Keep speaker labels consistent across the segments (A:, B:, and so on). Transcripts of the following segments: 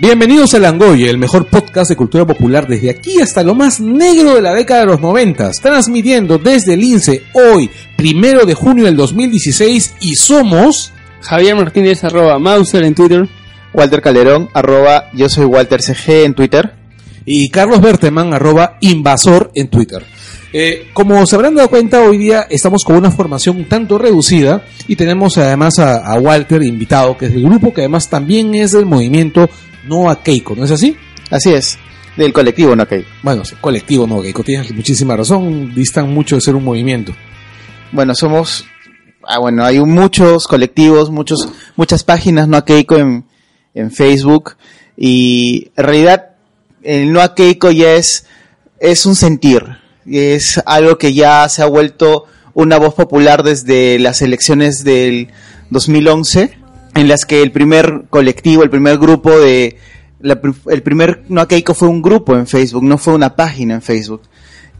A: Bienvenidos a Langoye, el mejor podcast de cultura popular desde aquí hasta lo más negro de la década de los noventas, transmitiendo desde el INSE hoy, primero de junio del 2016, y somos...
B: Javier Martínez, arroba Mauser en Twitter.
C: Walter Calderón, arroba yo soy Walter CG en Twitter.
A: y Carlos Berteman, arroba invasor en Twitter. Eh, como se habrán dado cuenta, hoy día estamos con una formación un tanto reducida y tenemos además a, a Walter invitado, que es del grupo que además también es del movimiento No a Keiko, ¿no es así?
C: Así es, del colectivo No Cake.
A: Bueno, sí, colectivo No a Keiko, tienes muchísima razón, distan mucho de ser un movimiento.
C: Bueno, somos. Ah, bueno, hay muchos colectivos, muchos, muchas páginas No Keiko en, en Facebook. Y en realidad, el No Keiko ya es, es un sentir. Es algo que ya se ha vuelto una voz popular desde las elecciones del 2011, en las que el primer colectivo, el primer grupo de. la pr- el primer No Keiko fue un grupo en Facebook, no fue una página en Facebook,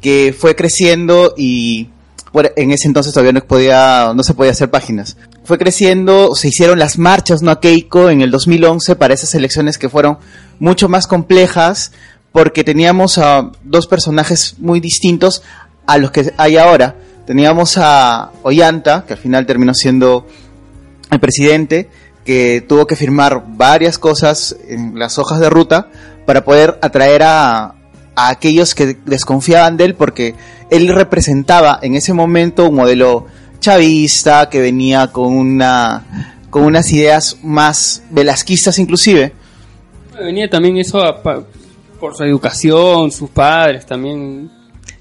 C: que fue creciendo y bueno, en ese entonces todavía no podía no se podía hacer páginas. Fue creciendo, se hicieron las marchas no a Keiko en el 2011 para esas elecciones que fueron mucho más complejas porque teníamos a dos personajes muy distintos a los que hay ahora. Teníamos a Ollanta, que al final terminó siendo el presidente, que tuvo que firmar varias cosas en las hojas de ruta para poder atraer a, a aquellos que desconfiaban de él porque él representaba en ese momento un modelo chavista que venía con una con unas ideas más velasquistas inclusive
B: Venía también eso a pa- por su educación, sus padres también.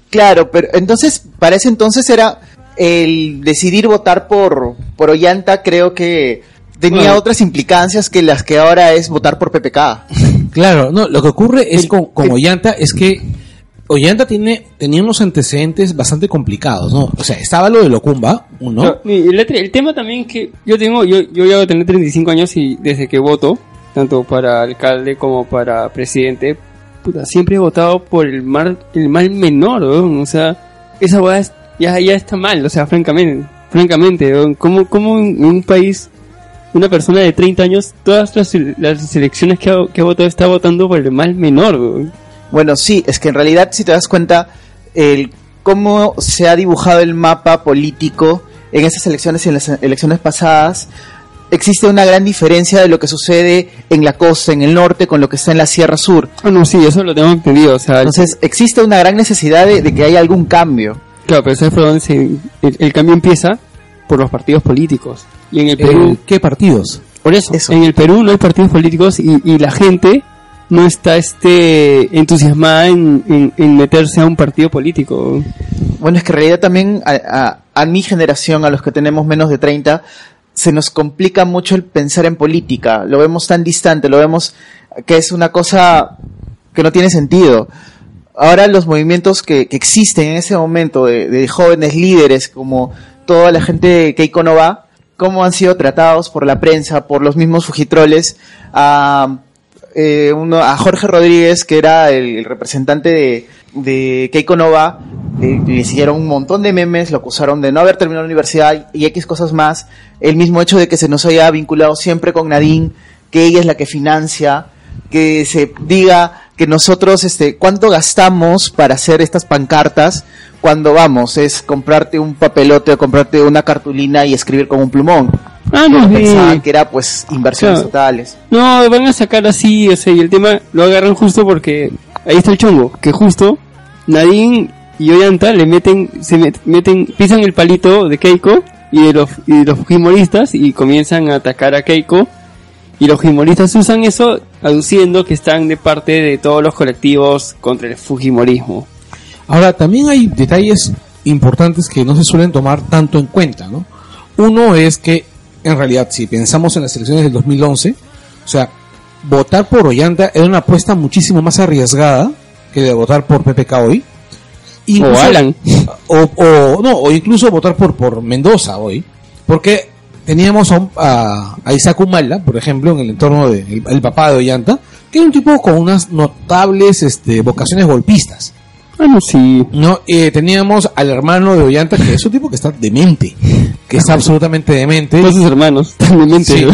C: Claro, pero entonces, para ese entonces era el decidir votar por, por Ollanta, creo que tenía
B: Bueno.
C: otras implicancias que las que ahora es votar por PPK.
A: Claro, no, lo que ocurre es
B: El-
A: con, con
B: el-
A: Ollanta es que Ollanta tiene, tenía unos antecedentes bastante complicados, ¿no? O sea, estaba lo de Locumba, uno.
B: No, y el, otro- el tema también es que yo tengo, yo, yo ya voy a tener 35 años y desde que voto, tanto para alcalde como para presidente, puta, siempre he votado por el mal, el mal menor, weón. o sea, esa hueá es- ya, ya está mal, o sea, francamente, francamente, weón. ¿Cómo, cómo en un país una persona de 30 años, todas las, las elecciones que ha, que ha votado está votando por el mal menor, weón?
C: Bueno, sí, es que en realidad, si te das cuenta, el cómo se ha dibujado el mapa político en estas elecciones y en las elecciones pasadas, existe una gran diferencia de lo que sucede en la costa, en el norte, con lo que está en la Sierra Sur.
B: Ah, no, sí, eso lo tengo entendido, o sea,
C: Entonces, existe una gran necesidad de- de que haya algún cambio.
B: Claro, pero ¿sabes por dónde se- el, el cambio empieza? Por los partidos políticos. Y en el Perú,
A: Eh, ¿Qué partidos?
B: por eso,
C: eso.
B: en el Perú no hay partidos políticos y, y la gente no está este entusiasmada en, en- en meterse a un partido político.
C: Bueno, es que en realidad también a, a- a mi generación, a los que tenemos menos de 30, se nos complica mucho el pensar en política. Lo vemos tan distante, lo vemos que es una cosa que no tiene sentido. Ahora los movimientos que, que existen en ese momento de, de jóvenes líderes, como toda la gente que Nova, cómo han sido tratados por la prensa, por los mismos fujitroles, a, eh, uno, a Jorge Rodríguez, que era el, el representante de, de Keiko Nova, eh, le hicieron un montón de memes, lo acusaron de no haber terminado la universidad y X cosas más. El mismo hecho de que se nos haya vinculado siempre con Nadine, que ella es la que financia, que se diga que nosotros, este, cuánto gastamos para hacer estas pancartas cuando vamos, es comprarte un papelote o comprarte una cartulina y escribir con un plumón.
B: Ah, no, sí.
C: Pensaban que era pues inversiones
B: Claro.
C: totales.
B: No, van a sacar así, o sea, y el tema lo agarran justo porque ahí está el chongo, que justo Nadine y Ollanta le meten, se met- meten, pisan el palito de Keiko y de los, y de los Fujimoristas y comienzan a atacar a Keiko y los Fujimoristas usan eso aduciendo que están de parte de todos los colectivos contra el Fujimorismo.
A: Ahora, también hay detalles importantes que no se suelen tomar tanto en cuenta, ¿no? Uno es que, en realidad, si pensamos en las elecciones del 2011, o sea, votar por Ollanta era una apuesta muchísimo más arriesgada que de votar por PPK hoy.
B: O Alan.
A: O, o- no, o incluso votar por, por Mendoza hoy. Porque teníamos a, un- a, a Isaac Humala, por ejemplo, en el entorno del de, el- el papá de Ollanta, que era un tipo con unas notables este, vocaciones golpistas.
B: Ah, no, sí.
A: No, eh, teníamos al hermano de Ollanta, que es un tipo que está demente, que está absolutamente demente.
B: Todos sus hermanos, también
A: Sí.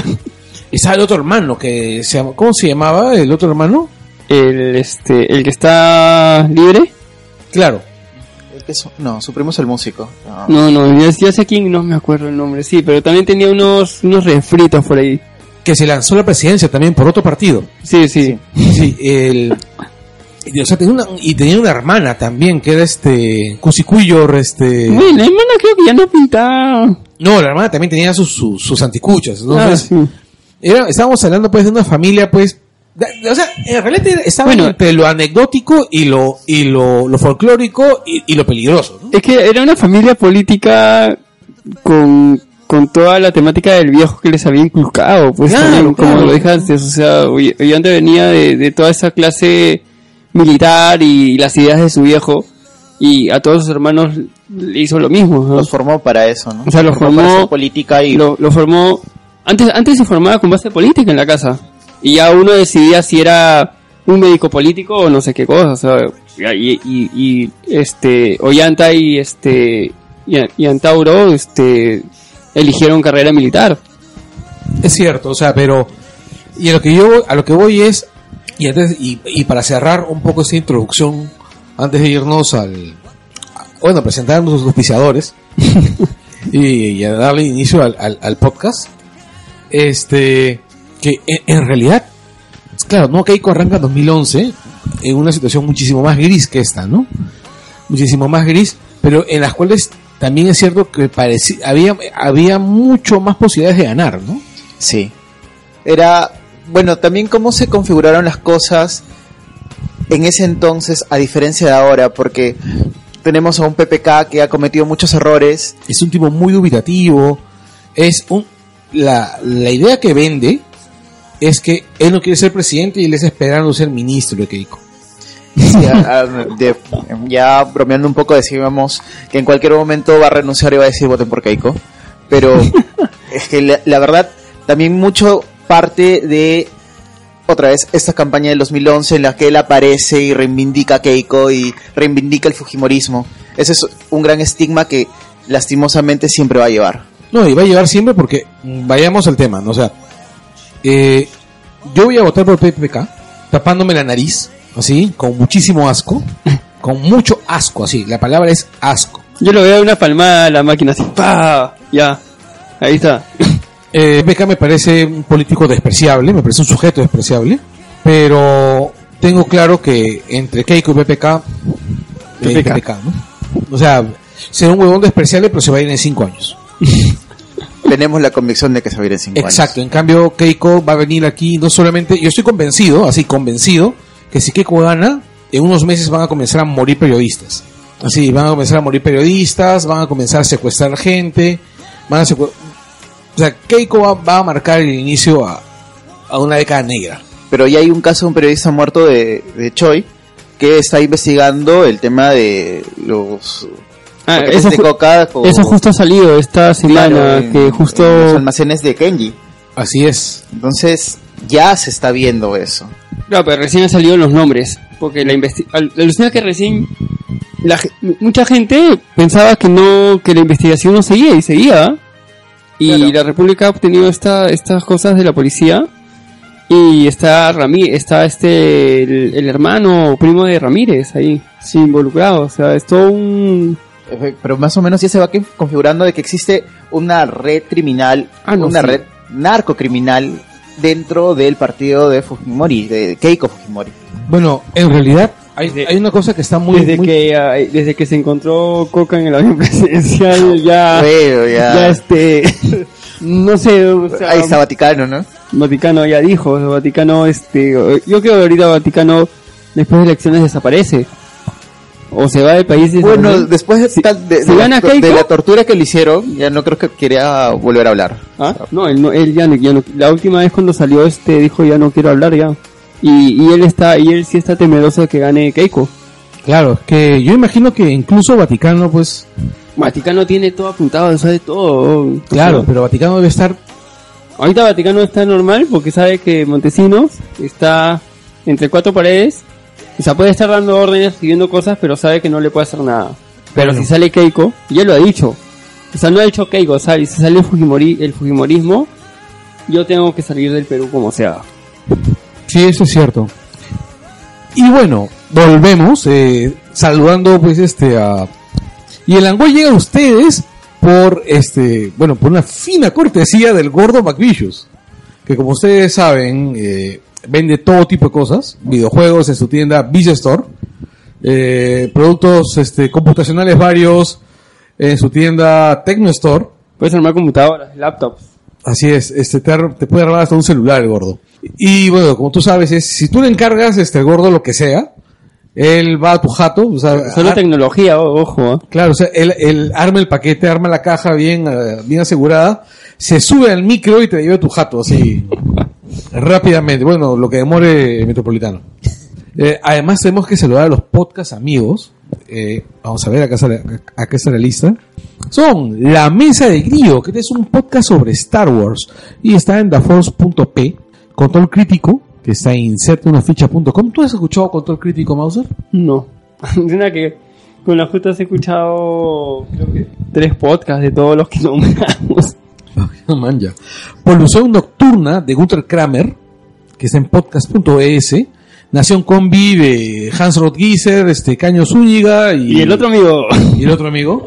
A: Estaba el otro hermano que se llama- ¿cómo se llamaba el otro hermano?
B: El, este, el que está libre.
A: Claro.
C: El que su- no, su primo es el músico. No.
B: No, no, yo, yo sé quién, no me acuerdo el nombre, sí, pero también tenía unos, unos refritos por ahí.
A: Que se lanzó a la presidencia también por otro partido.
B: Sí, sí.
A: Sí, el. y, o sea, tenía una, y tenía una hermana también, que era este. Cusicuyor, este.
B: Eh, Bueno, la hermana creo que ya no pintaba.
A: No, la hermana también tenía sus, sus, sus anticuchos. Entonces,
B: Ah, sí.
A: era- estábamos hablando pues de una familia, pues. da- o sea, en realidad era- estaba
B: Bueno.
A: entre lo anecdótico y lo, y lo, lo folclórico y, y lo peligroso. ¿no?
B: Es que era una familia política con, con toda la temática del viejo que les había inculcado, pues
A: Claro,
B: también, como
A: claro.
B: lo dejaste, o sea, oye- yo antes venía de, de toda esa clase militar y las ideas de su viejo, y a todos sus hermanos le hizo lo mismo. ¿no?
C: Los formó para eso, ¿no?
B: O sea, los
C: para
B: formó-
C: hacer política y
B: lo, lo formó antes antes se formaba con base política en la casa y ya uno decidía si era un médico político o no sé qué cosa o sea, y, y- y, este Ollanta y este y, y Antauro este eligieron carrera militar
A: Es cierto, o sea, pero. Y a lo que yo a lo que voy es. Y, antes- y, y para cerrar un poco esta introducción, antes de irnos al. a- bueno, presentar a nuestros auspiciadores y, y a darle inicio al, al- al podcast. Este. Que en, en realidad. Claro, no Keiko arranca en 2011 en una situación muchísimo más gris que esta, ¿no? Muchísimo más gris, pero en las cuales también es cierto que parecía, había, había mucho más posibilidades de ganar, ¿no?
C: Sí. Era, bueno, también cómo se configuraron las cosas en ese entonces a diferencia de ahora, porque tenemos a un PPK que ha cometido muchos errores.
A: es un tipo muy dubitativo. Es un la, la idea que vende es que él no quiere ser presidente y él está esperando ser ministro de Keiko.
C: Sí, a- a- de- ya bromeando un poco decíamos que en cualquier momento va a renunciar y va a decir voten por Keiko. Pero es que la, la verdad también mucho parte de otra vez esta campaña del 2011 en la que él aparece y reivindica a Keiko y reivindica el Fujimorismo. Ese es un gran estigma que lastimosamente siempre va a llevar.
A: No, y va a llevar siempre porque mm, vayamos al tema, ¿no? O sea, eh, yo voy a votar por PPK tapándome la nariz, así, con muchísimo asco, con mucho asco, así. La palabra es asco.
B: yo lo veo una palmada a la máquina así pa ya ahí está
A: Eh, Beca me parece un político despreciable, me parece un sujeto despreciable, pero tengo claro que entre Keiko y PPK, eh,
B: PPK.
A: PPK, ¿no? O sea, será un huevón despreciable, pero se va a ir en cinco años.
C: Tenemos la convicción de que se va a ir en cinco años.
A: Exacto, en cambio Keiko va a venir aquí, no solamente, yo estoy convencido, así convencido, que si Keiko gana, en unos meses van a comenzar a morir periodistas. Así, van a comenzar a morir periodistas, van a comenzar a secuestrar gente, van a secue- O sea, Keiko va, va a marcar el inicio a, a una década negra.
C: Pero ya hay un caso de un periodista muerto de, de Choi que está investigando el tema de los
B: Ah,
C: paquetes
B: eso,
C: de
B: ju-
C: coca o-
B: eso justo ha salido esta
C: claro,
B: semana
C: en-
B: que justo
C: en los almacenes de Kenji.
A: Así es.
C: Entonces ya se está viendo eso.
B: No, pero recién han salido los nombres. Porque la investi- al- alucina que recién. la ge- m- mucha gente pensaba que no que la investigación no seguía y seguía. Y
C: Claro.
B: la República ha obtenido esta, estas cosas de la policía. Y está Ramí, está este el, el hermano o primo de Ramírez ahí, sí, involucrado. O sea, es todo un
C: Eh, Pero más o menos ya se va que- configurando de que existe una red criminal,
B: Ah, no,
C: una
B: sí.
C: red narcocriminal dentro del partido de Fujimori, de Keiko Fujimori.
A: Bueno, en realidad hay,
B: Desde-
A: hay una cosa que está muy...
B: desde
A: muy-
B: que ah, desde que se encontró Coca en el avión presidencial ya
C: Pero ya,
B: Ah, ya este no sé, o sea,
C: ahí está Vaticano, ¿no?
B: Vaticano ya dijo, o sea, Vaticano, este, yo creo que ahorita Vaticano después de elecciones desaparece o se va del país. y
C: Bueno,
B: desaparece.
C: después de,
B: Si-
C: tal- de-
B: si
C: de la
B: gana
C: to- de
B: Keiko-
C: la tortura que le hicieron, ya no creo que quiera volver a hablar.
B: ¿Ah? no, él no, él ya, no- ya no- la última vez cuando salió este dijo ya no quiero hablar ya y, y él está y él sí está temeroso de que gane Keiko.
A: Claro, es que yo imagino que incluso Vaticano, pues...
B: Vaticano tiene todo apuntado, sabe todo. o
A: Claro,
B: sea,
A: pero Vaticano debe estar...
B: Ahorita Vaticano está normal porque sabe que Montesinos está entre cuatro paredes. O sea, puede estar dando órdenes, pidiendo cosas, pero sabe que no le puede hacer nada. Pero
A: Claro.
B: si sale Keiko, ya lo ha dicho. O sea, no ha dicho Keiko, ¿sabes? Si sale el, Fujimori, el Fujimorismo, yo tengo que salir del Perú como sea.
A: Sí, eso es cierto. Y bueno, volvemos eh, saludando pues este a y el Angol llega a ustedes por este, bueno, por una fina cortesía del gordo McVicious, que como ustedes saben, eh, vende todo tipo de cosas, videojuegos en su tienda Villa Store, eh, productos este computacionales varios en su tienda Tecno Store.
B: Puedes armar computadoras, laptops.
A: Así es, este te, ar- te puede armar hasta un celular el gordo. Y bueno, como tú sabes, es, si tú le encargas este al gordo lo que sea, él va a tu jato, o sea,
B: Solo
A: ar-
B: tecnología, o- ojo. ¿ah?
A: claro, o sea, él, él arma el paquete, arma la caja bien, eh, bien asegurada, se sube al micro y te lleva a tu jato así rápidamente. Bueno, lo que demore el metropolitano. Eh, además tenemos que saludar a los podcast amigos. Eh, vamos a ver acá sale, acá está la lista. Son La Mesa de Grillo, que es un podcast sobre Star Wars y está en daforce.p, Control Crítico, que está en inserteunaficha.com. ¿Tú has escuchado Control Crítico, Mauser?
B: No. De una que con la justa has escuchado creo que tres podcasts de todos los que nombramos.
A: No manja. Polución Nocturna de Gunther Kramer, que está en podcast.es. Nación Combi de Hans Rotgeiser, este Caño Zúñiga y,
B: Y el otro amigo.
A: y el otro amigo.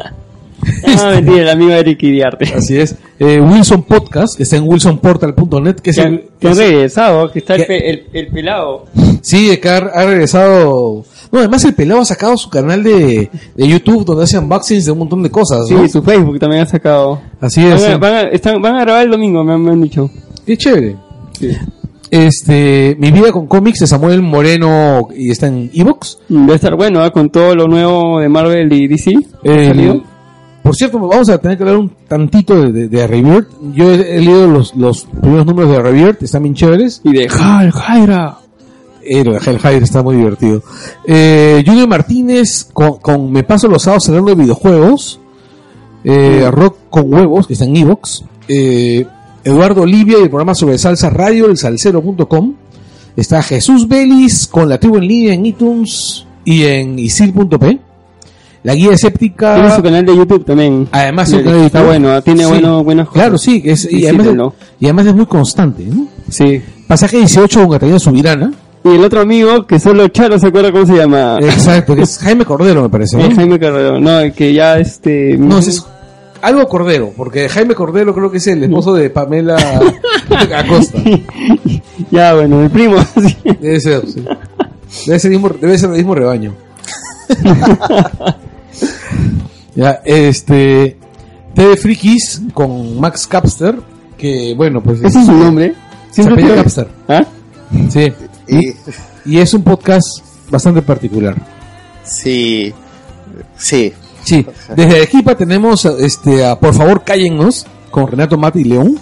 B: Ah, mentira, el amigo Eric Iriarte.
A: Así es. Eh, Wilson Podcast, que está en wilsonportal.net, que es
B: Que,
A: el...
B: han- que han regresado, que está el,
A: que-
B: pe- el- el pelado.
A: Sí, que ha, ha regresado... No, además el pelado ha sacado su canal de, de YouTube donde hace unboxings de un montón de cosas,
B: Sí,
A: ¿no?
B: su Facebook también ha sacado.
A: Así
B: Van
A: es.
B: a, van a- están- van a grabar el domingo, me han, me han dicho.
A: Qué chévere.
B: Sí.
A: Este, Mi Vida con Cómics de Samuel Moreno y está en Evox.
B: Va a estar bueno ¿ah? con todo lo nuevo de Marvel y DC.
A: Eh,
B: ¿Salido?
A: Por cierto, vamos a tener que hablar un tantito de, de- de Revert. Yo he, he leído los, los primeros números de Revert, están bien chéveres.
B: Y de Hal, Jaira.
A: Eh, lo de Hellfire está muy divertido. Eh, Junior Martínez con, con Me Paso los Sábados hablando de videojuegos. Eh, Rock con Huevos, que está en Evox. Eh, Eduardo Olivia y el programa sobre salsa radio, el salsero.com. Está Jesús Vélez con la tribu en línea en iTunes y en isil.p. La guía escéptica.
B: Tiene su canal de YouTube también.
A: Además, su
B: Está
A: canal de YouTube.
B: bueno, ¿ah? tiene
A: Sí.
B: bueno, buenos.
A: Claro, sí, que es, y, además,
B: Visítenlo.
A: y además es muy constante. ¿no?
B: Sí.
A: Pasaje 18 con Catalina Subirana.
B: Y el otro amigo, que solo Charo se acuerda cómo se llama.
A: Exacto, que es Jaime Cordero, me parece. ¿no?
B: Eh, Ah. Jaime Carrero. No, que ya este.
A: No, ese es algo Cordero, porque Jaime Cordero creo que es el esposo de Pamela Acosta.
B: Ya, bueno, el primo. sí.
A: Debe ser, sí. Debe ser, mismo- debe ser el mismo rebaño. ya, este. TV Frikis con Max Capster, que bueno, pues.
B: ¿Ese es su nombre?
A: Se
B: Siempre
A: apellida
B: te-
A: Capster.
B: ¿Ah?
A: Sí.
C: Y-
A: Y es un podcast bastante particular.
C: sí, sí.
A: Sí, desde Arequipa tenemos este a Por favor cállennos con Renato Mati y León.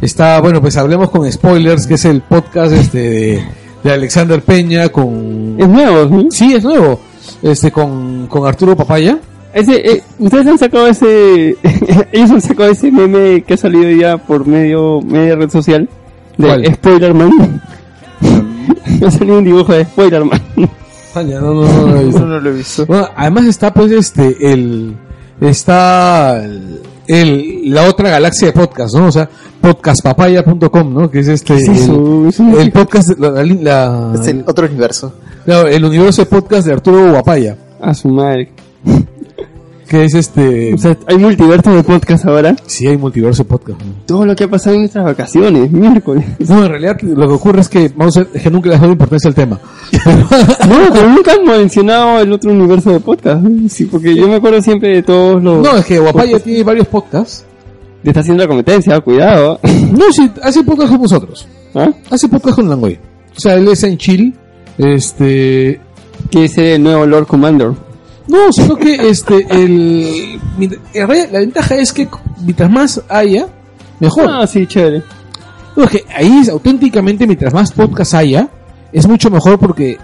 A: Está, bueno, pues hablemos con Spoilers, que es el podcast este de, de Alexander Peña con
B: Es nuevo. ¿sí?
A: Sí, es nuevo. Este con, con Arturo Papaya.
B: Ese, eh, Ustedes han sacado ese. ellos han sacado ese meme que ha salido ya por medio media red social. De
A: ¿Cuál?
B: Spoilerman. ha salido un dibujo de Spoilerman.
A: Vaya, no, no, no, no, no, no.
C: lo he visto.
A: Bueno, además está pues este el está el, el- la otra galaxia de podcast, ¿no? O sea, podcastpapaya.com, ¿no? Que es este
B: ¿Qué es
A: el,
B: eso? Es un-
A: el podcast la- la- la-
C: Es el otro universo.
A: Claro, el universo de podcast de Arturo Guapaya,
B: A su madre.
A: que es este...
B: O sea, hay multiverso de podcast ahora.
A: sí, hay multiverso de podcast. ¿no?
B: Todo lo que ha pasado en nuestras vacaciones, miércoles.
A: No, en realidad lo que ocurre es que, vamos a ver, que nunca le has dado importancia al tema.
B: No, pero nunca han mencionado el otro universo de podcast. Sí, porque yo me acuerdo siempre de todos los.
A: no, es que Guapaya tiene varios podcasts.
B: Te está haciendo la competencia, cuidado.
A: No, sí, hace podcast con nosotros.
B: ¿Ah?
A: Hace podcast con Langoy. O sea, él es en Chile. Este...
B: Que es el nuevo Lord Commander.
A: No, sino que este, el... en realidad, la ventaja es que mientras más haya, mejor.
B: Ah, sí, chévere.
A: No, es que ahí es auténticamente, mientras más podcast haya, es mucho mejor porque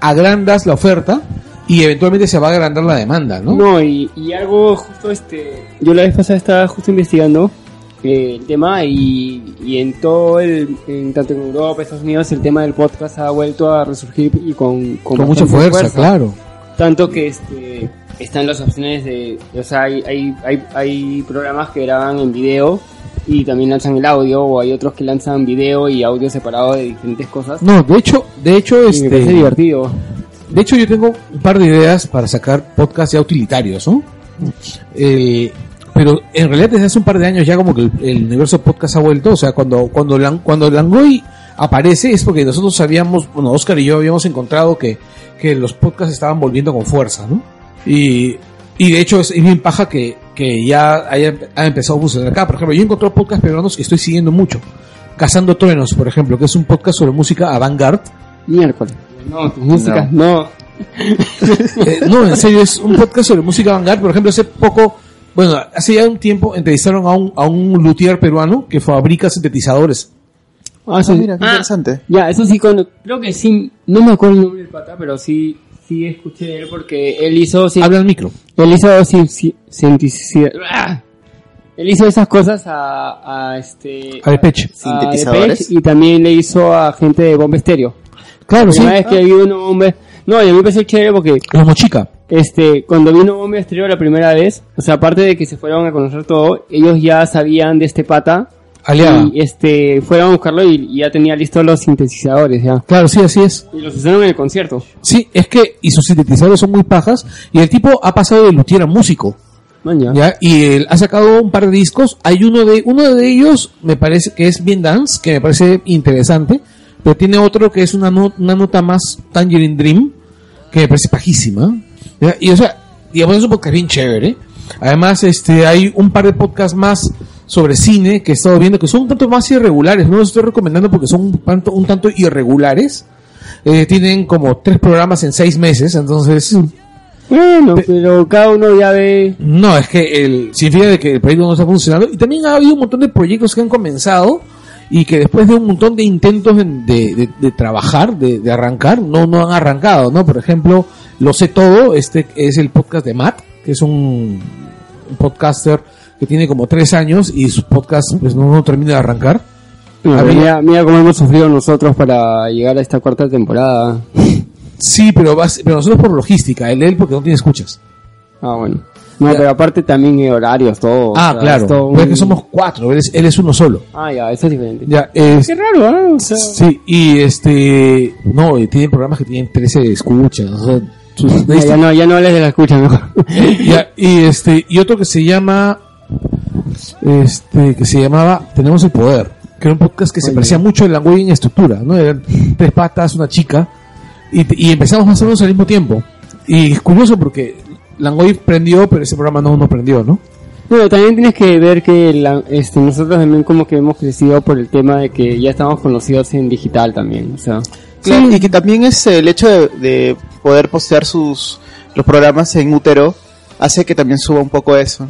A: agrandas la oferta y eventualmente se va a agrandar la demanda, ¿no?
B: No, y, y algo justo este. Yo la vez pasada estaba justo investigando eh, el tema y, y en todo el. En, tanto en Europa, Estados Unidos, el tema del podcast ha vuelto a resurgir y con, con,
A: Con mucha
B: bastante
A: fuerza, claro.
B: Tanto que este, están las opciones de. O sea, hay, hay, hay, hay programas que graban en video y también lanzan el audio o hay otros que lanzan video y audio separado de diferentes cosas.
A: No, de hecho, de hecho,
B: Y me parece
A: este,
B: divertido.
A: de hecho yo tengo un par de ideas para sacar podcasts ya utilitarios, ¿no? Eh, pero en realidad desde hace un par de años ya como que el, el universo podcast ha vuelto, o sea, cuando cuando Lan- cuando Langoy aparece es porque nosotros sabíamos, bueno, Oscar y yo habíamos encontrado que, que los podcasts estaban volviendo con fuerza, ¿no? Y, y de hecho es bien paja que, que ya haya, ha empezado a funcionar acá. Por ejemplo, yo encontré podcasts peruanos que estoy siguiendo mucho. Cazando Truenos, por ejemplo, que es un podcast sobre música avant-garde.
B: Miércoles. No, tus músicas, no.
A: Eh, no, en serio, es un podcast sobre música vanguard. Por ejemplo, hace poco, bueno, hace ya un tiempo entrevistaron a un, a un luthier peruano que fabrica sintetizadores.
B: Ah, sí.
C: mira, qué
B: Ah,
C: interesante.
B: Ya, eso sí, con, creo que sí, no me acuerdo el nombre del pata, pero sí, sí escuché de él porque él hizo, sí,
A: Habla al micro.
B: él hizo, sí, sí, sintetici- ¡Ah! él hizo esas cosas a, a este,
A: A Depeche.
B: a
C: Sintetizadores.
B: Depeche y también le hizo a gente de Bomba Estéreo.
A: Claro,
B: La
A: sí.
B: primera vez que vi uno Bomba, no, y a mí me pareció chévere porque
A: Los Mochica.
B: este, cuando vino Bomba Estéreo la primera vez, o sea, aparte de que se fueron a conocer todo, ellos ya sabían de este pata
A: Aliada.
B: y este, fueron a buscarlo y, y ya tenía listos los sintetizadores ya.
A: Claro, sí, así es.
B: Y los usaron en el concierto.
A: Sí, es que, y sus sintetizadores son muy pajas, y el tipo ha pasado de luthier a músico.
B: Man, ya.
A: ¿ya? Y él ha sacado un par de discos. Hay uno de uno de ellos, me parece que es Bien Dance, que me parece interesante. Pero tiene otro que es una, no- una nota más Tangerine Dream, que me parece pajísima. ¿ya? Y o sea, digamos, es un podcast bien chévere. Además, este hay un par de podcasts más sobre cine que he estado viendo que son un tanto más irregulares. No los estoy recomendando porque son un tanto, un tanto irregulares. Eh, tienen como tres programas en seis meses, entonces...
B: Bueno, pero cada uno ya ve.
A: No, es que el, significa de que el proyecto no está funcionando. Y también ha habido un montón de proyectos que han comenzado y que después de un montón de intentos en- de, de- de trabajar, de, de arrancar, no, no han arrancado, ¿no? Por ejemplo, Lo sé todo, este es el podcast de Matt, que es un, un podcaster que tiene como tres años y su podcast pues no, no termina de arrancar.
B: Mira,
A: ver.
B: mira, mira cómo hemos sufrido nosotros para llegar a esta cuarta temporada.
A: Sí, pero, va a ser- pero nosotros por logística, él, él porque no tiene escuchas.
B: Ah, bueno. No,
A: Ya.
B: pero aparte también hay horarios, todo.
A: ah,
B: o sea,
A: claro,
B: es todo un-
A: porque somos cuatro, él es, él es uno solo.
B: Ah, ya, eso es diferente.
A: Ya, es,
B: Qué raro, ¿eh? O sea,
A: Sí, y este. No, y tienen programas que tienen 13 escuchas. o sea, sus-
B: ya, ya no, ya no hables de la escucha mejor.
A: Ya, y este. Y otro que se llama. Este. Que se llamaba Tenemos el Poder. Que era un podcast que se
B: Oye.
A: parecía mucho al Language en estructura, ¿no? Eran tres patas, una chica. Y, te- y empezamos más o menos al mismo tiempo. Y es curioso porque Langoy prendió, pero ese programa no, no prendió, ¿no?
B: Bueno, también tienes que ver que la- este, nosotros también como que hemos crecido por el tema de que ya estamos conocidos en digital también, o sea.
C: Claro, y que también es el hecho de, de poder postear sus los programas en útero hace que también suba un poco eso.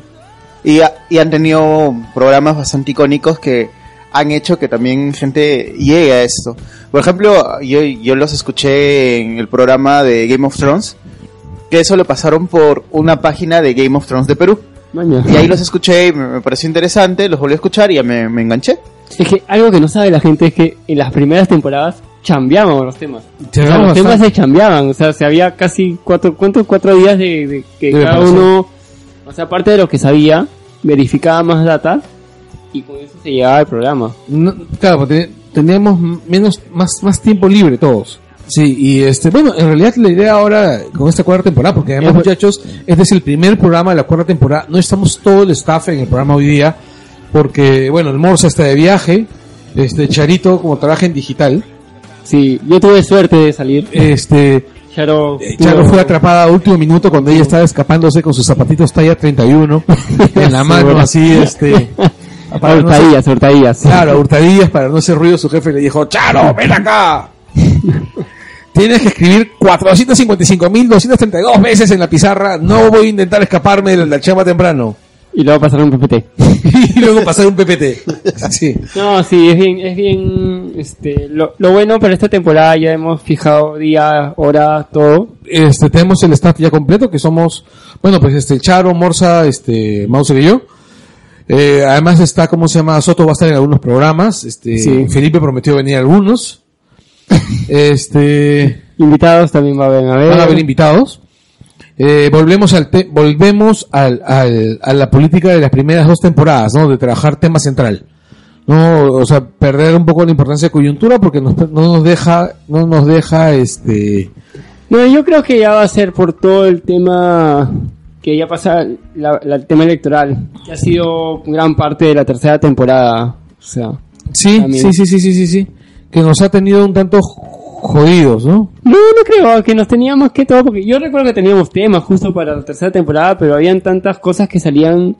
C: Y, ha- y han tenido programas bastante icónicos que han hecho que también gente llegue a esto. Por ejemplo, yo, yo los escuché en el programa de Game of Thrones, que eso lo pasaron por una página de Game of Thrones de Perú.
B: maña.
C: Y ahí los escuché y me, me pareció interesante, los volví a escuchar y ya me, me enganché.
B: Es que algo que no sabe la gente es que en las primeras temporadas chambeábamos los temas. O sea, los
A: Llegamos
B: temas
A: bastante.
B: se chambeaban, o sea, se había casi cuatro, ¿cuántos? Cuatro días de, de que
A: De
B: cada
A: preparación.
B: uno, o sea, aparte de lo que sabía, verificaba más data y con eso se llegaba al programa.
A: No, claro, porque teníamos menos, más, más tiempo libre todos. Sí, y este, bueno, en realidad la idea ahora con esta cuarta temporada, porque además,
B: Ajá.
A: muchachos, este es el primer programa de la cuarta temporada. No estamos todo el staff en el programa hoy día, porque, bueno, el Morsa está de viaje, este, Charito, como trabaja en digital,
B: Sí, yo tuve suerte de salir.
A: este,
B: Charo,
A: eh, Charo fue atrapada a último minuto cuando ella estaba escapándose con sus zapatitos talla 31 en la
B: Sí,
A: mano,
B: bueno.
A: así, este,
B: Para
A: para no ser-
B: hurtadillas, hurtadillas.
A: Claro, a hurtadillas para no hacer ruido, su jefe le dijo, Charo, ven acá. Tienes que escribir 455.232 veces en la pizarra, no voy a intentar escaparme de la chamba temprano.
B: Y luego pasaron un PPT.
A: Y luego pasar un PPT. Sí.
B: No, sí, es bien, es bien, este, lo, lo bueno para esta temporada ya hemos fijado día, hora, todo.
A: Este, tenemos el staff ya completo, que somos, bueno, pues este, Charo, Morsa, este, Mauser y yo. Eh, además está, ¿cómo se llama? Soto va a estar en algunos programas. Este,
B: Sí.
A: Felipe prometió venir a algunos. Este,
B: Invitados también va a haber, a ver.
A: van a haber invitados. Eh, volvemos al te- volvemos al, al- a la política de las primeras dos temporadas, ¿no? De trabajar tema central. No, o sea, perder un poco la importancia de coyuntura porque nos- no nos deja, no nos deja, este,
B: No, yo creo que ya va a ser por todo el tema que ya pasa, la, la- el tema electoral, que ha sido gran parte de la tercera temporada. O sea,
A: sí,
B: También.
A: sí, sí, sí, sí, sí, sí, que nos ha tenido un tanto jodidos, ¿no?
B: no, no creo que nos teníamos que todo, porque yo recuerdo que teníamos temas justo para la tercera temporada, pero habían tantas cosas que salían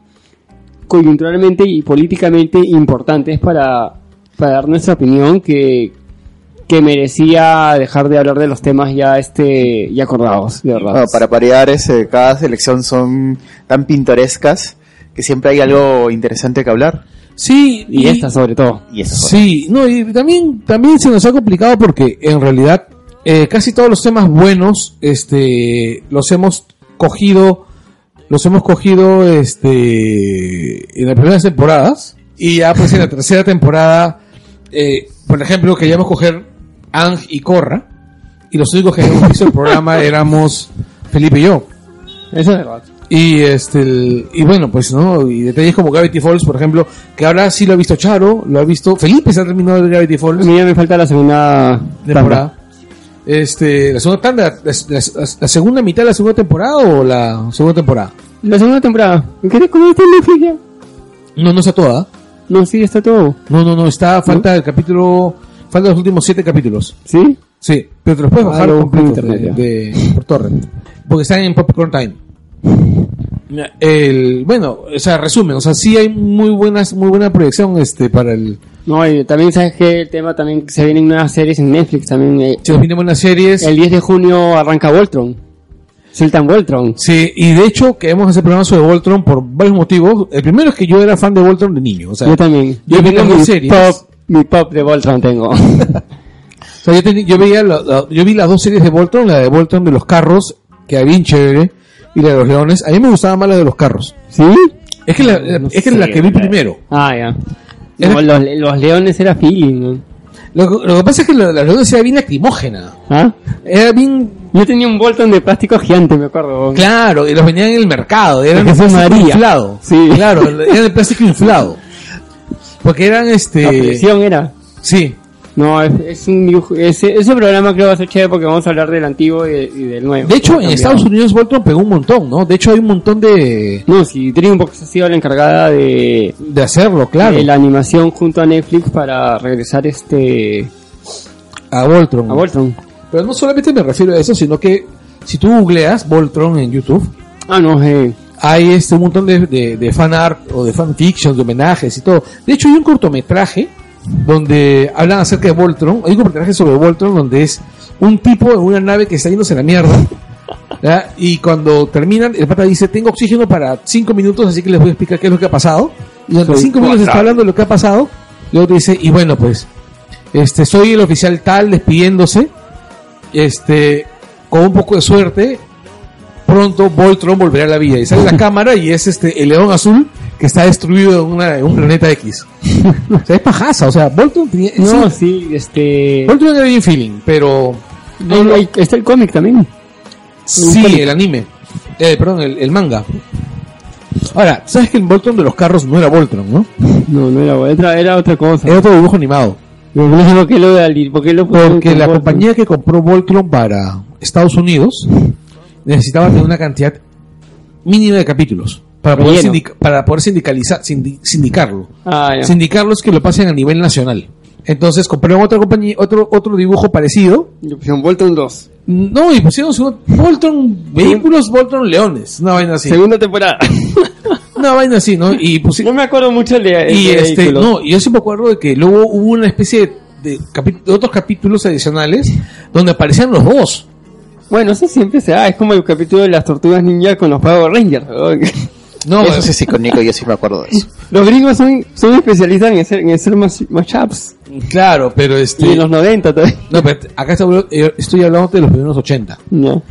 B: coyunturalmente y políticamente importantes para, para dar nuestra opinión que, que merecía dejar de hablar de los temas ya este ya acordados, de verdad.
C: Bueno, para pareares, eh, cada selección son tan pintorescas que siempre hay algo interesante que hablar.
A: Sí,
B: y esta sobre todo.
C: Y eso fue.
A: Sí, no, y también, también se nos ha complicado porque en realidad eh, casi todos los temas buenos este, los hemos cogido, los hemos cogido este, en las primeras temporadas y ya pues en la tercera temporada, eh, por ejemplo, queríamos coger Ang y Corra y los únicos que habíamos visto el programa éramos Felipe y yo.
B: Eso es verdad.
A: Y este el- y bueno, pues no, y detalles como Gravity Falls, por ejemplo, que ahora sí lo ha visto Charo, lo ha visto Felipe se ha terminado de Gravity Falls
B: Mira, me falta la segunda
A: temporada. Este, la segunda tanda, la, la- la segunda mitad de la segunda temporada o la segunda temporada.
B: La segunda temporada. ¿Qué te comiste Netflix ya?
A: No, no está toda. ¿eh?
B: No, sí, está todo.
A: No, no, no, está falta el capítulo, falta los últimos siete capítulos.
B: ¿Sí?
A: Sí, pero te los puedes
B: Ah,
A: bajar
B: lo
A: completo
B: busco en internet,
A: de, de- por torrent. Porque están en Popcorn Time. El, bueno, o sea, resumen, o sea, sí hay muy buenas, muy buena proyección este para el
B: No, y también sabes que el tema también se vienen nuevas series en Netflix también. eh.
A: Si nos vinimos en las series.
B: El 10 de junio arranca Voltron. Sultan Voltron.
A: Sí, y de hecho queremos hacer programas sobre Voltron por varios motivos. El primero es que yo era fan de Voltron de niño. O sea,
B: yo también.
A: yo vi
B: tengo
A: las
B: mi
A: series.
B: pop, mi pop de Voltron tengo.
A: o sea, yo, teni- yo veía la- la- yo vi las dos series de Voltron, la de Voltron de los carros, que era bien chévere, y la de los leones. A mí me gustaba más la de los carros.
B: ¿Sí?
A: Es que la, la-
B: No
A: es que
B: sé,
A: la que vi
B: la-
A: primero.
B: Ah, ya.
A: Era-
B: No, los, los leones era feeling. ¿no?
A: Lo, que- lo que pasa es que la de los leones era bien lacrimógena.
B: ¿Ah?
A: Era bien
B: Yo tenía un Voltron de plástico gigante, me acuerdo.
A: claro, y los vendían en el mercado. Eran
B: El que
A: de
B: fue
A: plástico
B: María.
A: inflado.
B: Sí.
A: Claro, eran de plástico inflado. Porque eran
B: La
A: este.
B: presión era.
A: Sí,
B: No, es, es un dibujo- ese, ese programa creo va a ser chévere porque vamos a hablar del antiguo y, y del nuevo.
A: De hecho, en
B: Cambiado.
A: Estados Unidos Voltron pegó un montón, ¿no? De hecho, hay un montón de,
B: No, si Dreambox ha sido la encargada de,
A: de hacerlo, claro.
B: de la animación junto a Netflix para regresar este
A: A Voltron.
B: a Voltron.
A: Pero no solamente me refiero a eso, sino que si tú googleas Voltron en YouTube,
B: Ah, no, eh. hay
A: hay este un montón de, de, de fan art o de fan fiction, de homenajes y todo. De hecho, hay un cortometraje donde hablan acerca de Voltron. Hay un cortometraje sobre Voltron donde es un tipo en una nave que está yéndose a la mierda. ¿ya? Y cuando terminan, el pata dice: Tengo oxígeno para 5 minutos, así que les voy a explicar qué es lo que ha pasado. Y durante
B: Soy
A: 5 minutos está
B: Voltron.
A: hablando de lo que ha pasado. Luego te dice: Y bueno, pues, este soy el oficial tal despidiéndose. Este, con un poco de suerte, pronto Voltron volverá a la vida. Y sale la cámara y es este el león azul que está destruido en, una- en un planeta X. o sea, es pajaza. O sea, Voltron tenía.
B: No,
A: Eh, sí,
B: sí, este.
A: Voltron era bien feeling, pero.
B: hay- hay- está el cómic también.
A: Sí, el anime. Eh, perdón, el, el manga. Ahora, ¿sabes que el Voltron de los carros no era Voltron, no?
B: No, no era otra, era otra cosa.
A: Era otro dibujo animado.
B: No, no sé por qué lo, por qué lo pusieron
A: Porque
B: con
A: la
B: Voltron.
A: compañía que compró Voltron para Estados Unidos necesitaba tener una cantidad mínima de capítulos para poder,
B: Relleno.
A: sindica- para poder sindicalizar, sindi- sindicarlo.
B: Ah, ya.
A: Sindicarlos que lo pasen a nivel nacional. Entonces compraron otra compañía, otro, otro dibujo parecido.
B: Le pusieron Voltron 2.
A: No, y pusieron su- Voltron Vehículos, Voltron Leones. Una vaina así.
B: Segunda temporada.
A: Una vaina así, ¿no? Y pusieron.
B: no me acuerdo mucho el de
A: y
B: el de
A: este
B: vehículos.
A: no yo sí me acuerdo de que luego hubo una especie de, de capi- de otros capítulos adicionales donde aparecían los dos
B: Bueno, eso siempre se da. Es como el capítulo de las tortugas ninja con los Power Rangers. ¿no? eh.
A: no
C: eso sí es icónico, yo sí me acuerdo de eso.
B: Los gringos son, son especialistas en hacer, en hacer mas- mashups.
A: claro pero
B: Y en
A: este
B: los 90 todavía.
A: no pero acá está- eh, estoy hablando de los primeros 80
B: No.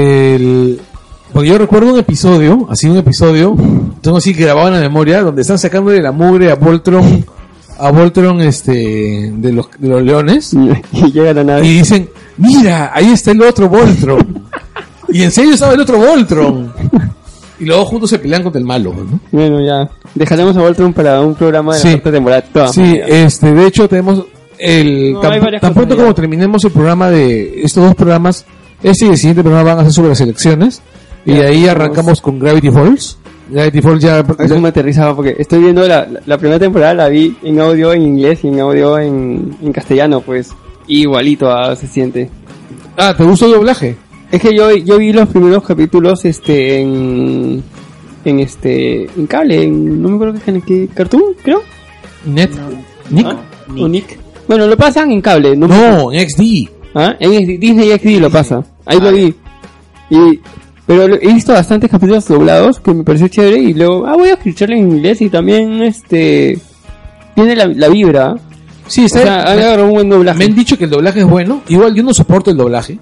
A: El- porque yo recuerdo un episodio así un episodio tengo así grabado en la memoria donde están sacando de la mugre a Voltron a Voltron este de los, de los leones
B: Y llega la
A: y
B: nave.
A: dicen mira ahí está el otro Voltron Y en serio estaba el otro Voltron. Y luego juntos se pelean contra el malo, ¿no?
B: Bueno, ya. Dejaremos a Voltron para un programa de
A: Sí.
B: la cuarta temporada. toda
A: Sí,
B: manera.
A: este, de hecho tenemos el
B: Ah, No,
A: tan,
B: hay varias
A: tan pronto
B: cosas ya.
A: como terminemos el programa de estos dos programas, este y el siguiente programa van a ser sobre las elecciones y
B: Ya,
A: de ahí
B: tenemos-
A: arrancamos con Gravity Falls. Gravity Falls ya
B: Eso me aterrizaba porque estoy viendo la, la- la primera temporada, la vi en audio en inglés y en audio en, en castellano, pues igualito ah, se siente.
A: Ah, ¿te gustó el doblaje?
B: Es que yo, yo vi los primeros capítulos este en en este en cable, en- no me acuerdo que en qué cartoon, creo.
A: Net Nick.
B: ¿Ah? o Nick. Bueno, lo pasan en cable, no,
A: No, en XD.
B: ¿Ah? En Disney XD lo pasa. Ahí
A: Ah,
B: lo vi. Y, pero lo- he visto bastantes capítulos doblados que me pareció chévere y luego, ah, voy a escucharlo en inglés y también este tiene la, la vibra.
A: Sí,
B: O sea, ha agarrado un buen doblaje.
A: me han dicho que el doblaje es bueno. Igual yo no soporto el doblaje,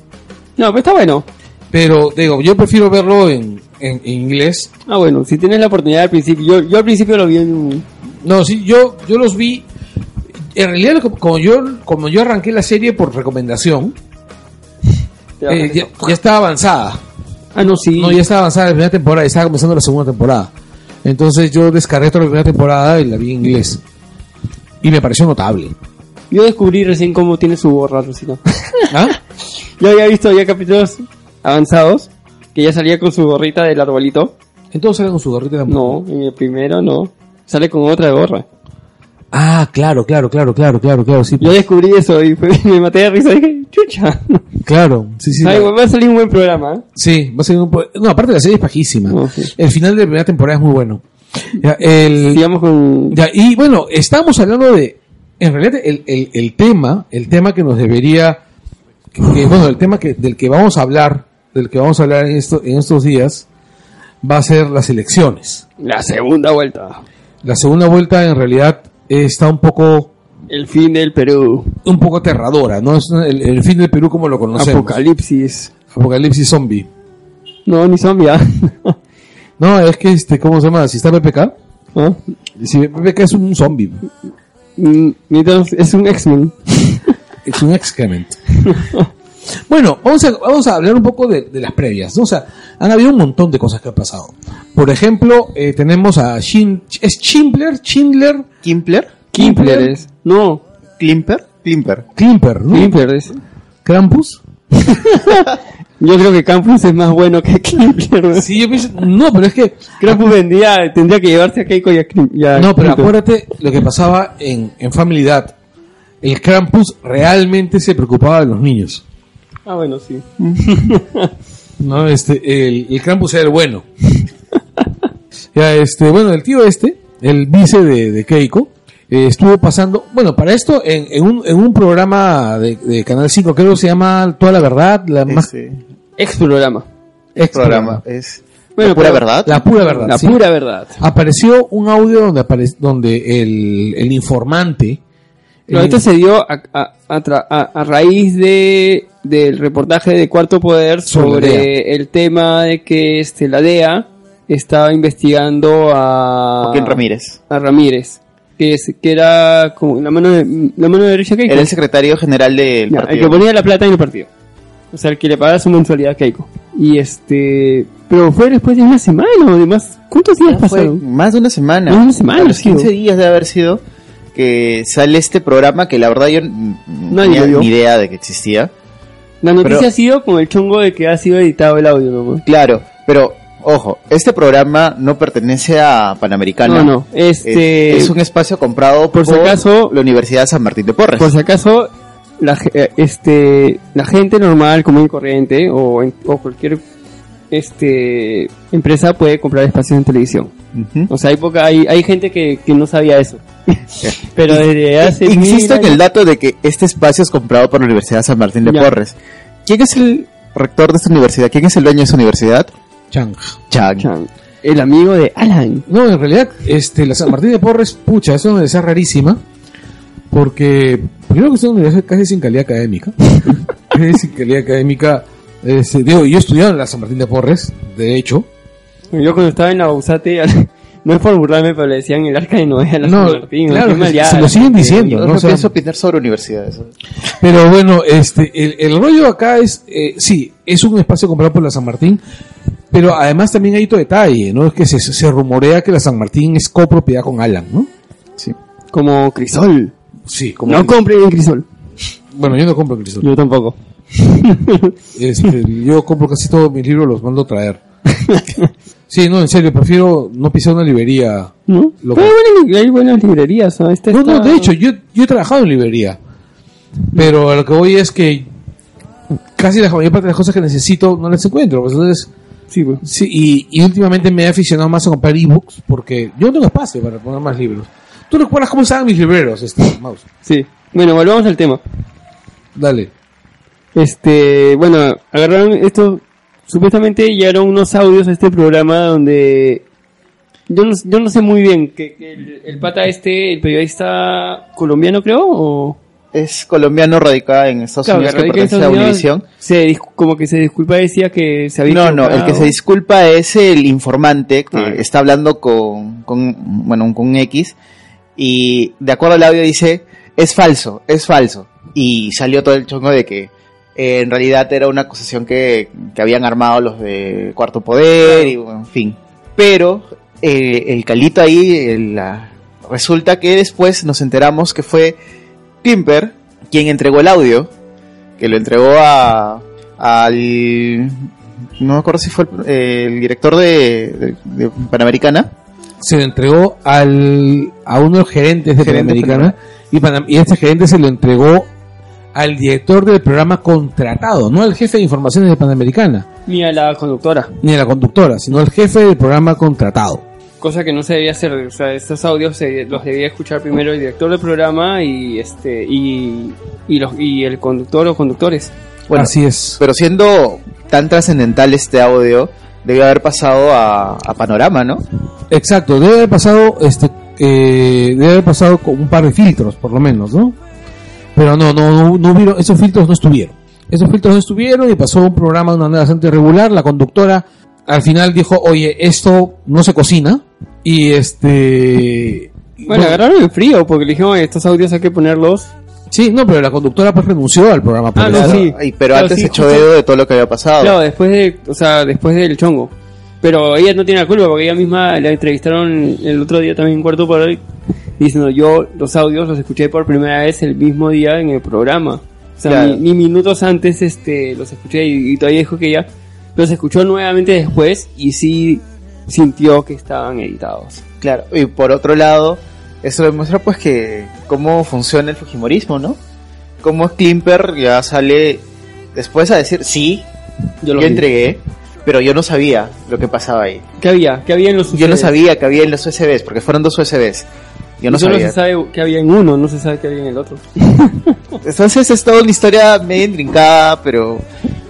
B: No, pero está bueno.
A: pero digo, yo prefiero verlo en, en- en inglés.
B: Ah, bueno, si tienes la oportunidad al principio. Yo, yo al principio lo vi en...
A: No, sí, yo, yo los vi. En realidad, lo que- como yo, como yo arranqué la serie por recomendación, eh, ya, ya estaba avanzada.
B: Ah, no, sí.
A: No, ya estaba avanzada la primera temporada, ya estaba comenzando la segunda temporada. Entonces yo descargué toda la primera temporada y la vi en inglés. Y me pareció notable.
B: Yo descubrí recién cómo tiene su borra, Rosita.
A: ¿Ah?
B: yo había visto ya capítulos avanzados que ya salía con su gorrita del arbolito.
A: Entonces era con su gorrita de amor.
B: No, en el primero no. Sale con otra gorra.
A: Ah, claro, claro, claro, claro, claro, claro, sí.
B: Yo descubrí eso y fue- me maté de risa. Dije, chucha.
A: Claro, sí, sí.
B: Ay, va a salir un buen programa. ¿eh?
A: Sí, va a ser un po- No, aparte la serie es pajísima.
B: No, sí.
A: El final de la primera temporada es muy bueno. Ya, el-
B: Sigamos con.
A: ya, y bueno, estamos hablando de. En realidad, el, el- el tema, el tema que nos debería. que- que, bueno, el tema que, del que vamos a hablar, del que vamos a hablar en, esto, en estos días, va a ser las elecciones.
B: La segunda vuelta.
A: La segunda vuelta, en realidad, eh, está un poco.
B: El fin del Perú.
A: Un poco aterradora, ¿no? Es el, el fin del Perú como lo conocemos.
B: Apocalipsis.
A: Apocalipsis zombie.
B: No, ni zombie. ¿ah?
A: No, es que, este, ¿cómo se llama? Si está PPK,
B: ¿Ah?
A: Si BBK es un zombie,
B: Mm, mientras- Es un X-Men.
A: es un excrement. bueno, vamos a, vamos a hablar un poco de, de las previas. ¿no? O sea, han habido un montón de cosas que han pasado. Por ejemplo, eh, tenemos a Shin, es Chimbler, Chindler,
C: ¿Kimpler?
A: Kimpler,
B: Kimpleres. No,
C: ¿Klimper? Klimper.
A: Klimper, ¿no?
B: Kimpleres.
A: Krampus.
B: Yo creo que Campus es más bueno que Kimpler. ¿no?
A: Sí, yo pienso, no, pero es que,
B: Krampus vendía, tendría que llevarse a Keiko y a Krim- y a
A: no, pero
B: Ah, Klimper.
A: acuérdate lo que pasaba en, en Family Dad. El Krampus realmente se preocupaba de los niños.
B: Ah, bueno, sí.
A: No, este, el, el Krampus era el bueno. ya, este, bueno, el tío este, el vice de, de Keiko, eh, estuvo pasando, bueno, para esto, en, en un, en un programa de, de Canal 5, creo que se llama Toda la Verdad, la más...
C: Ese
B: Ex programa.
A: ex
C: programa es
B: Bueno,
C: la pura
B: pero-
C: verdad.
A: La pura verdad.
B: Eh, La
A: sí. Eh.
B: pura verdad.
A: Apareció un audio donde, apare- donde el, el informante...
B: Pero
A: el-
B: esto se dio a, a- a tra- a- a raíz de del reportaje de Cuarto Poder
A: Sobre la
B: sobre el tema de que este, la DEA estaba investigando a
C: Joaquín Ramírez.
B: a Ramírez, que, es- que era como la mano de- la mano derecha de Keiko,
C: Era el secretario general del
B: Ya, el que
C: partido.
B: ponía la plata en el partido, o sea el que le pagaba su mensualidad a Keiko. Y este, pero fue después de una semana o de más, ¿cuántos días
C: Ya fue
B: pasaron?
C: más de una semana.
B: Más de una semana,
C: A los
B: sí.
C: 15 días de haber sido que sale este programa que la verdad yo n- no
B: Nadie lo
C: tenía
B: vio.
C: ni idea de que existía.
B: La noticia
C: Pero-
B: ha sido con el chongo de que ha sido editado el audio, ¿no?
C: Claro, pero ojo, este programa no pertenece a Panamericana.
B: No, no, este...
C: Es, es un espacio comprado
B: Por
C: por,
B: si acaso-
C: la Universidad San Martín de Porres.
B: Por si acaso, la, ge- eh, este, la gente normal, común y corriente, o, en- o cualquier este, empresa puede comprar espacios en televisión.
C: Ujú.
B: O sea, hay, poca, hay, hay gente que, que no sabía eso. Pero desde hace. mil
C: Insisto en
B: años-
C: el dato de que este espacio es comprado por la Universidad San Martín de
B: Ya.
C: Porres. ¿Quién es el rector de esta universidad? ¿Quién es el dueño de esa universidad?
A: Chang.
C: Chang.
B: Chan, El amigo de Alan.
A: No, en realidad, este, la San Martín de Porres, pucha, es una universidad rarísima, porque primero que es una universidad casi sin calidad académica, casi sin calidad académica, este, digo, yo he estudiado en la San Martín de Porres, de hecho,
B: Yo cuando estaba en la USATE No es por burlarme, pero le decían el arca de Noé a la
A: No,
B: San Martín.
A: claro,
B: qué mal ya,
A: se lo
B: la
A: siguen
B: gente.
A: diciendo,
C: Yo
A: ¿no?
C: no
A: O sea,
C: pienso opinar sobre universidades. ¿eh?
A: Pero bueno, este, el, el rollo acá es, eh, sí, es un espacio comprado por la San Martín, pero además también hay otro detalle, ¿no? Es que se, se rumorea que la San Martín es copropiedad con Alan, ¿no?
C: Sí.
B: Como Crisol.
A: Sí, como
B: No compren en Crisol.
A: bueno, yo no compro Crisol.
B: Yo tampoco.
A: Este, yo compro casi todos mis libros, los mando a traer. Sí, no, en serio, prefiero no pisar una librería.
B: ¿No?
A: Lo-
B: Pero hay, buenas, hay buenas librerías, ¿no? Esta
A: No, no,
B: está-
A: de hecho, yo, yo he trabajado en librería. Pero a lo que voy es que casi la mayor parte de las cosas que necesito no las encuentro. pues, entonces,
B: Sí, pues.
A: sí, y, y últimamente me he aficionado más a comprar ebooks porque yo no tengo espacio para poner más libros. ¿Tú recuerdas cómo estaban mis libreros, este, Mouse?
B: Sí. Bueno, volvamos al tema.
A: Dale.
B: Este, bueno, agarraron esto. Supuestamente llegaron unos audios a este programa donde. Yo no, yo no sé muy bien, que, que el, el pata este, el periodista colombiano creo, o...
C: Es colombiano radicada en Estados
B: Claro,
C: Unidos que
B: radica en
C: pertenece a
B: Estados Unidos,
C: Univision.
B: Se dis- como que se disculpa, decía que se había
C: No, no, el
B: equivocado.
C: que se disculpa es el informante que
B: Ah, ya.
C: está hablando con, con, bueno, con un X y de acuerdo al audio dice, es falso, es falso. Y salió todo el chongo de que eh, en realidad era una acusación que, que habían armado los de Cuarto Poder, y, bueno, en fin. Pero eh, el calito ahí, el, la- resulta que después nos enteramos que fue Timper quien entregó el audio, que lo entregó a, al... No me acuerdo si fue el, el director de- de- de Panamericana.
A: Se le entregó al, a uno de los gerentes de
C: Gerente
A: Panamericana y, Panam- y este gerente se lo entregó al director del programa contratado, no al jefe de informaciones de Panamericana.
B: Ni a la conductora,
A: ni a la conductora, sino al jefe del programa contratado.
B: cosa que no se debía hacer. O sea, estos audios se- los debía escuchar primero el director del programa y este y, y, los, y el conductor o conductores.
C: Bueno,
A: Así es.
C: Pero siendo tan trascendental este audio, debe haber pasado a, a Panorama, ¿no?
A: Exacto, debe haber pasado este eh, debe haber pasado con un par de filtros por lo menos, ¿no? Pero no, no, no, no hubieron- esos filtros no estuvieron. Esos filtros no estuvieron y pasó un programa de una manera bastante regular. La conductora al final dijo, oye, esto no se cocina. Y este
B: Bueno, agarraron el frío porque le dijeron, "Oye, estos audios hay que ponerlos.
A: Sí, no, pero la conductora pues renunció al programa. por
B: Ah,
A: eso.
B: no, sí.
C: Y- pero
B: Claro,
C: antes
B: sí,
C: se echó
B: justo.
C: dedo de todo lo que había pasado.
B: Claro, después de, o sea, después del chongo. Pero ella no tiene la culpa porque ella misma la entrevistaron el otro día también en cuarto por hoy diciendo yo los audios los escuché por primera vez el mismo día en el programa. O sea,
C: Claro.
B: ni, ni minutos antes este los escuché y, y todavía dijo que ella los escuchó nuevamente después y sí sintió que estaban editados.
C: Claro, Y por otro lado, eso demuestra pues que cómo funciona el Fujimorismo, ¿no? Cómo Klimper ya sale después a decir, sí,
B: Yo
C: yo
B: los vi.
C: entregué, pero yo no sabía lo que pasaba ahí.
B: ¿Qué había? ¿Qué había en los
C: Yo no
B: UCDs?
C: sabía que había en los USBs, porque fueron dos USBs. Yo no
B: Y solo
C: sabía.
B: se sabe qué había en uno, no se sabe qué había en el otro.
C: Entonces es toda una historia medio intrincada, pero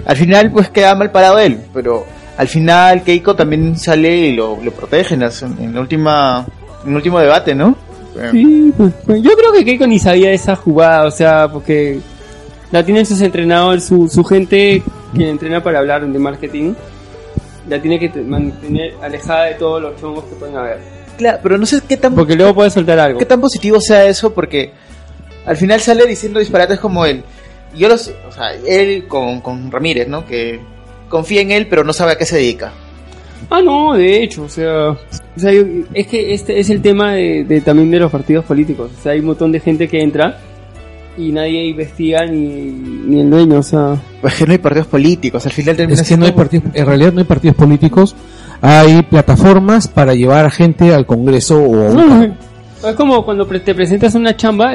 C: al final pues queda mal parado él. Pero al final Keiko también sale y lo, lo protege en, las- en la última, en el último debate, ¿no? Eh,
B: Sí, pues, pues, yo creo que Keiko ni sabía esa jugada, o sea, porque la tienen sus entrenadores, su, su gente que entrena para hablar de marketing, la tiene que te- mantener alejada de todos los chongos que pueden haber.
C: Claro, pero no sé qué tan,
B: Porque luego puede soltar algo.
C: qué tan positivo sea eso, porque al final sale diciendo disparates como él. Yo los, o sea, él con, con Ramírez, ¿no? Que confía en él, pero no sabe a qué se dedica.
B: Ah, no, de hecho, o sea, o sea, yo- es que este es el tema de, de también de los partidos políticos. O sea, hay un montón de gente que entra y nadie investiga ni, ni el dueño, o sea,
C: Porque Pues no hay partidos políticos, al final termina
A: Es que no hay
C: siendo-
A: partidos, en realidad no hay partidos políticos, hay plataformas para llevar a gente al Congreso o a un
B: No, no, no. Es como cuando pre- te presentas a una chamba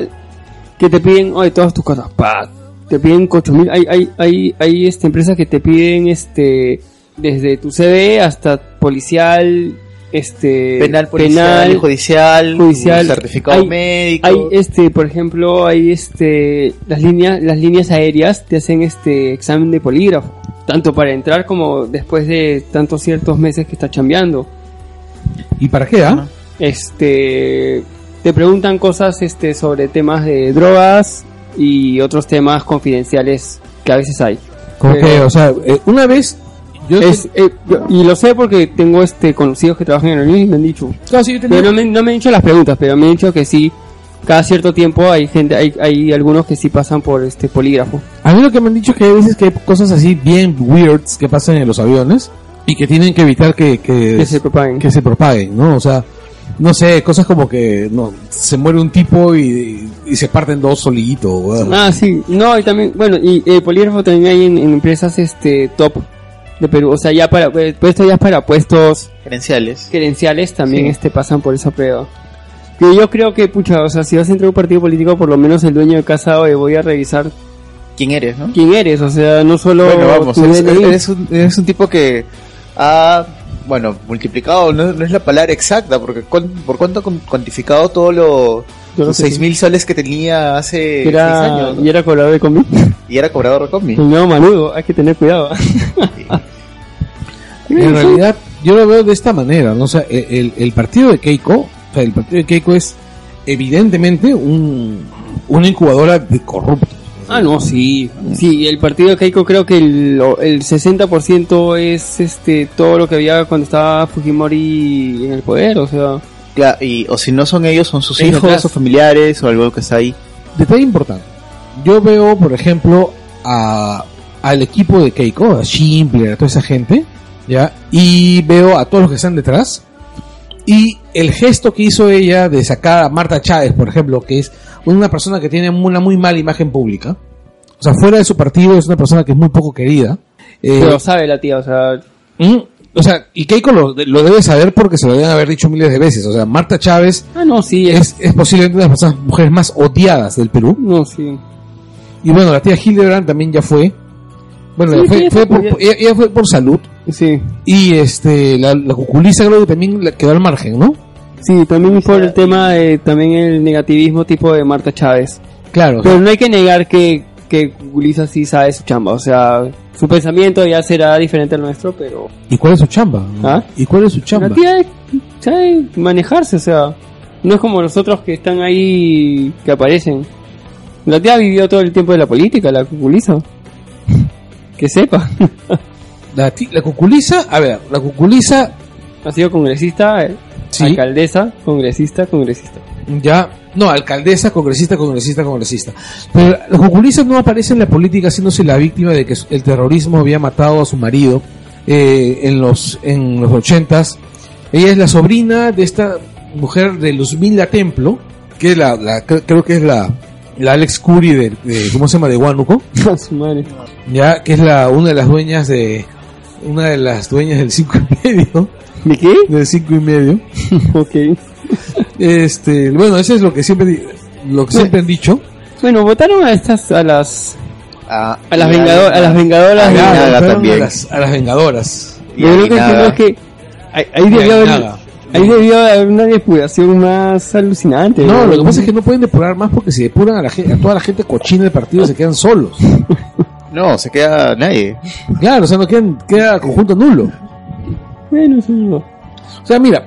B: que te piden, oye, todas tus cosas, pa, te piden 8000. Hay, hay, hay, hay este, empresas que te piden este desde tu CV hasta policial, este
C: penal, policial,
B: penal,
C: judicial,
B: judicial.
C: certificado
B: Hay-
C: médico.
B: hay este, por ejemplo, hay este las líneas las líneas aéreas te hacen este examen de polígrafo, tanto para entrar como después de tantos ciertos meses que estás chambeando.
A: ¿Y para qué? ah?
B: este te preguntan cosas este sobre temas de drogas y otros temas confidenciales que a veces hay.
A: Como
B: Pero-
A: que, o sea, eh, una vez Yo
B: Es-
A: te-
B: eh, yo- y lo sé porque tengo este conocidos que trabajan en el y me han dicho.
A: claro, sí, yo tenía-
B: Pero no me, no me han dicho las preguntas, pero me han dicho que sí, cada cierto tiempo hay gente, hay, hay algunos que sí pasan por este polígrafo.
A: A mí lo que me han dicho que hay veces que hay cosas así bien weirds que pasan en los aviones y que tienen que evitar que, que,
B: Que se propaguen.
A: que se propaguen, ¿no? O sea, no sé, cosas como que no, se muere un tipo y, y se parten dos solitos. weón.
B: Ah, sí, no, y también, bueno, y el polígrafo también hay en, en empresas este top de Perú, o sea, ya para, eh, pues esto ya es para puestos
C: Gerenciales.
B: credenciales también
C: Sí.
B: este pasan por esa prueba. Que yo creo que, pucha, o sea, si vas a entrar a un partido político, por lo menos el dueño de casa, oye, voy a revisar
C: ¿Quién eres, no?
B: quién eres, o sea, no solo
C: bueno, vamos,
B: tu
C: eres,
B: DNI.
C: eres un, eres un tipo que ha, bueno, multiplicado, no, no es la palabra exacta, porque cuán- ¿por cuánto ha cuantificado todo lo...
B: Yo no
C: Los
B: sé si-
C: 6.000 soles que tenía hace
B: que era- Mm.
C: 6 años. ¿no?
B: y era colaborador de conmigo.
C: Y era cobrador de combi.
B: El nuevo manudo, hay que tener cuidado.
A: En realidad, yo lo veo de esta manera, ¿no? O sea, el, el- el partido de Keiko, o sea, el partido de Keiko es evidentemente un, una incubadora de corruptos.
B: Ah, no, sí. Sí, el partido de Keiko creo que el, lo- el 60% es este todo lo que había cuando estaba Fujimori en el poder, o sea.
C: Claro, y, o si no son ellos, son sus
A: Ellos
C: hijos
A: atrás.
C: o familiares o algo que está ahí.
A: Detalle importante. Yo veo, por ejemplo, a, al equipo de Keiko, a Shimpler, a toda esa gente, ¿ya? Y veo a todos los que están detrás. Y el gesto que hizo ella de sacar a Marta Chávez, por ejemplo, que es una persona que tiene una muy mala imagen pública. O sea, fuera de su partido es una persona que es muy poco querida. Eh,
B: Pero sabe la tía, o sea.
A: mm, o sea, y Keiko lo, lo debe saber porque se lo deben haber dicho miles de veces. O sea, Marta Chávez
B: Ah, no, sí. Es,
A: es, es posiblemente una de las personas- mujeres más odiadas del Perú.
B: no, sí.
A: Y bueno, la tía Hildebrand también ya fue. Bueno,
B: Sí,
A: fue,
B: sí,
A: fue
B: fue
A: por,
B: bien.
A: ella, ella fue por salud.
B: Sí.
A: Y este, la, la cuculiza creo que también la quedó al margen, ¿no?
B: Sí, también por el tema de también el negativismo tipo de Marta Chávez.
A: Claro.
B: Pero no hay que negar que, que Gulisa sí sabe su chamba, o sea, su pensamiento ya será diferente al nuestro, pero
A: ¿Y cuál es su chamba?
B: ¿Ah?
A: ¿Y cuál es su chamba?
B: La tía sabe manejarse, o sea, no es como los otros que están ahí que aparecen. La tía vivió todo el tiempo de la política, la cuculiza. Que sepa.
A: La, ti- la cuculiza, a ver, la cuculiza
B: ha sido congresista, eh,
A: Sí.
B: alcaldesa, congresista, congresista.
A: ya. No, alcaldesa, congresista, congresista, congresista. Pero la cuculiza no aparece en la política haciéndose la víctima de que el terrorismo había matado a su marido eh, en los en los ochentas. Ella es la sobrina de esta mujer de Luzmila Templo, que es la, la- cre- creo que es la, la Alex Curry de, de- ¿cómo se llama? de Huánuco,
B: A su madre.
A: ya que es la una de las dueñas de una de las dueñas del cinco y medio,
B: ¿De qué?
A: del cinco y medio.
B: ok.
A: Este, bueno, eso es lo que siempre di- lo que siempre han dicho.
B: Bueno, votaron a estas, a las,
C: A,
B: a las,
C: y
B: vengado- a las vengadoras.
C: Ay,
B: de-
C: Aguinaga
A: Aguinaga
C: también.
A: A las, a las vengadoras.
C: y
B: Yo
C: a
B: creo que el tema
C: Aguinaga.
B: es que ahí, ahí debió haber,
A: Aguinaga.
B: ahí debió haber una depuración más alucinante.
A: No, lo que pasa es que no pueden depurar más porque si depuran a, la gente, a toda la gente cochina del partido se quedan solos.
C: No, se queda nadie.
A: Claro, o sea, no quedan, queda conjunto nulo.
B: Bueno, eso es verdad.
A: O sea, mira,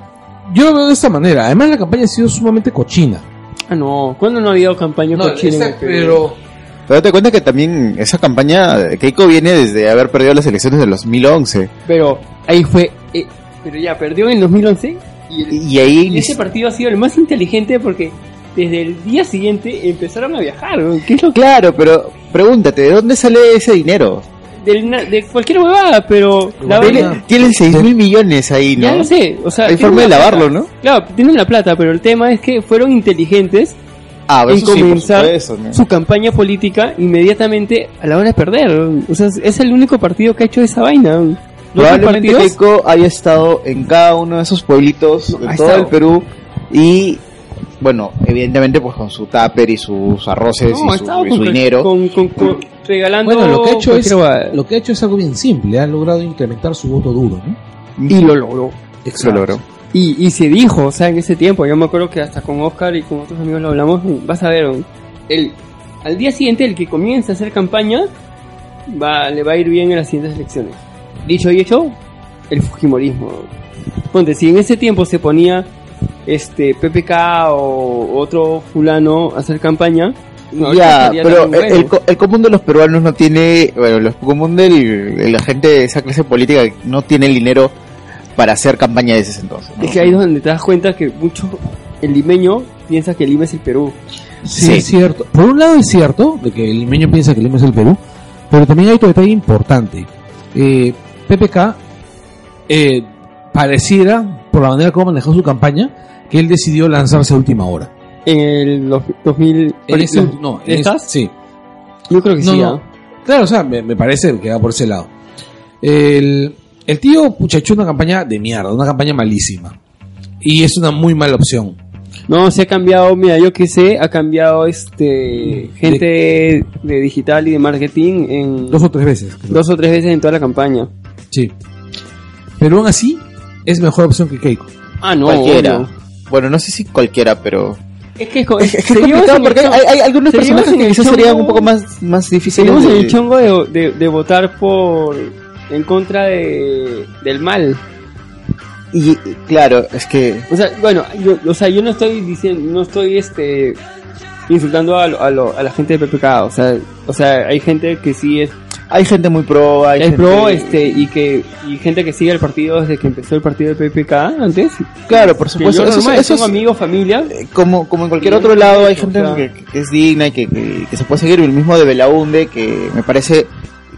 A: yo lo veo de esta manera. Además, la campaña ha sido sumamente cochina.
B: Ah, no. ¿Cuándo no ha habido campaña
A: No,
B: por Chile? en este
A: esa-
B: el Perú?
A: pero
C: Pero date cuenta que también esa campaña de Keiko viene desde haber perdido las elecciones del 2011.
B: Pero ahí fue... eh, pero ya, perdió en 2011. Y, el-
C: Y ahí
B: y ese partido ha sido el más inteligente porque desde el día siguiente empezaron a viajar. ¿no? ¿Qué es lo que-
C: Claro, pero pregúntate, ¿de dónde sale ese dinero?
B: del na- de cualquier huevada, pero... La
A: Dele-
B: vaina-
C: Tienen, tienen 6 mil millones ahí,
B: Ya
C: ¿no?
B: lo sé, o sea...
C: Hay
B: tienen
C: forma de
B: la plata.
C: lavarlo, ¿no?
B: Claro, tienen la plata, pero el tema es que fueron inteligentes
C: Ah,
B: en
C: eso sí, por
B: comenzar
C: supuesto, ¿no?
B: su campaña política inmediatamente a la hora de perder. O sea, es el único partido que ha hecho esa vaina. Los otros
C: Probablemente
B: partidos-
C: Keiko haya estado en cada uno de esos pueblitos
B: No,
C: de
B: ha
C: todo
B: estado.
C: el Perú y, bueno, evidentemente pues con su tupper y sus arroces
B: No, ha
C: y su,
B: estado
C: y
B: con
C: su
B: re-
C: dinero.
B: con- con- con- regalando.
A: bueno, lo que ha hecho es
B: cualquier huevada.
A: lo que ha hecho es algo bien simple. Ha logrado incrementar su voto duro. ¿no?
B: y lo logró.
C: Lo logró.
B: Y, y se dijo, o sea, en ese tiempo, yo me acuerdo que hasta con Oscar y con otros amigos lo hablamos, vas a ver, el, al día siguiente el que comienza a hacer campaña, va, le va a ir bien en las siguientes elecciones. Dicho y hecho, el Fujimorismo. Ponte, si en ese tiempo se ponía este PPK o otro fulano a hacer campaña, No,
C: ya,
B: estaría
C: pero
B: dando un
C: el, el
B: huevo.
C: co- el común de los peruanos no tiene, bueno, el común del- de la gente de esa clase política no tiene el dinero para hacer campaña de ese entonces. ¿no?
B: Es que ahí es donde te das cuenta que mucho el limeño piensa que Lima es el Perú.
A: Sí,
C: Sí.
A: es cierto. Por un lado es cierto de que el limeño piensa que Lima es el Perú, pero también hay otro detalle importante. Eh, PPK eh, pareciera, por la manera como manejó su campaña, que él decidió lanzarse a última hora.
B: En el dos- 2000...
A: En ese- no, en ese-
B: ¿Estás?
A: sí.
B: Yo creo que
A: No,
B: sí.
A: no.
B: ¿ah?
A: Claro, o sea, me, me parece que va por ese lado. El, el tío pucha, ha hecho una campaña de mierda, una campaña malísima. Y es una muy mala opción.
B: No, se ha cambiado, mira, yo qué sé, ha cambiado este gente de, digital y de marketing en
A: Dos
B: dos,
A: o tres veces. creo.
B: o tres veces en toda la campaña.
A: Sí. Pero aún así, es mejor opción que Keiko.
B: Ah, no,
C: cualquiera.
B: obvio.
C: Bueno, no sé si cualquiera, pero...
B: Es que es, co-
C: Es
B: se lleva
C: complicado
B: sin
C: porque hay,
B: el chongo.
C: hay- hay algunos
B: se
C: personajes
B: llevan
C: que
B: el
C: quizás
B: chongo-
C: serían un poco más, más difíciles.
B: Seguimos en
C: de-
B: el chongo de, de- de votar por en contra de, del mal.
C: Y y claro, es que...
B: O sea, bueno, yo, o sea, yo no estoy diciendo, no estoy este insultando a, lo- a, lo- a la gente de PPK, o sea, o sea, hay gente que sí es
C: Hay gente muy pro, hay
B: es
C: gente...
B: pro este y que y gente que sigue el partido desde que empezó el partido de PPK antes.
C: Claro, por
B: Que
C: supuesto.
B: yo
C: Eso,
B: normal,
C: eso
B: tengo
C: es-
B: amigos, familia.
C: como, como en cualquier
B: Sí,
C: otro lado, hay
B: o
C: gente
B: sea.
C: que, que es digna y que, que- que se puede seguir. El mismo de Belaunde, que me parece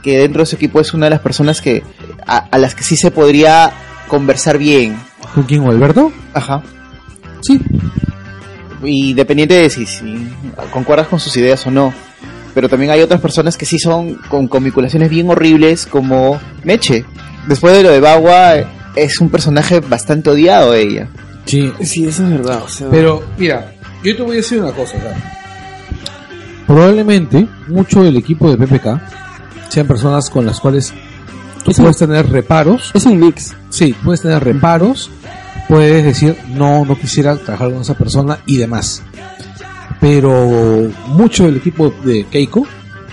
C: que dentro de su equipo es una de las personas que a, a las que sí se podría conversar bien.
A: ¿Con quién? ¿Con Alberto?
C: Ajá.
A: Sí.
C: Y dependiente de si, si concuerdas con sus ideas o no. Pero también hay otras personas que sí son con comiculaciones bien horribles, como Meche. Después de lo de Bagua, es un personaje bastante odiado de ella.
A: Sí.
B: Sí, eso es verdad, o sea,
A: Pero, mira, yo te voy a decir una cosa, o sea, Probablemente mucho del equipo de PPK sean personas con las cuales tú
B: Eso-
A: puedes tener reparos.
B: es un mix.
A: Sí, puedes tener reparos, puedes decir, no, no quisiera trabajar con esa persona y demás. Pero mucho del equipo de Keiko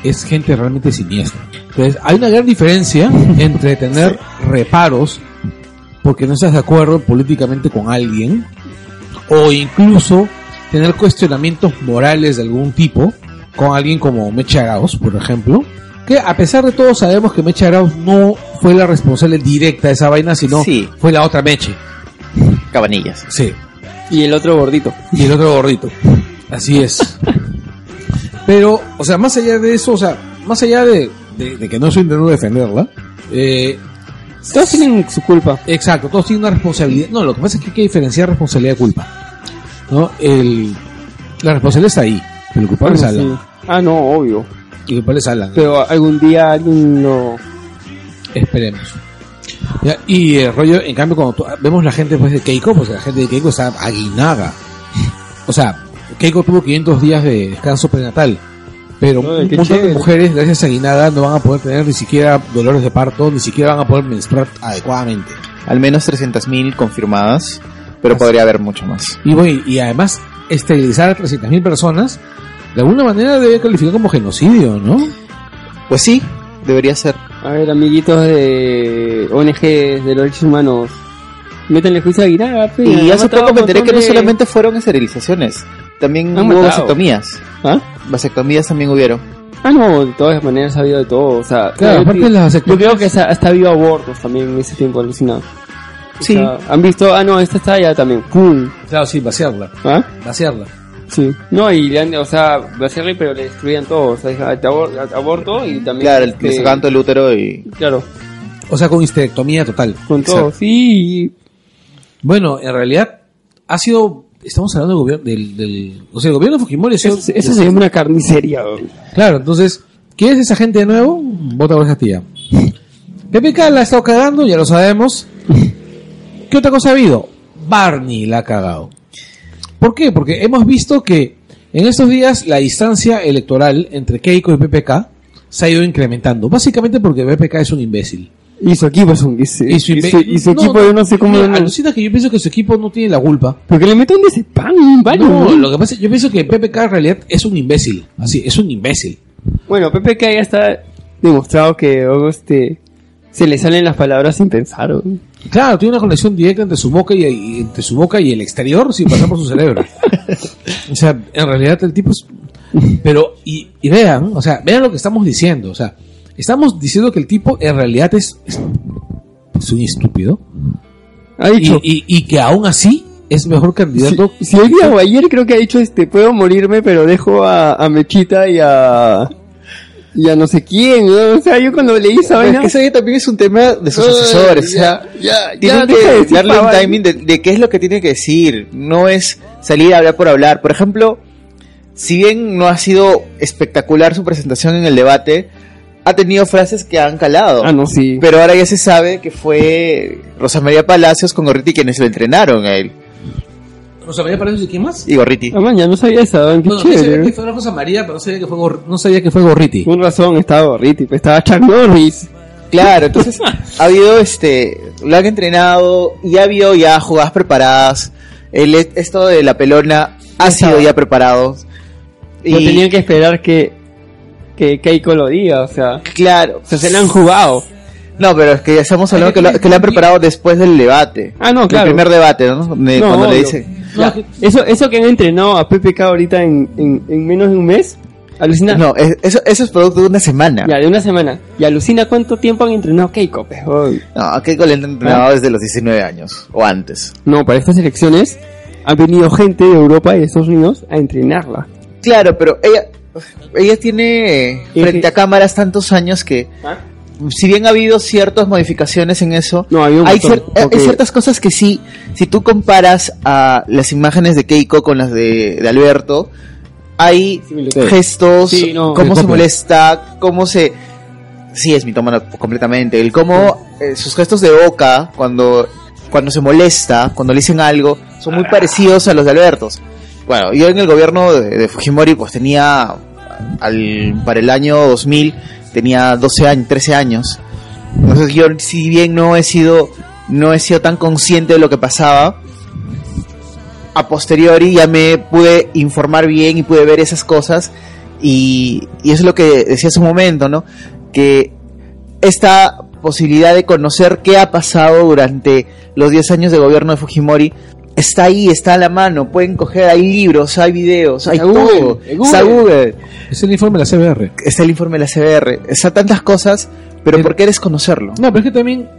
A: es gente realmente siniestra. Entonces, hay una gran diferencia entre tener reparos porque no estás de acuerdo políticamente con alguien o incluso tener cuestionamientos morales de algún tipo con alguien como Meche Arauz, por ejemplo, que a pesar de todo sabemos que Meche Arauz no fue la responsable directa de esa vaina, sino
C: Sí.
A: fue la otra Meche.
C: Cabanillas.
A: Sí.
B: Y el otro gordito.
A: Y el otro gordito. Así es. Pero, o sea, más allá de eso, o sea, más allá de, de- de que no soy intento defenderla, eh,
B: Todos tienen su culpa.
A: Exacto, todos tienen una responsabilidad. No, lo que pasa es que hay que diferenciar responsabilidad de culpa. ¿no? El, la responsabilidad está ahí. pero El culpable es
B: Bueno,
A: Alan.
B: sí. Ah, no, obvio.
A: El culpable es Alan.
B: Pero algún día alguien lo
A: Esperemos. Ya, y el rollo, en cambio, cuando tú- vemos la gente pues, de Keiko, pues la gente de Keiko está aguinada. O sea, Keiko tuvo 500 días de descanso prenatal. Pero
B: Ay,
A: un
B: qué
A: montón de
B: chévere.
A: mujeres, gracias a Aguinaga, no van a poder tener ni siquiera dolores de parto, ni siquiera van a poder menstruar adecuadamente.
C: Al menos 300.000 confirmadas, pero
A: Así.
C: podría haber mucho más.
A: Y, voy- y además, esterilizar a 300.000 personas, de alguna manera debe calificar como genocidio, ¿no?
C: Pues sí, debería ser.
B: A ver, amiguitos de ONG de los derechos humanos, métanle juicio a Aguinaga, pe.
C: Y
B: Ha
C: hace
B: matado
C: poco me
B: un
C: enteré que no
B: montón de-
C: solamente fueron esterilizaciones, también
B: Han
C: hubo
B: matado.
C: vasectomías.
B: ¿Ah?
C: Vasectomías también hubieron.
B: Ah, no, de todas maneras ha habido de todo, o sea...
A: Claro,
B: yo-
A: aparte de las
B: Yo creo que hasta, hasta ha habido abortos también en ese tiempo, alucinado. O
C: Sí.
B: sea, han visto, ah, no, esta está allá también, cool,
A: Claro, sí, vaciarla,
B: ¿ah?
A: vaciarla.
B: Sí. No, y le han, o sea, vaciarle, pero le destruían todo, o sea, dije, ah, te abor- aborto y también...
C: Claro, el-
B: este,
C: le sacaban todo el útero y...
B: Claro,
A: O sea, con histerectomía total.
B: con todo,
C: Exacto.
B: sí, y-
A: Bueno, en realidad, ha sido. Estamos hablando del gobierno. Del, del- o sea, el gobierno de Fujimori ha sido.
B: eso, eso se llama una carnicería, weón.
A: Claro, entonces, ¿quién es esa gente de nuevo? Vota por esa tía. PPK la ha estado cagando, ya lo sabemos. ¿Qué otra cosa ha habido? Barney la ha cagado. ¿Por qué? Porque hemos visto que en estos días la distancia electoral entre Keiko y PPK se ha ido incrementando. Básicamente porque PPK es un imbécil.
B: Y su equipo es un... Y su,
A: Y su,
B: y
A: imbe-
B: su- y su
A: No,
B: equipo, yo no sé cómo...
A: mira,
B: no-
A: Alucina que yo pienso que su equipo no tiene la culpa.
B: Porque le meten de ese pan, un baño,
A: No, ¿eh?
B: weón.
A: lo que pasa es, yo pienso que PPK en realidad es un imbécil. Así, es un imbécil.
B: Bueno, Pepe que ya está demostrado que luego este se le salen las palabras sin pensar. weón.
A: Claro, tiene una conexión directa entre su boca y, y- entre su boca y el exterior sin pasar por su cerebro. o sea, en realidad el tipo es, Pero, y, y vean, o sea, vean lo que estamos diciendo. O sea, estamos diciendo que el tipo en realidad es, es, es un estúpido.
B: Ha
A: Y,
B: dicho,
A: y- y que aún así es mejor candidato.
B: si, si hoy día o ayer creo que ha dicho, este, puedo morirme, pero dejo a, a Mechita y a... Y a no sé quién, ¿no? o sea, yo cuando leí esa
C: Pero
B: vaina...
C: es que eso ya también es un tema de sus
B: Ay,
C: asesores. o sea,
B: ya, deja
C: tienen
B: de
C: que
B: decir
C: darle un
B: pavadas.
C: timing de, de qué es lo que tiene que decir. No es salir a hablar por hablar. Por ejemplo, si bien no ha sido espectacular su presentación en el debate, ha tenido frases que han calado.
B: Ah, no, sí.
C: Pero ahora ya se sabe que fue Rosa María Palacios con Gorriti quienes lo entrenaron a él.
A: Rosa María Palacios y quién más?
C: Y Gorriti.
B: Ah, man, ya no sabía esa, man, qué
A: Bueno, sí sabía
B: chévere.
A: que fue una Rosa María, pero no sabía que fue, Gor- no sabía que fue Gorriti.
B: Con razón, estaba Gorriti, pues, estaba Chuck Norris.
C: Claro, entonces ha habido este, lo han entrenado y ha habido ya jugadas preparadas. El, e, esto de la pelona ha sido ya preparado. Y
B: No tenían que esperar que, que Keiko lo diga, o sea,
C: claro,
B: o sea, se la han jugado.
C: no, pero es que ya estamos hablando que lo, que lo han preparado después del debate.
B: Ah, no, claro.
C: El primer debate, ¿no? De-
B: No,
C: Eh, cuando le
B: obvio.
C: dicen.
B: Ya, eso, eso que han entrenado a PPK ahorita en, en, en menos de un mes, alucina.
C: No, es- eso, eso es producto de una semana.
B: Ya, de una semana. Y alucina cuánto tiempo han entrenado Keiko, pues, hoy.
C: No, a Keiko le han
B: Ah.
C: entrenado desde los 19 años o antes.
B: No, para estas elecciones han venido gente de Europa y de Estados Unidos a entrenarla.
C: Claro, pero ella, ella tiene
B: Y-
C: frente a cámaras tantos años que
B: ¿Ah?
C: si bien ha habido ciertas modificaciones en eso,
B: No, había un
C: hay,
B: montón,
C: cier- hay
B: porque-
C: ciertas cosas que sí, si tú comparas a las imágenes de Keiko con las de, de Alberto, hay
B: Similitudes.
C: gestos,
B: Sí, no.
A: Sí,
C: cómo se
A: copia.
C: molesta, cómo se... Sí, es mi toma completamente. El cómo eh, sus gestos de boca cuando, cuando se molesta, cuando le dicen algo, son muy parecidos a los de Albertos. Bueno, yo en el gobierno de, de Fujimori pues tenía, al, para el año 2000, tenía 12 años, 13 años. Entonces yo, si bien no he sido, no he sido tan consciente de lo que pasaba, a posteriori ya me pude informar bien y pude ver esas cosas. Y, y eso es lo que decía hace un momento, ¿no? Que esta posibilidad de conocer qué ha pasado durante los 10 años de gobierno de Fujimori está ahí, está a la mano. Pueden coger, hay libros, hay videos, hay
B: Está Google,
C: todo.
B: en
C: Está
B: Google.
C: Google
A: Es el informe de la CBR.
C: está el informe de la CBR, está tantas cosas, pero ¿por qué desconocerlo?
A: No, pero es que también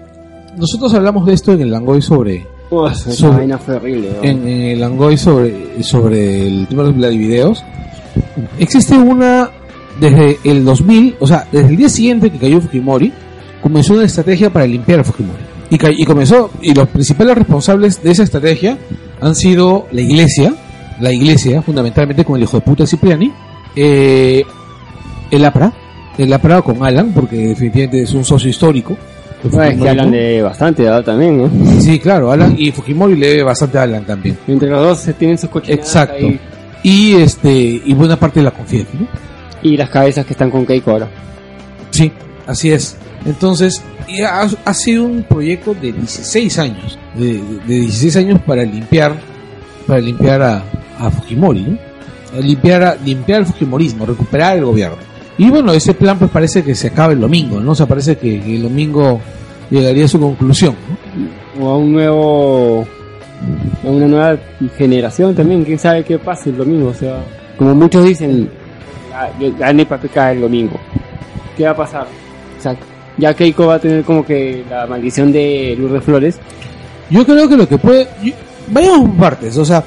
A: nosotros hablamos de esto en el Langoy sobre
B: Uf,
A: Su-
B: esa vaina fue horrible. ¿no?
A: en, en el Langoy sobre sobre el tema de los videos. Existe una desde el 2000, o sea, desde el día siguiente que cayó Fujimori, comenzó una estrategia para limpiar a Fujimori. Y, ca- y comenzó y los principales responsables de esa estrategia han sido la iglesia, la iglesia fundamentalmente con el hijo de puta Cipriani, eh, el APRA, el APRA con Alan, porque definitivamente es un socio histórico. de
B: Ah, es que
A: Fujimorismo.
B: hablan de bastante edad también, ¿no?
A: Sí, claro, Alan y Fujimori le debe bastante a Alan también.
B: Entre los dos se tienen sus coches.
A: Exacto. Y este y buena parte de la confianza, ¿no?
B: y las cabezas que están con Keiko ahora.
A: Sí, así es. Entonces, y ha, ha sido un proyecto de 16 años, de, de 16 años para limpiar para limpiar a, a Fujimori, ¿no? A limpiar a- limpiar el Fujimorismo, recuperar el gobierno. Y bueno, ese plan pues parece que se acaba el domingo, ¿no? O sea, parece que, que el domingo llegaría a su conclusión, ¿no?
B: o a un nuevo a una nueva generación también quién sabe qué pasa el domingo o sea como muchos dicen "Ah, yo gané PPK el domingo qué va a pasar o sea ya Keiko va a tener como que la maldición de Lourdes Flores
A: Yo creo que lo que puede. yo- vayamos por partes, o sea,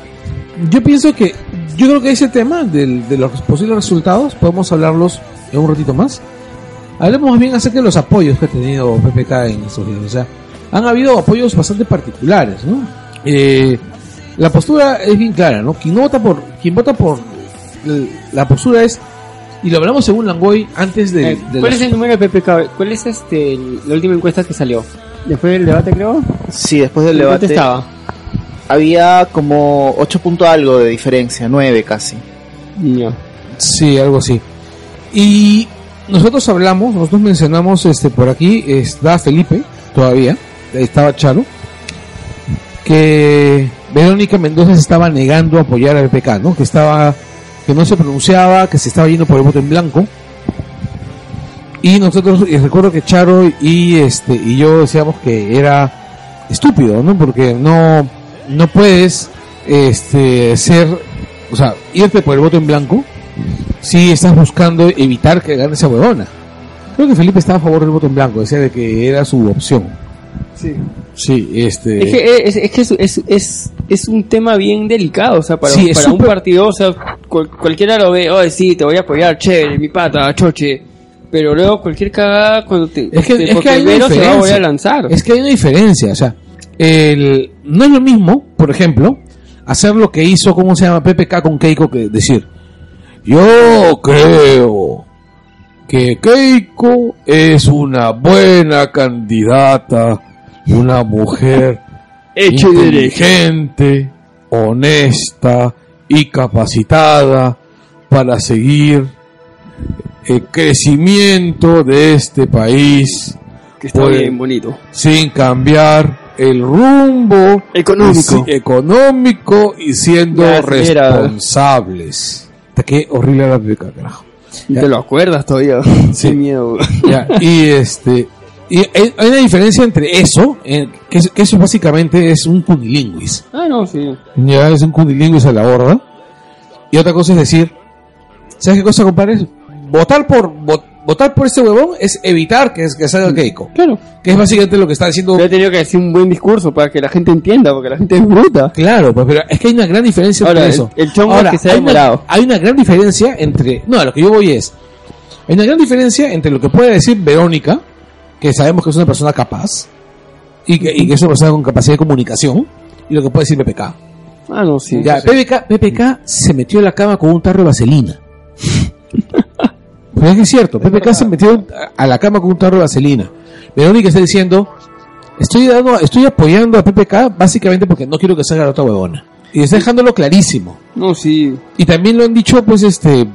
A: yo pienso que. Yo creo que ese tema del- de los posibles resultados podemos hablarlos en un ratito más. Hablemos más bien acerca de los apoyos que ha tenido PPK en estos días. O sea, han habido apoyos bastante particulares, ¿no? Eh, la postura es bien clara, ¿no? Quien no vota por. Quien vota por. eh, La postura es. Y lo hablamos según Langoy antes de.
B: Eh,
A: de
B: ¿cuál
A: los-
B: es el número de PPK cuál es este el- la última encuesta que salió después del debate creo
C: Sí, después del
B: ¿En cuánto
C: debate
B: estaba
C: había como 8 puntos algo de diferencia, 9 casi.
B: No.
A: Sí, algo así. Y nosotros hablamos, nosotros mencionamos este por aquí, está Felipe todavía, estaba Charo, que Verónica Mendoza se estaba negando a apoyar al PK, ¿no? Que estaba, que no se pronunciaba, que se estaba yendo por el voto en blanco. Y nosotros, y recuerdo que Charo y este y yo decíamos que era estúpido, ¿no? Porque no, no puedes este ser, o sea, irte por el voto en blanco sí estás buscando evitar que gane esa huevona. Creo que Felipe estaba a favor del voto en blanco, decía de que era su opción.
B: Sí.
A: Sí, este.
B: Es que, eh, es, es que es, es, es, es un tema bien delicado, o sea, para,
A: Sí, es
B: para un
A: súper-
B: partido, o sea, cual- cualquiera lo ve, oye, sí, te voy a apoyar, chévere, mi pata, choche. Pero luego cualquier cagada, cuando te.
A: Es que-
B: te-
A: es que
B: porque
A: hay
B: el
A: una
B: vero se va a volver a
A: diferencia.
B: lanzar.
A: Es que hay una diferencia, o sea, el- no es lo mismo, por ejemplo, hacer lo que hizo, ¿cómo se llama? PPK con Keiko, que decir, yo creo que Keiko es una buena candidata, una mujer
B: Hecho y derecho.
A: inteligente, honesta y capacitada para seguir el crecimiento de este país
B: Que está
A: Oye.
B: bien bonito.
A: sin cambiar el rumbo
B: Económico.
A: y, si- económico y siendo
B: Ya, señora.
A: responsables. Puta, Qué horrible la PPK, carajo.
B: Y
A: Ya.
B: te lo acuerdas todavía.
A: Sí.
B: Sin miedo.
A: Ya, y este y hay hay una diferencia entre eso, eh, que, es- que eso básicamente es un cunilingüis.
B: Ah, no, sí.
A: Ya es un cunilingüis a la horda. Y otra cosa es decir, ¿sabes qué cosa, compadre? Votar por vo- votar por este huevón es evitar que, que salga el Keiko,
B: Claro.
A: que es básicamente lo que está haciendo
B: Yo he tenido que decir un buen discurso para que la gente entienda, porque la gente es bruta.
A: Claro, pues, pero es que hay una gran diferencia
B: Ahora,
A: entre
B: el-
A: eso.
B: el chongo que se ha
A: hay, una,
B: demorado.
A: hay una gran diferencia entre. No, a lo que yo voy es. Hay una gran diferencia entre lo que puede decir Verónica, que sabemos que es una persona capaz, y que, y que es una persona con capacidad de comunicación, y lo que puede decir PPK.
B: Ah, no, sí.
A: Ya,
B: sí.
A: PPK, PPK se metió en la cama con un tarro de vaselina. Pero es que es cierto, PPK se metió a la cama con un tarro de vaselina. Verónica está diciendo, estoy dando, estoy apoyando a PPK básicamente porque no quiero que salga la otra huevona. Y está dejándolo clarísimo.
B: No, sí.
A: Y también lo han dicho, pues, este,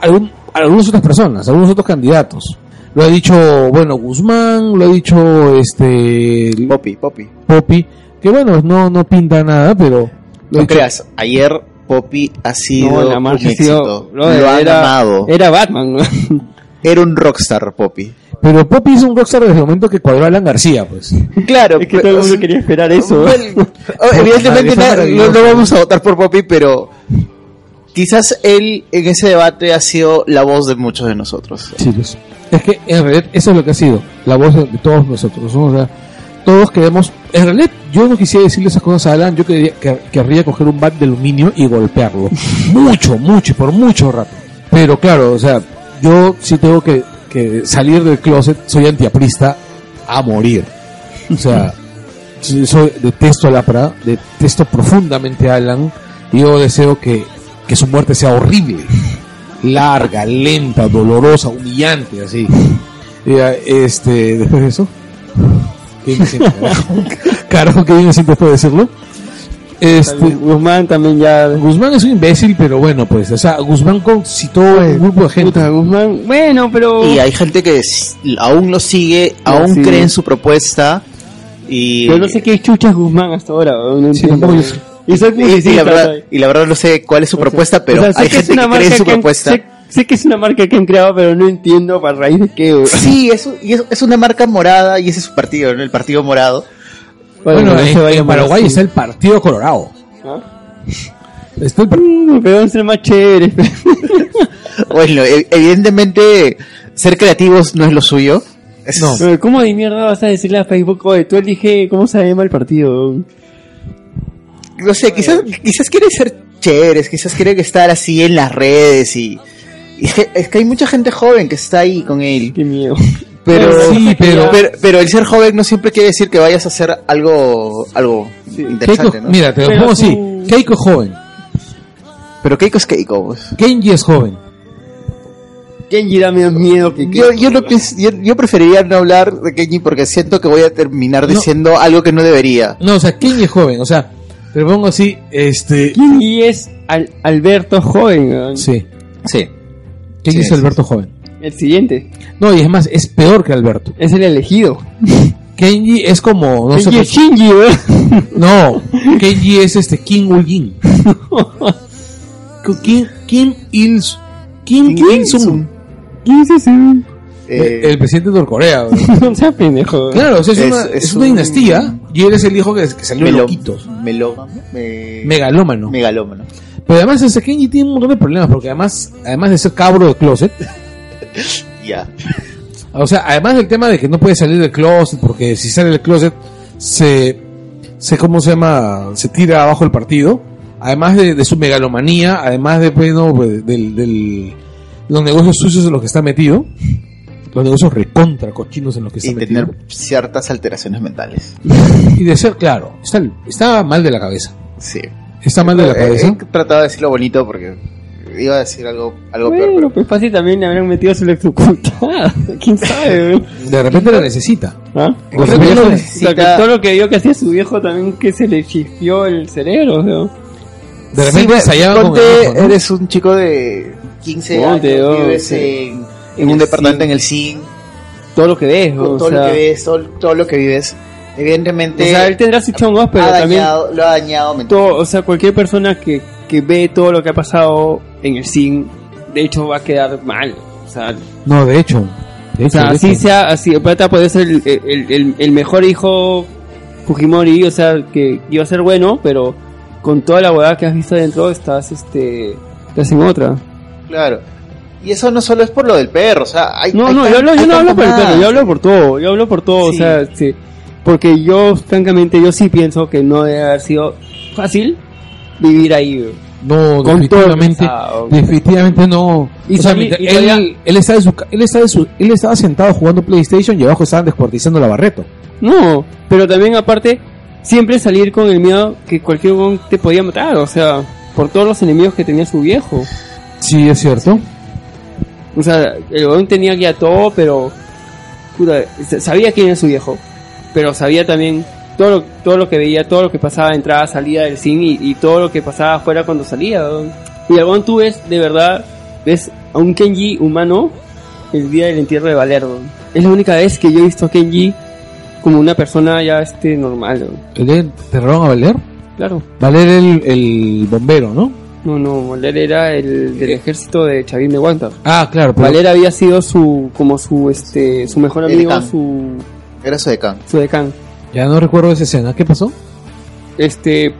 A: algún- algunas otras personas, algunos otros candidatos. Lo ha dicho, bueno, Guzmán, lo ha dicho, este,
C: Poppy, Poppy.
A: Poppy, que bueno, no, no pinta nada, pero... lo ha
C: No
A: dicho-
C: creas, ayer Poppy ha sido
B: No, la
C: un
B: marcha ha
C: éxito.
B: sido. brother,
C: lo han
B: era,
C: amado.
B: era Batman, ¿no?
C: Era un rockstar, Poppy.
A: Pero Poppy es un rockstar desde el momento que cuadró a Alan García, pues.
C: Claro, pues,
B: Es que todo el mundo quería esperar eso.
A: Madre, fue
C: evidentemente na- no,
A: maravilloso.
C: no vamos a votar por Poppy, pero quizás él en ese debate ha sido la voz de muchos de nosotros.
A: Sí, pues. Es que en realidad eso es lo que ha sido, la voz de, de todos nosotros. ¿no? O sea, todos queremos. En realidad, yo no quisiera decirle esas cosas a Alan, yo quería- que- querría coger un bat de aluminio y golpearlo. mucho, mucho, y por mucho rato. Pero claro, o sea, yo sí tengo que, que salir del closet, soy antiaprista a morir. O sea, sí, soy, detesto a Lapra, detesto profundamente a Alan, y yo deseo que, que su muerte sea horrible larga, lenta, dolorosa, humillante, así. Y, ah, este, después de eso, ¿qué me siento, carajo? Carajo, ¿qué bien me siento después de decirlo? Este,
B: Guzmán también ya.
A: Guzmán es un imbécil, pero bueno, pues, o sea, Guzmán concitó a un grupo de
B: Pues, Puta,
A: gente.
B: Guzmán. Bueno, pero.
C: Y hay gente que s- aún lo sigue,
B: Lo
C: aún
B: sigue.
C: cree en su propuesta. Y,
B: Yo no sé qué chucha es Guzmán hasta ahora, weón, no
A: Sí,
B: entiendo.
A: tampoco yo sé.
B: Y soy
C: y, sí, la
B: publicista,
C: verdad,
B: soy.
C: y la verdad no sé cuál es su
B: O sea,
C: propuesta, pero
B: o sea, sé
C: hay
B: es
C: gente
B: una
C: que cree en
B: marca
C: su
B: que han-
C: propuesta.
B: Sé, sé que es una marca que han creado, pero no entiendo para raíz de qué. weón.
C: Sí, es, un- y es, es una marca morada y ese es su partido, ¿no? El partido morado.
A: Bueno,
B: ahí
A: en,
B: se va a
A: en
B: llamar
A: Paraguay
B: así.
A: está el Partido Colorado.
B: ¿Ah?
A: Está el par-
B: Mm, Pero deben ser más chéveres.
C: Bueno, e- evidentemente ser creativos no es lo suyo. Es-
A: No.
B: Pero, ¿Cómo de mierda vas a decirle a Facebook, oye, tú elige cómo se llama el partido? weón?
C: No sé, quizás, quizás quieren ser chéveres, quizás quieren estar así en las redes y... y es, que, es que hay mucha gente joven que está ahí con él.
B: Qué miedo.
C: Pero,
A: Sí, pero-
C: pero, pero el ser joven no siempre quiere decir que vayas a hacer algo, algo
A: Keiko,
C: interesante, ¿no?
A: Mira, te lo
B: Pero
A: pongo así.
B: su-
A: Keiko es joven.
C: Pero Keiko es Keiko. pues.
A: Kenji es joven.
B: Kenji da menos miedo que
C: Yo, yo, no pienso- yo, yo preferiría no hablar de Kenji porque siento que voy a terminar
A: No.
C: diciendo algo que no debería.
A: No, o sea, Kenji es joven. O sea, te lo pongo así. Este.
B: Kenji es Al- Alberto Joven, weón.
A: Sí.
C: Sí.
A: Kenji
C: Sí,
A: es
C: sí,
A: Alberto joven.
B: el siguiente.
A: No, y es más, es peor que Alberto.
B: Es el elegido.
A: Kenji es como no sé
B: Kenji es Shinji, weón.
A: pues, no Kenji es este Kim Il Jin Kim Kim Il Kim
C: Kim
A: Il Sung
C: Il-sung.
B: ¿Quién es ese? weón?
A: el,
C: Eh,
A: el presidente de Norcorea bro.
B: No seas pendejo. weón.
A: claro o sea, es,
C: Es-
A: una,
C: es
A: es una
C: un-
A: dinastía y eres el hijo que, que salió de
C: melo-
A: loquitos
C: melo- me-
A: megalómano
C: megalómano.
A: Pero además ese Kenji tiene un montón de problemas, porque además, además de ser cabro de closet,
C: Ya.
A: o sea, además del tema de que no puede salir del closet, porque si sale del closet, se, se ¿cómo se llama? Se tira abajo el partido. Además de, de su megalomanía, además de, bueno, pues, del, del- los negocios sucios en los que está metido, los negocios recontra cochinos en los que está
C: Y
A: metido.
C: tener ciertas alteraciones mentales.
A: Y de ser claro, está, está mal de la cabeza.
C: Sí.
A: Está mal de la
C: Eh,
A: cabeza.
C: He tratado de decirlo bonito porque iba a decir algo, algo peor,
B: Bueno,
C: pero
B: pues fácil también le habrán metido su electrocutada. ¿Quién sabe? weón?
A: De repente la necesita.
B: ¿Ah?
A: Creo
C: que
B: Todo lo-
C: necesita-
B: lo que- Todo lo que vio que hacía su viejo también que se le chispeó el cerebro, weón.
A: De repente
C: Sí,
A: se hallaba con
C: ponte,
A: el ojo, ¿no?
C: eh, eres un chico de 15
B: Ponte,
C: años,
B: oh,
C: vives
B: sí.
C: en, en
B: En
C: un
B: el
C: departamento
B: zinc.
C: en el zinc,
B: Todo lo que ves, weón,
C: con
B: o
C: todo lo
B: sea,
C: que ves, todo, todo lo que vives.
B: O
C: Evidentemente
B: sea, él tendrá sus chongos, pero
C: ha
B: también
C: dañado, lo ha dañado mentalmente.
B: todo, o sea, cualquier persona que, que ve todo lo que ha pasado en el sim, de hecho va a quedar mal. O sea,
A: No, de hecho. De
B: o
A: hecho,
B: sea,
A: de
B: así
A: hecho.
B: sea, así, el Pata puede ser el, el- el- el mejor hijo Fujimori, o sea, que iba a ser bueno, pero con toda la huevada que has visto adentro, estás, este, estás en otra.
C: Claro. Y eso no solo es por lo del perro, o sea, hay
B: No,
C: hay
B: no,
C: tan-
B: yo, hablo- yo
C: hay
B: no hablo por
C: tantas
B: el perro, yo
C: más.
B: hablo por todo, yo hablo por todo,
C: Sí.
B: o sea, sí, porque yo, francamente, yo sí pienso que no debe haber sido fácil vivir ahí. weón.
A: No,
B: Con todo lo
A: definitivamente.
B: pesado.
A: Definitivamente no.
B: Y
A: O sea,
B: sali-
A: mientras-
B: y
A: él,
B: todavía-
A: él estaba de su ca- él, estaba de su- él estaba sentado jugando PlayStation y abajo estaban descuartizando la barreto.
B: No, pero también aparte, siempre salir con el miedo que cualquier huevón te podía matar, o sea, por todos los enemigos que tenía su viejo.
A: Sí, es cierto.
B: O sea, el huevón tenía guía todo, pero puta, sa- sabía quién era su viejo, pero sabía también todo lo, todo lo que veía, todo lo que pasaba, entrada, salida del cine y, y todo lo que pasaba afuera cuando salía. huevón. Y el huevón tú ves, de verdad, ves a un Kenji humano el día del entierro de Valerdo. Es la única vez que yo he visto a Kenji como una persona ya este normal. huevón.
A: El de- ¿Te robaron a Valer?
B: Claro.
A: Valer el, el bombero, ¿no?
B: No, no, Valer era el del ejército de Chavín de Huanta.
A: Ah, claro. pero-
B: Valer había sido su, como su, este, su mejor
C: El
B: amigo,
C: decano.
B: su,
C: Era su decano.
B: su decán.
A: Ya no recuerdo esa escena. ¿Qué pasó?
B: Este,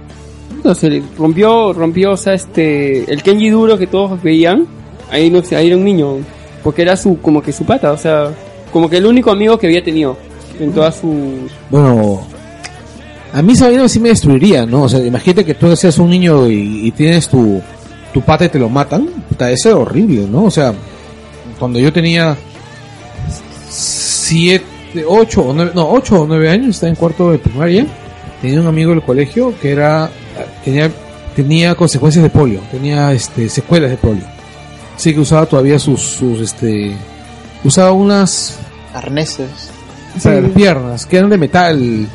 B: no sé, le rompió, rompió, o sea, este, el Kenji duro que todos veían, ahí no sé, ahí era un niño, porque era su, como que su pata, o sea, como que el único amigo que había tenido en toda su,
A: Bueno, a mí esa vaina sí me destruiría, ¿no? O sea, imagínate que tú seas un niño y, y tienes tu, tu pata y te lo matan. Puta, eso es horrible, ¿no? O sea, cuando yo tenía siete, ocho o nueve, no, ocho o nueve años, estaba en cuarto de primaria, tenía un amigo del colegio que era, tenía, tenía consecuencias de polio, tenía este, secuelas de polio. Así que usaba todavía sus, sus este, usaba unas
C: Arneses.
A: para las piernas, que eran de metal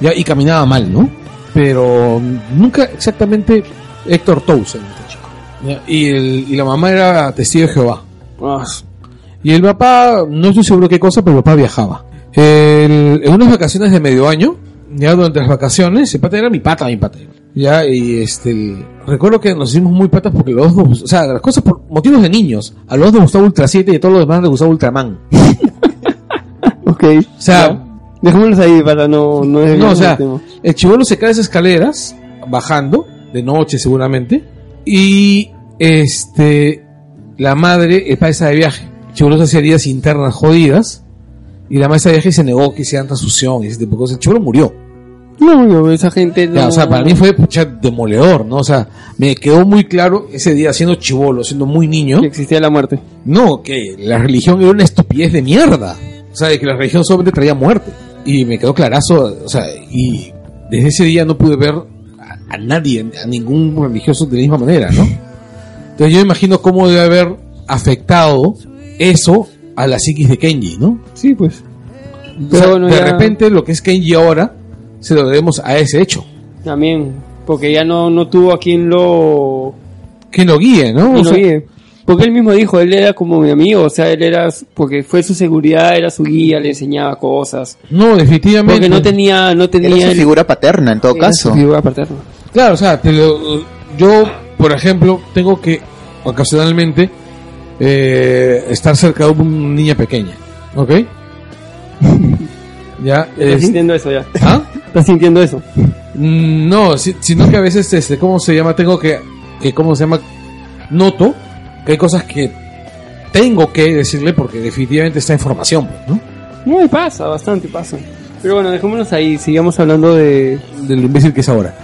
A: ya, y caminaba mal, ¿no? Pero nunca exactamente Héctor Towson, este chico. Ya, Y, el- y la mamá era testigo de Jehová.
B: ah,
A: Y el papá, no estoy seguro qué cosa, pero el papá viajaba. El- en unas vacaciones de medio año, ya durante las vacaciones, el pata era mi pata, mi pata. Ya, y este, el- recuerdo que nos hicimos muy patas porque los dos, o sea, las cosas por motivos de niños. A los dos les gustaba Ultra 7 y a todos los demás les gustaba Ultraman.
B: ok,
A: O sea,
B: dejémoslos ahí para no, no
A: No, o
B: desviarnos del
A: sea,
B: tema.
A: el chivolo se cae de esas escaleras, bajando, de noche seguramente, y este, la madre, el padre está de viaje. El chivolo se hacía heridas internas jodidas, y la madre está de viaje y se negó que hicieran transfusión, y ese tipo de cosas. El chivolo murió.
B: no, yo, esa gente no,
A: Ya, o sea, para mí fue pucha, demoledor, ¿no? O sea, me quedó muy claro ese día, siendo chivolo, siendo muy niño,
B: que existía la muerte.
A: no, que la religión era una estupidez de mierda. O sea, de que la religión solamente traía muerte. Y me quedó clarazo, o sea, y desde ese día no pude ver a, a nadie, a ningún religioso de la misma manera, ¿no? Entonces yo me imagino cómo debe haber afectado eso a la psiquis de Kenji, ¿no?
B: Sí, pues.
A: O
B: Pero
A: sea,
B: bueno,
A: de
B: ya-
A: repente lo que es Kenji ahora se lo debemos a ese hecho.
B: También, porque ya no, no tuvo a quien lo,
A: Que lo guíe, ¿no?
B: quien
A: O
B: lo
A: sea,
B: guíe. Porque él mismo dijo, él era como mi amigo, o sea, él era, porque fue su seguridad, era su guía, le enseñaba cosas.
A: no, definitivamente.
B: Porque no tenía, no
C: Era
B: tenía
C: su figura paterna en todo
B: era su
C: caso.
B: figura paterna.
A: Claro, o sea, te lo- yo, por ejemplo, tengo que ocasionalmente eh, estar cerca de una niña pequeña, ¿ok? ya,
B: Estás
A: es-
B: sintiendo eso ya.
A: ¿ah?
B: Estás sintiendo eso.
A: Mm, No, si- sino que a veces, este, ¿cómo se llama? Tengo que que cómo se llama, noto que hay cosas que tengo que decirle porque definitivamente está en formación, pues, ¿no?
B: No, y pasa, bastante pasa. Pero bueno, dejémonos ahí, sigamos hablando de,
A: Del imbécil que es ahora.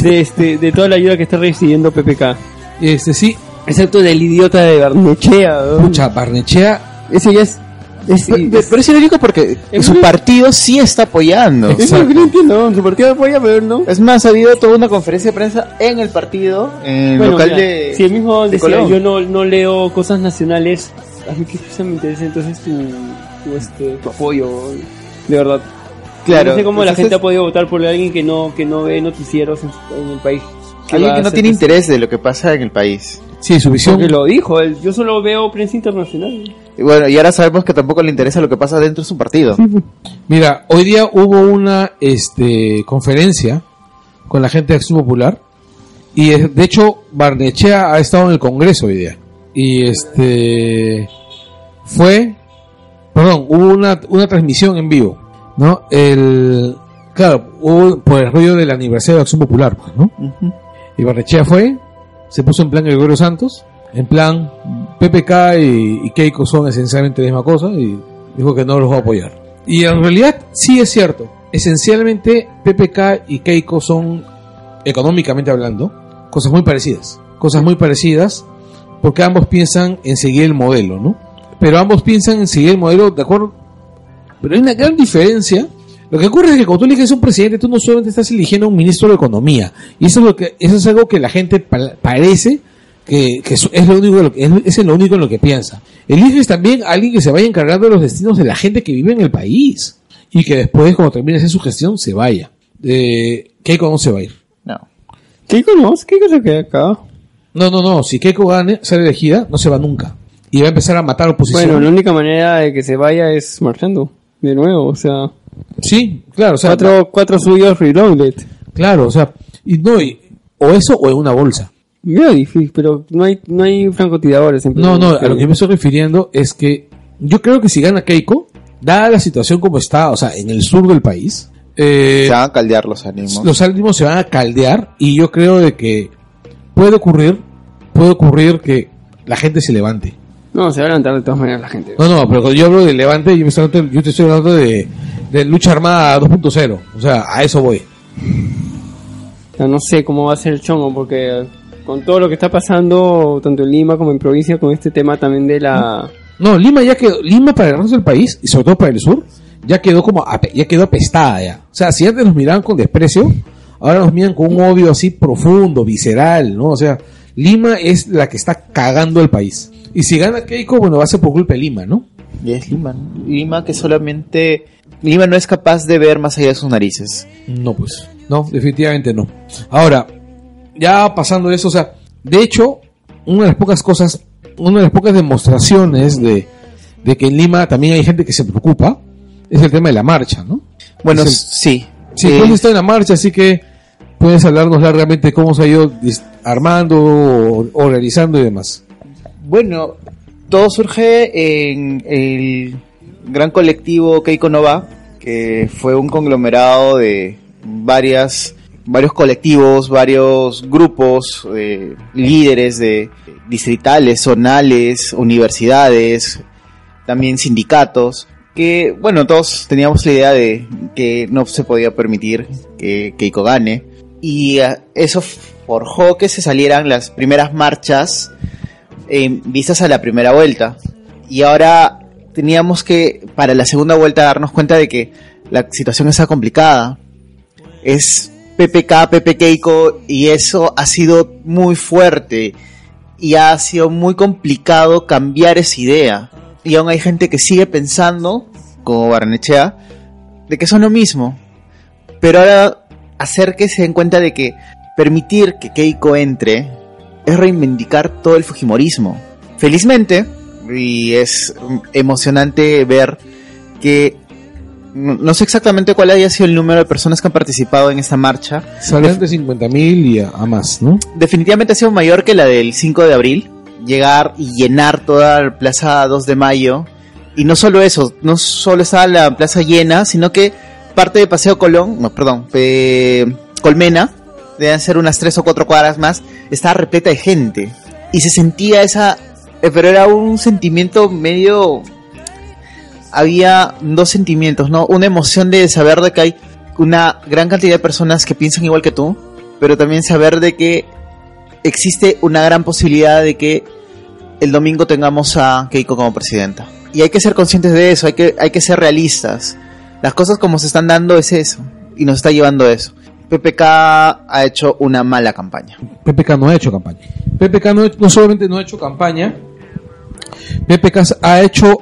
B: de, este, de toda la ayuda que está recibiendo PPK.
A: Este sí,
B: Excepto del idiota de Barnechea. ¿no?
A: mucha Barnechea,
B: Ese ya es... es-
C: Pero, pero es irónico porque
B: Es
C: su
B: muy-
C: partido sí está apoyando.
B: es lo que no entiendo, su partido apoya, pero no.
C: Es más, ha habido toda una conferencia de prensa en el partido, en el
B: Bueno,
C: local
B: mira,
C: de...
B: Si el mismo decía,
C: Colón.
B: yo no, no leo cosas nacionales, a mí que cosa me interesa entonces tu, tu, este, tu apoyo, de verdad.
C: Claro.
B: No sé cómo la
C: Entonces,
B: gente ha podido votar por alguien que no, que no ve noticieros en, su- en el país. ¿Qué va
C: Alguien
B: a
C: que no
B: hacer
C: tiene
B: eso?
C: interés de lo que pasa en el país.
A: sí, su visión.
B: Porque lo dijo, él, yo solo veo prensa internacional.
C: Y bueno, y ahora sabemos que tampoco le interesa lo que pasa dentro de su partido.
A: Mira, hoy día hubo una este, conferencia con la gente de Acción Popular y es- de hecho Barnechea ha estado en el Congreso hoy día y este fue, perdón, hubo una, una transmisión en vivo, ¿no? El, claro, hubo por el rollo del aniversario de Acción Popular, pues, ¿no? Y Barnechea fue, se puso en plan Gregorio Santos, en plan PPK y, y Keiko son esencialmente la misma cosa y dijo que no los va a apoyar. Y en realidad sí es cierto. Esencialmente PPK y Keiko son, económicamente hablando, cosas muy parecidas. Cosas muy parecidas porque ambos piensan en seguir el modelo, ¿no? Pero ambos piensan en seguir el modelo, ¿de acuerdo? Pero hay una gran diferencia. Lo que ocurre es que cuando tú eliges un presidente, tú no solamente estás eligiendo un ministro de Economía. Y eso es, lo que, eso es algo que la gente pa- parece que, que es, es lo único, de lo que- es, es lo único en lo que piensa. Eliges también a alguien que se vaya a encargar de los destinos de la gente que vive en el país. Y que después, cuando termine de hacer su gestión, se vaya. Eh, Keiko no se va a ir.
C: No.
B: Keiko no, Keiko se queda acá.
A: No, no, no. Si Keiko gane, sale elegida, no se va nunca. Y va a empezar a matar oposición.
B: Bueno, la única manera de que se vaya es marchando, de nuevo, o sea,
A: Sí, claro. O sea,
B: cuatro, cuatro suyos reloaded.
A: Claro, o sea, y no, y- o eso o en una bolsa.
B: Medio difícil, pero no hay, no hay francotiradores en
A: No,
B: Perú.
A: no, a lo que me estoy refiriendo es que yo creo que si gana Keiko, dada la situación como está, o sea, en el sur del país, eh,
C: Se van a caldear los ánimos.
A: los ánimos se van a caldear y yo creo de que puede ocurrir, puede ocurrir que la gente se levante.
B: No, se va a levantar de todas maneras la gente.
A: No, no, pero cuando yo hablo de levante, yo, me estoy hablando- yo te estoy hablando de, de lucha armada 2.0, o sea, a eso voy.
B: O sea, no sé cómo va a ser el chongo, porque con todo lo que está pasando, tanto en Lima como en provincia, con este tema también de la...
A: No, Lima ya quedó, Lima para el resto del país y sobre todo para el sur, ya quedó como ape- ya quedó apestada ya. O sea, si antes nos miraban con desprecio, ahora nos miran con un odio así profundo, visceral, ¿no? O sea, Lima es la que está cagando el país. Y si gana Keiko, bueno, va a ser por culpa de Lima, ¿no?
C: Y es Lima. ¿no? Lima que solamente... Lima no es capaz de ver más allá de sus narices.
A: No, pues, no, definitivamente no. Ahora, ya pasando eso, o sea, de hecho, una de las pocas cosas, una de las pocas demostraciones de, de que en Lima también hay gente que se preocupa, es el tema de la marcha, ¿no?
C: Bueno,
A: Sí.
C: sí.
A: Sí,
C: Eh,
A: tú has estado en la marcha, así que puedes hablarnos largamente cómo se ha ido dis- armando, o- organizando y demás.
C: Bueno, todo surge en el gran colectivo Keiko Nova, que fue un conglomerado de varias, varios colectivos, varios grupos, eh, líderes de distritales, zonales, universidades, también sindicatos, que bueno, todos teníamos la idea de que no se podía permitir que Keiko gane. Y eh, eso forjó que se salieran las primeras marchas eh, vistas a la primera vuelta. Y ahora teníamos que, para la segunda vuelta, darnos cuenta de que la situación está complicada. Es PPK, PP Keiko, y eso ha sido muy fuerte. Y ha sido muy complicado cambiar esa idea. Y aún hay gente que sigue pensando, como Barnechea, de que son lo mismo. Pero ahora hacer que se den cuenta de que permitir que Keiko entre es reivindicar todo el Fujimorismo. Felizmente, y es mm, emocionante ver que no no sé exactamente cuál haya sido el número de personas que han participado en esta marcha.
A: Salen de 50 mil y a, a más, ¿no?
C: Definitivamente ha sido mayor que la del 5 de abril. Llegar y llenar toda la plaza 2 de mayo. Y no solo eso, no solo estaba la plaza llena, sino que parte de Paseo Colón, no, perdón, eh, Colmena, debían ser unas tres o cuatro cuadras más, estaba repleta de gente. Y se sentía esa... eh, Pero era un sentimiento medio... Había dos sentimientos, ¿no? Una emoción de saber de que hay una gran cantidad de personas que piensan igual que tú, pero también saber de que existe una gran posibilidad de que el domingo tengamos a Keiko como presidenta. Y hay que ser conscientes de eso, hay que, hay que ser realistas. Las cosas como se están dando es eso, y nos está llevando a eso. PPK ha hecho una mala campaña.
A: PPK no ha hecho campaña. PPK no, no solamente no ha hecho campaña, PPK ha hecho...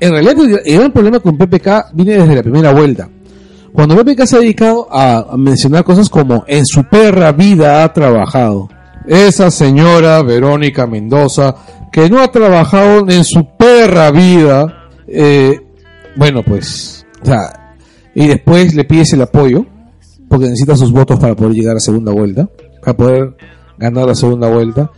A: En realidad el gran problema con PPK viene desde la primera vuelta. Cuando PPK se ha dedicado a, a mencionar cosas como en su perra vida ha trabajado. Esa señora Verónica Mendoza, que no ha trabajado en su perra vida, eh, bueno pues, o sea, y después le pides el apoyo, porque necesita sus votos para poder llegar a segunda vuelta, para poder ganar la segunda vuelta,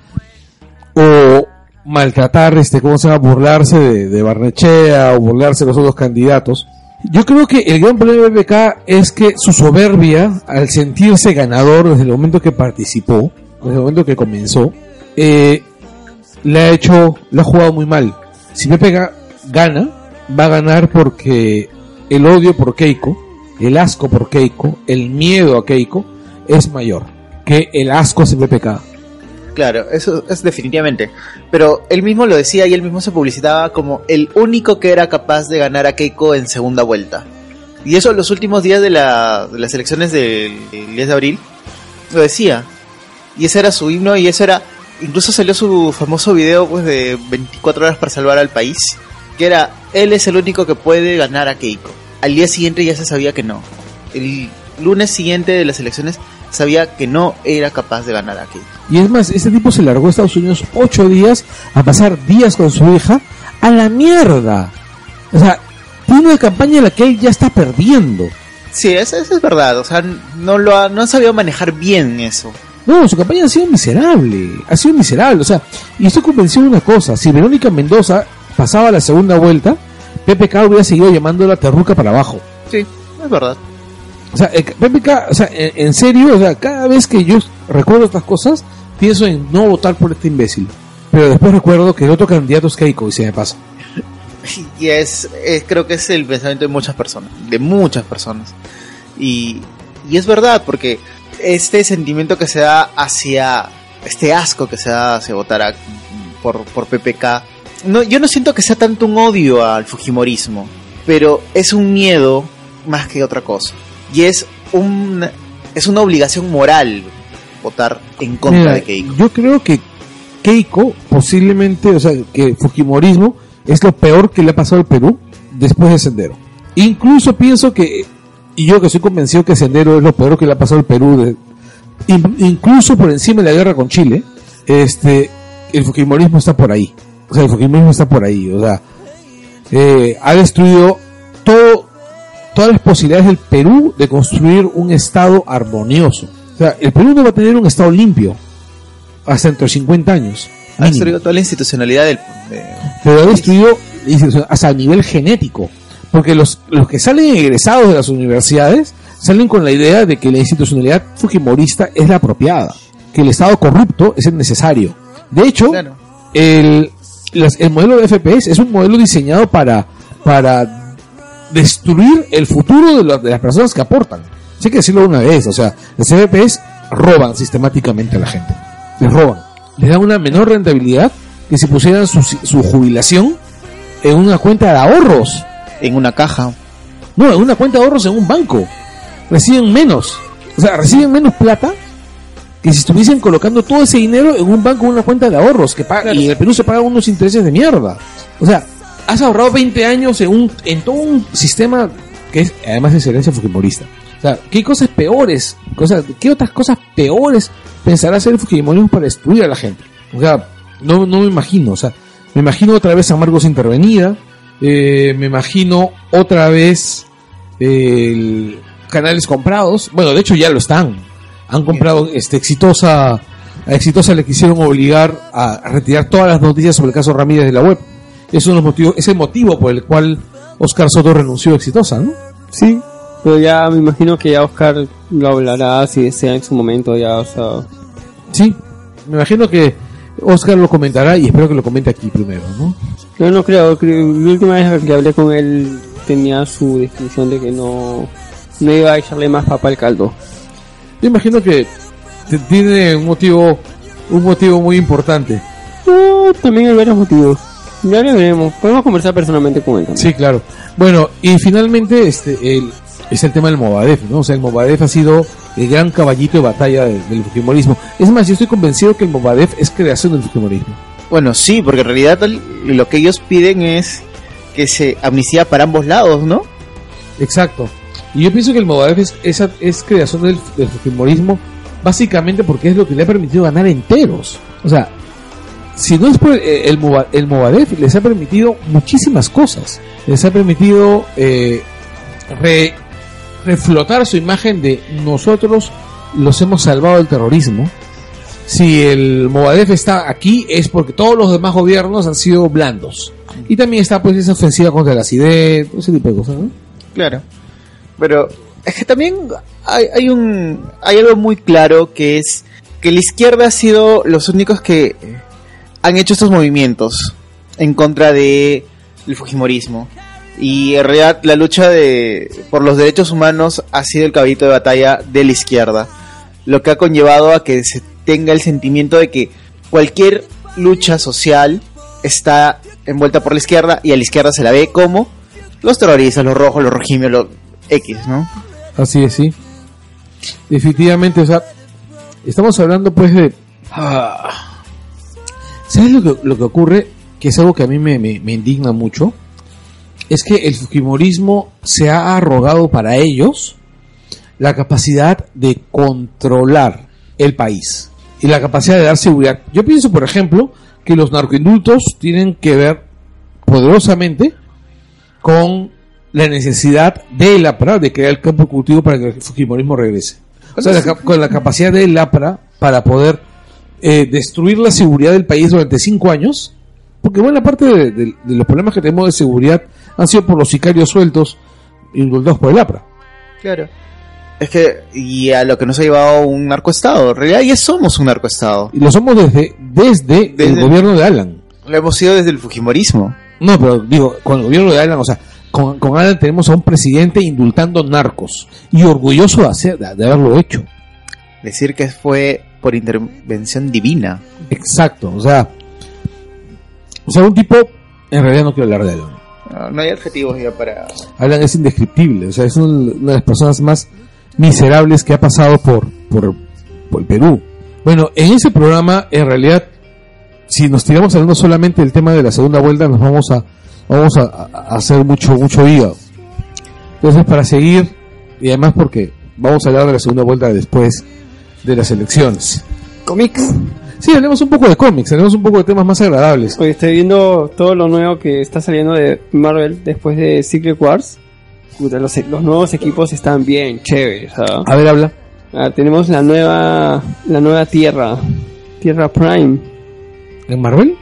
A: o maltratar, este, ¿cómo se llama? Burlarse de, de Barnechea o burlarse de los otros candidatos. Yo creo que el gran problema de BBK es que su soberbia, al sentirse ganador desde el momento que participó, desde el momento que comenzó, eh, le ha hecho, la ha jugado muy mal. Si PPK gana, va a ganar porque el odio por Keiko, el asco por Keiko, el miedo a Keiko es mayor que el asco hacia PPK.
C: Claro, eso es definitivamente. Pero él mismo lo decía y él mismo se publicitaba como el único que era capaz de ganar a Keiko en segunda vuelta. Y eso en los últimos días de, la- de las elecciones del, del 10 de abril lo decía. Y ese era su himno y eso era... Incluso salió su famoso video pues de 24 horas para salvar al país. Que era, él es el único que puede ganar a Keiko. Al día siguiente ya se sabía que no. El lunes siguiente de las elecciones sabía que no era capaz de ganar a Keiko.
A: Y es más, este tipo se largó a Estados Unidos ocho días a pasar días con su hija a la mierda. O sea, tiene una campaña en la que él ya está perdiendo.
C: Sí, eso, eso es verdad. O sea, no lo ha, no han sabido manejar bien eso.
A: No, su campaña ha sido miserable. Ha sido miserable. O sea, y estoy convencido de una cosa. Si Verónica Mendoza pasaba la segunda vuelta, PPK hubiera seguido llamando la terruca para abajo.
C: Sí, es verdad.
A: O sea, eh, PPK, o sea, en, en serio, o sea, cada vez que yo recuerdo estas cosas, pienso en no votar por este imbécil. Pero después recuerdo que el otro candidato es Keiko y se me pasa.
C: Y es, es- creo que es el pensamiento de muchas personas, de muchas personas. Y, y es verdad, porque este sentimiento que se da hacia, este asco que se da hacia votar a- por, por PPK, no, yo no siento que sea tanto un odio al Fujimorismo, pero es un miedo más que otra cosa. Y es, un, es una obligación moral votar en contra
A: Mira,
C: de Keiko.
A: Yo creo que Keiko, posiblemente, o sea, que Fujimorismo es lo peor que le ha pasado al Perú después de Sendero. Incluso pienso que, y yo que soy convencido que Sendero es lo peor que le ha pasado al Perú, de- in- incluso por encima de la guerra con Chile, este, el Fujimorismo está por ahí. O sea, el Fujimorismo está por ahí. O sea, eh, ha destruido todo, todas las posibilidades del Perú de construir un Estado armonioso. O sea, el Perú no va a tener un Estado limpio hasta dentro de 50 años.
C: Ha
A: mínimo.
C: destruido toda la institucionalidad del... de-
A: Pero ha destruido dice, hasta a nivel genético. Porque los, los que salen egresados de las universidades salen con la idea de que la institucionalidad fujimorista es la apropiada, que el Estado corrupto es el necesario. De hecho,
C: Claro.
A: el, las- el modelo de FPS es un modelo diseñado para, para destruir el futuro de, la- de las personas que aportan. Sí hay que decirlo una vez, o sea, los FPS roban sistemáticamente a la gente. Les roban. Les dan una menor rentabilidad que si pusieran su, su jubilación en una cuenta de ahorros.
C: en una caja.
A: No, en una cuenta de ahorros en un banco. Reciben menos. O sea, reciben menos plata que si estuviesen colocando todo ese dinero en un banco en una cuenta de ahorros. que paga, Y en el Perú se pagan unos intereses de mierda. O sea, has ahorrado 20 años en, un, en todo un sistema que es, además de excelencia fujimorista. O sea, ¿qué cosas peores, cosas, qué otras cosas peores pensará hacer el fujimorismo para destruir a la gente? O sea, no, no me imagino. O sea, me imagino otra vez a Marcos intervenida. eh, me imagino otra vez el- canales comprados. Bueno, de hecho ya lo están. Han comprado este exitosa a exitosa le quisieron obligar a a retirar todas las noticias sobre el caso Ramírez de la web. Es uno de los motivos, es el motivo por el cual Oscar Soto renunció a exitosa, ¿no?
B: Sí, Pero ya me imagino que ya Oscar lo hablará si desea en su momento, ya, o sea.
A: Sí, me imagino que Oscar lo comentará y espero que lo comente aquí primero, ¿no?
B: Yo no creo, creo- la última vez que hablé con él tenía su descripción de que no, no iba a echarle más papa al caldo.
A: Yo imagino que te- tiene un motivo, un motivo muy importante.
B: No, también hay varios motivos. Ya lo veremos, podemos conversar personalmente con él también.
A: Sí, claro. Bueno, y finalmente este el, es el tema del Movadef, ¿no? O sea, el Movadef ha sido el gran caballito de batalla del, del fujimorismo. Es más, yo estoy convencido que el Movadef es creación del fujimorismo.
C: Bueno, sí, porque en realidad el- lo que ellos piden es que se amnistía para ambos lados, ¿no?
A: Exacto. Y yo pienso que el Movadef es, es, es creación del, del fujimorismo básicamente porque es lo que le ha permitido ganar enteros. O sea, si no es por el, eh, el, Mova- el Movadef, les ha permitido muchísimas cosas. Les ha permitido eh, re- reflotar su imagen de nosotros los hemos salvado del terrorismo. Si el Movadef está aquí es porque todos los demás gobiernos han sido blandos. Y también está pues esa ofensiva contra la acidez, ese tipo de cosas, ¿no?
C: Claro. Pero es que también hay, hay un hay algo muy claro que es que la izquierda ha sido los únicos que eh, han hecho estos movimientos en contra de el fujimorismo y en realidad la lucha de por los derechos humanos ha sido el caballito de batalla de la izquierda, lo que ha conllevado a que se tenga el sentimiento de que cualquier lucha social está envuelta por la izquierda y a la izquierda se la ve como los terroristas, los rojos, los rojimios, los X, ¿no?
A: Así es, sí. Definitivamente, o sea, estamos hablando pues de... Ah. ¿Sabes lo que, lo que ocurre? Que es algo que a mí me, me- me indigna mucho. Es que el fujimorismo se ha arrogado para ellos la capacidad de controlar el país y la capacidad de dar seguridad. Yo pienso, por ejemplo, que los narcoindultos tienen que ver poderosamente con la necesidad de la APRA de crear el campo cultivo para que el fujimorismo regrese. O sea, la cap- con la capacidad de la APRA para poder eh, destruir la seguridad del país durante cinco años, porque buena parte de, de- de los problemas que tenemos de seguridad han sido por los sicarios sueltos indultados por el APRA.
C: Claro. Es que, y a lo que nos ha llevado un narcoestado. En realidad ya somos un narcoestado.
A: Y lo somos desde, desde, el
C: Desde-
A: gobierno de Alan.
C: Lo hemos sido desde el Fujimorismo.
A: No, pero digo, con el gobierno de Alan, o sea, con, con Alan tenemos a un presidente indultando narcos y orgulloso de, hacer, de- de haberlo hecho.
C: Decir que fue por intervención divina.
A: Exacto, o sea, o sea, un tipo, en realidad no quiero hablar de Alan.
C: No, no hay adjetivos ya para.
A: Alan es indescriptible, o sea, es un- una de las personas más miserables que ha pasado por, por, por el Perú. Bueno, en ese programa, en realidad, si nos tiramos hablando solamente del tema de la segunda vuelta, nos vamos a, vamos a, a- a hacer mucho, mucho hígado. Entonces, para seguir, y además porque vamos a hablar de la segunda vuelta después de las elecciones.
B: Comics.
A: Sí, hablemos un poco de cómics, hablemos un poco de temas más agradables.
B: Hoy estoy viendo todo lo nuevo que está saliendo de Marvel después de Secret Wars. Puta, los, los nuevos equipos están bien chéveres. ¿ah?
A: A ver, habla.
B: Ah, tenemos la nueva la nueva Tierra, Tierra Prime.
A: ¿En Marvel?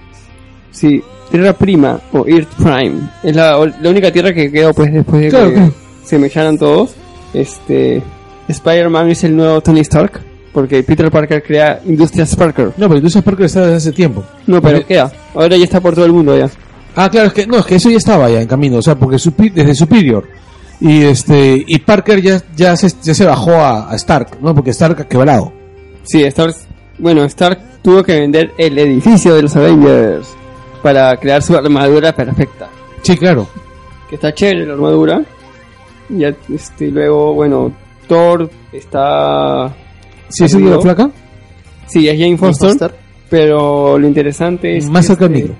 B: Sí, Tierra Prima o Earth Prime. Es la, ol- la única tierra que quedó pues después de
A: Claro,
B: que
A: claro.
B: se mecharan todos. Este Spider-Man es el nuevo Tony Stark porque Peter Parker crea Industrias Parker.
A: No, pero Industrias Parker está desde hace tiempo.
B: No, pero
A: Porque-
B: queda. Ahora ya está por todo el mundo ya.
A: Ah, claro, es que no, es que eso ya estaba ya en camino, o sea, porque Supi- desde Superior y este y Parker ya ya se, ya se bajó a, a Stark, no, porque Stark ha quebrado.
B: Sí, Stark. Bueno, Stark tuvo que vender el edificio de los Avengers para crear su armadura perfecta.
A: Sí, claro.
B: que está chévere la armadura. Ya, este, luego, bueno, Thor está.
A: Sí, es una
B: Arriba.
A: flaca,
B: Sí, es Jane Foster, pero lo interesante es.
A: más
B: que,
A: cerca del
B: este,
A: micro.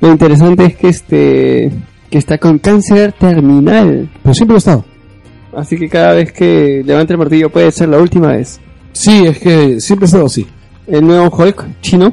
B: Lo interesante es que este. que está con cáncer terminal.
A: Pero siempre lo ha estado.
B: Así que cada vez que levante el martillo puede ser la última vez.
A: Sí, es que siempre ha estado así.
B: El nuevo Hulk chino.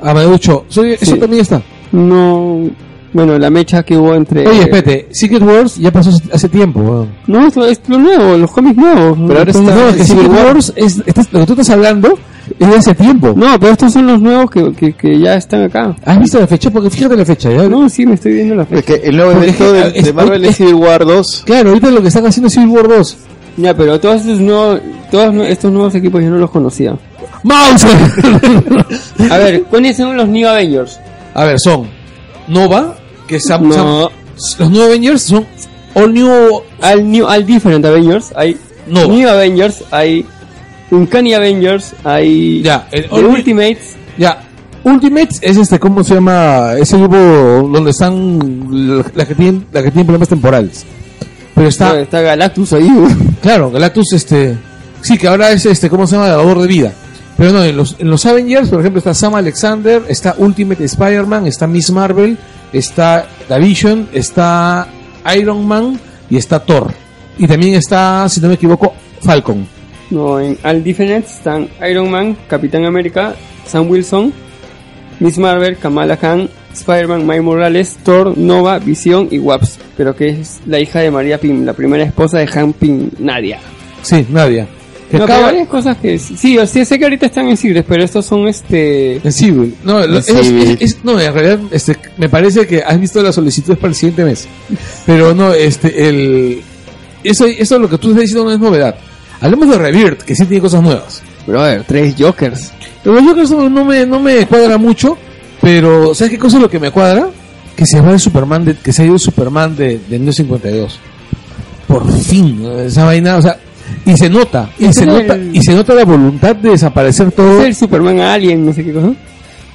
A: Ah, Amadeucho, soy, eso
B: Sí.
A: también está.
B: No. Bueno, la mecha que hubo entre.
A: Oye, espérate, Secret Wars ya pasó hace tiempo. weón.
B: No, es lo, es lo nuevo, los cómics nuevos.
A: No, es que
B: Sí,
A: Secret Wars es- estás- lo que tú estás hablando es de hace tiempo.
B: No, pero estos son los nuevos que, que, que ya están acá.
A: ¿Has visto la fecha? Porque fíjate la fecha. ya-
B: No, sí, me estoy viendo la fecha.
C: Porque el nuevo
A: Porque
C: evento de,
A: es-
C: de Marvel
A: es-
C: es Civil War 2.
A: Claro, ahorita lo que están haciendo es Civil War 2.
B: Ya, pero todos estos nuevos, todos nu- estos nuevos equipos yo no los conocía.
A: ¡Mouse!
B: A ver, ¿cuáles son los New Avengers?
A: A ver, son Nova, que es Sam-
B: No.
A: Sam- los New Avengers son All New
B: Al New, al Different Avengers, hay
A: Nova.
B: New Avengers, hay Uncanny Avengers, hay
A: Ya, el
B: The
A: All New-
B: Ultimates.
A: Ya, Ultimates es este, ¿cómo se llama? Ese grupo donde están la, la que tienen la que tienen problemas temporales. Pero está,
B: No, está Galactus ahí.
A: claro, Galactus, este, sí que ahora es este, ¿cómo se llama? Dador de vida. Pero no, en los, en los Avengers, por ejemplo, está Sam Alexander, está Ultimate Spider-Man, está Miss Marvel, está The Vision, está Iron Man y está Thor. Y también está, si no me equivoco, Falcon.
B: No, en All Different están Iron Man, Capitán América, Sam Wilson, Miss Marvel, Kamala Khan, Spider-Man, Mike Morales, Thor, Nova, Visión y Waps. Pero que es la hija de María Pym, la primera esposa de Han Pym, Nadia.
A: Sí, Nadia. Que
B: No, pero
A: acaba-
B: varias cosas que... Sí, yo sí sé que ahorita están en Cibres, pero estos son este...
A: En Civil. Eh, No, lo- es-
C: Civil.
A: es- es- no, en realidad este, me parece que has visto las solicitudes para el siguiente mes. Pero no, este, el, eso, eso es lo que tú estás diciendo no es novedad. Hablemos de Rebirth, que sí tiene cosas nuevas.
B: Brother, tres Jokers.
A: Pero yo creo que eso no me, no me cuadra mucho, pero ¿sabes qué cosa es lo que me cuadra? Que se va el Superman, de, que se ha ido el Superman de, de New 52. Por fin, ¿no? esa vaina, o sea, y se nota, y
B: Ese
A: se
B: es
A: nota,
B: el-
A: y se nota la voluntad de desaparecer todo.
B: Es el Superman Alien, no sé qué cosa.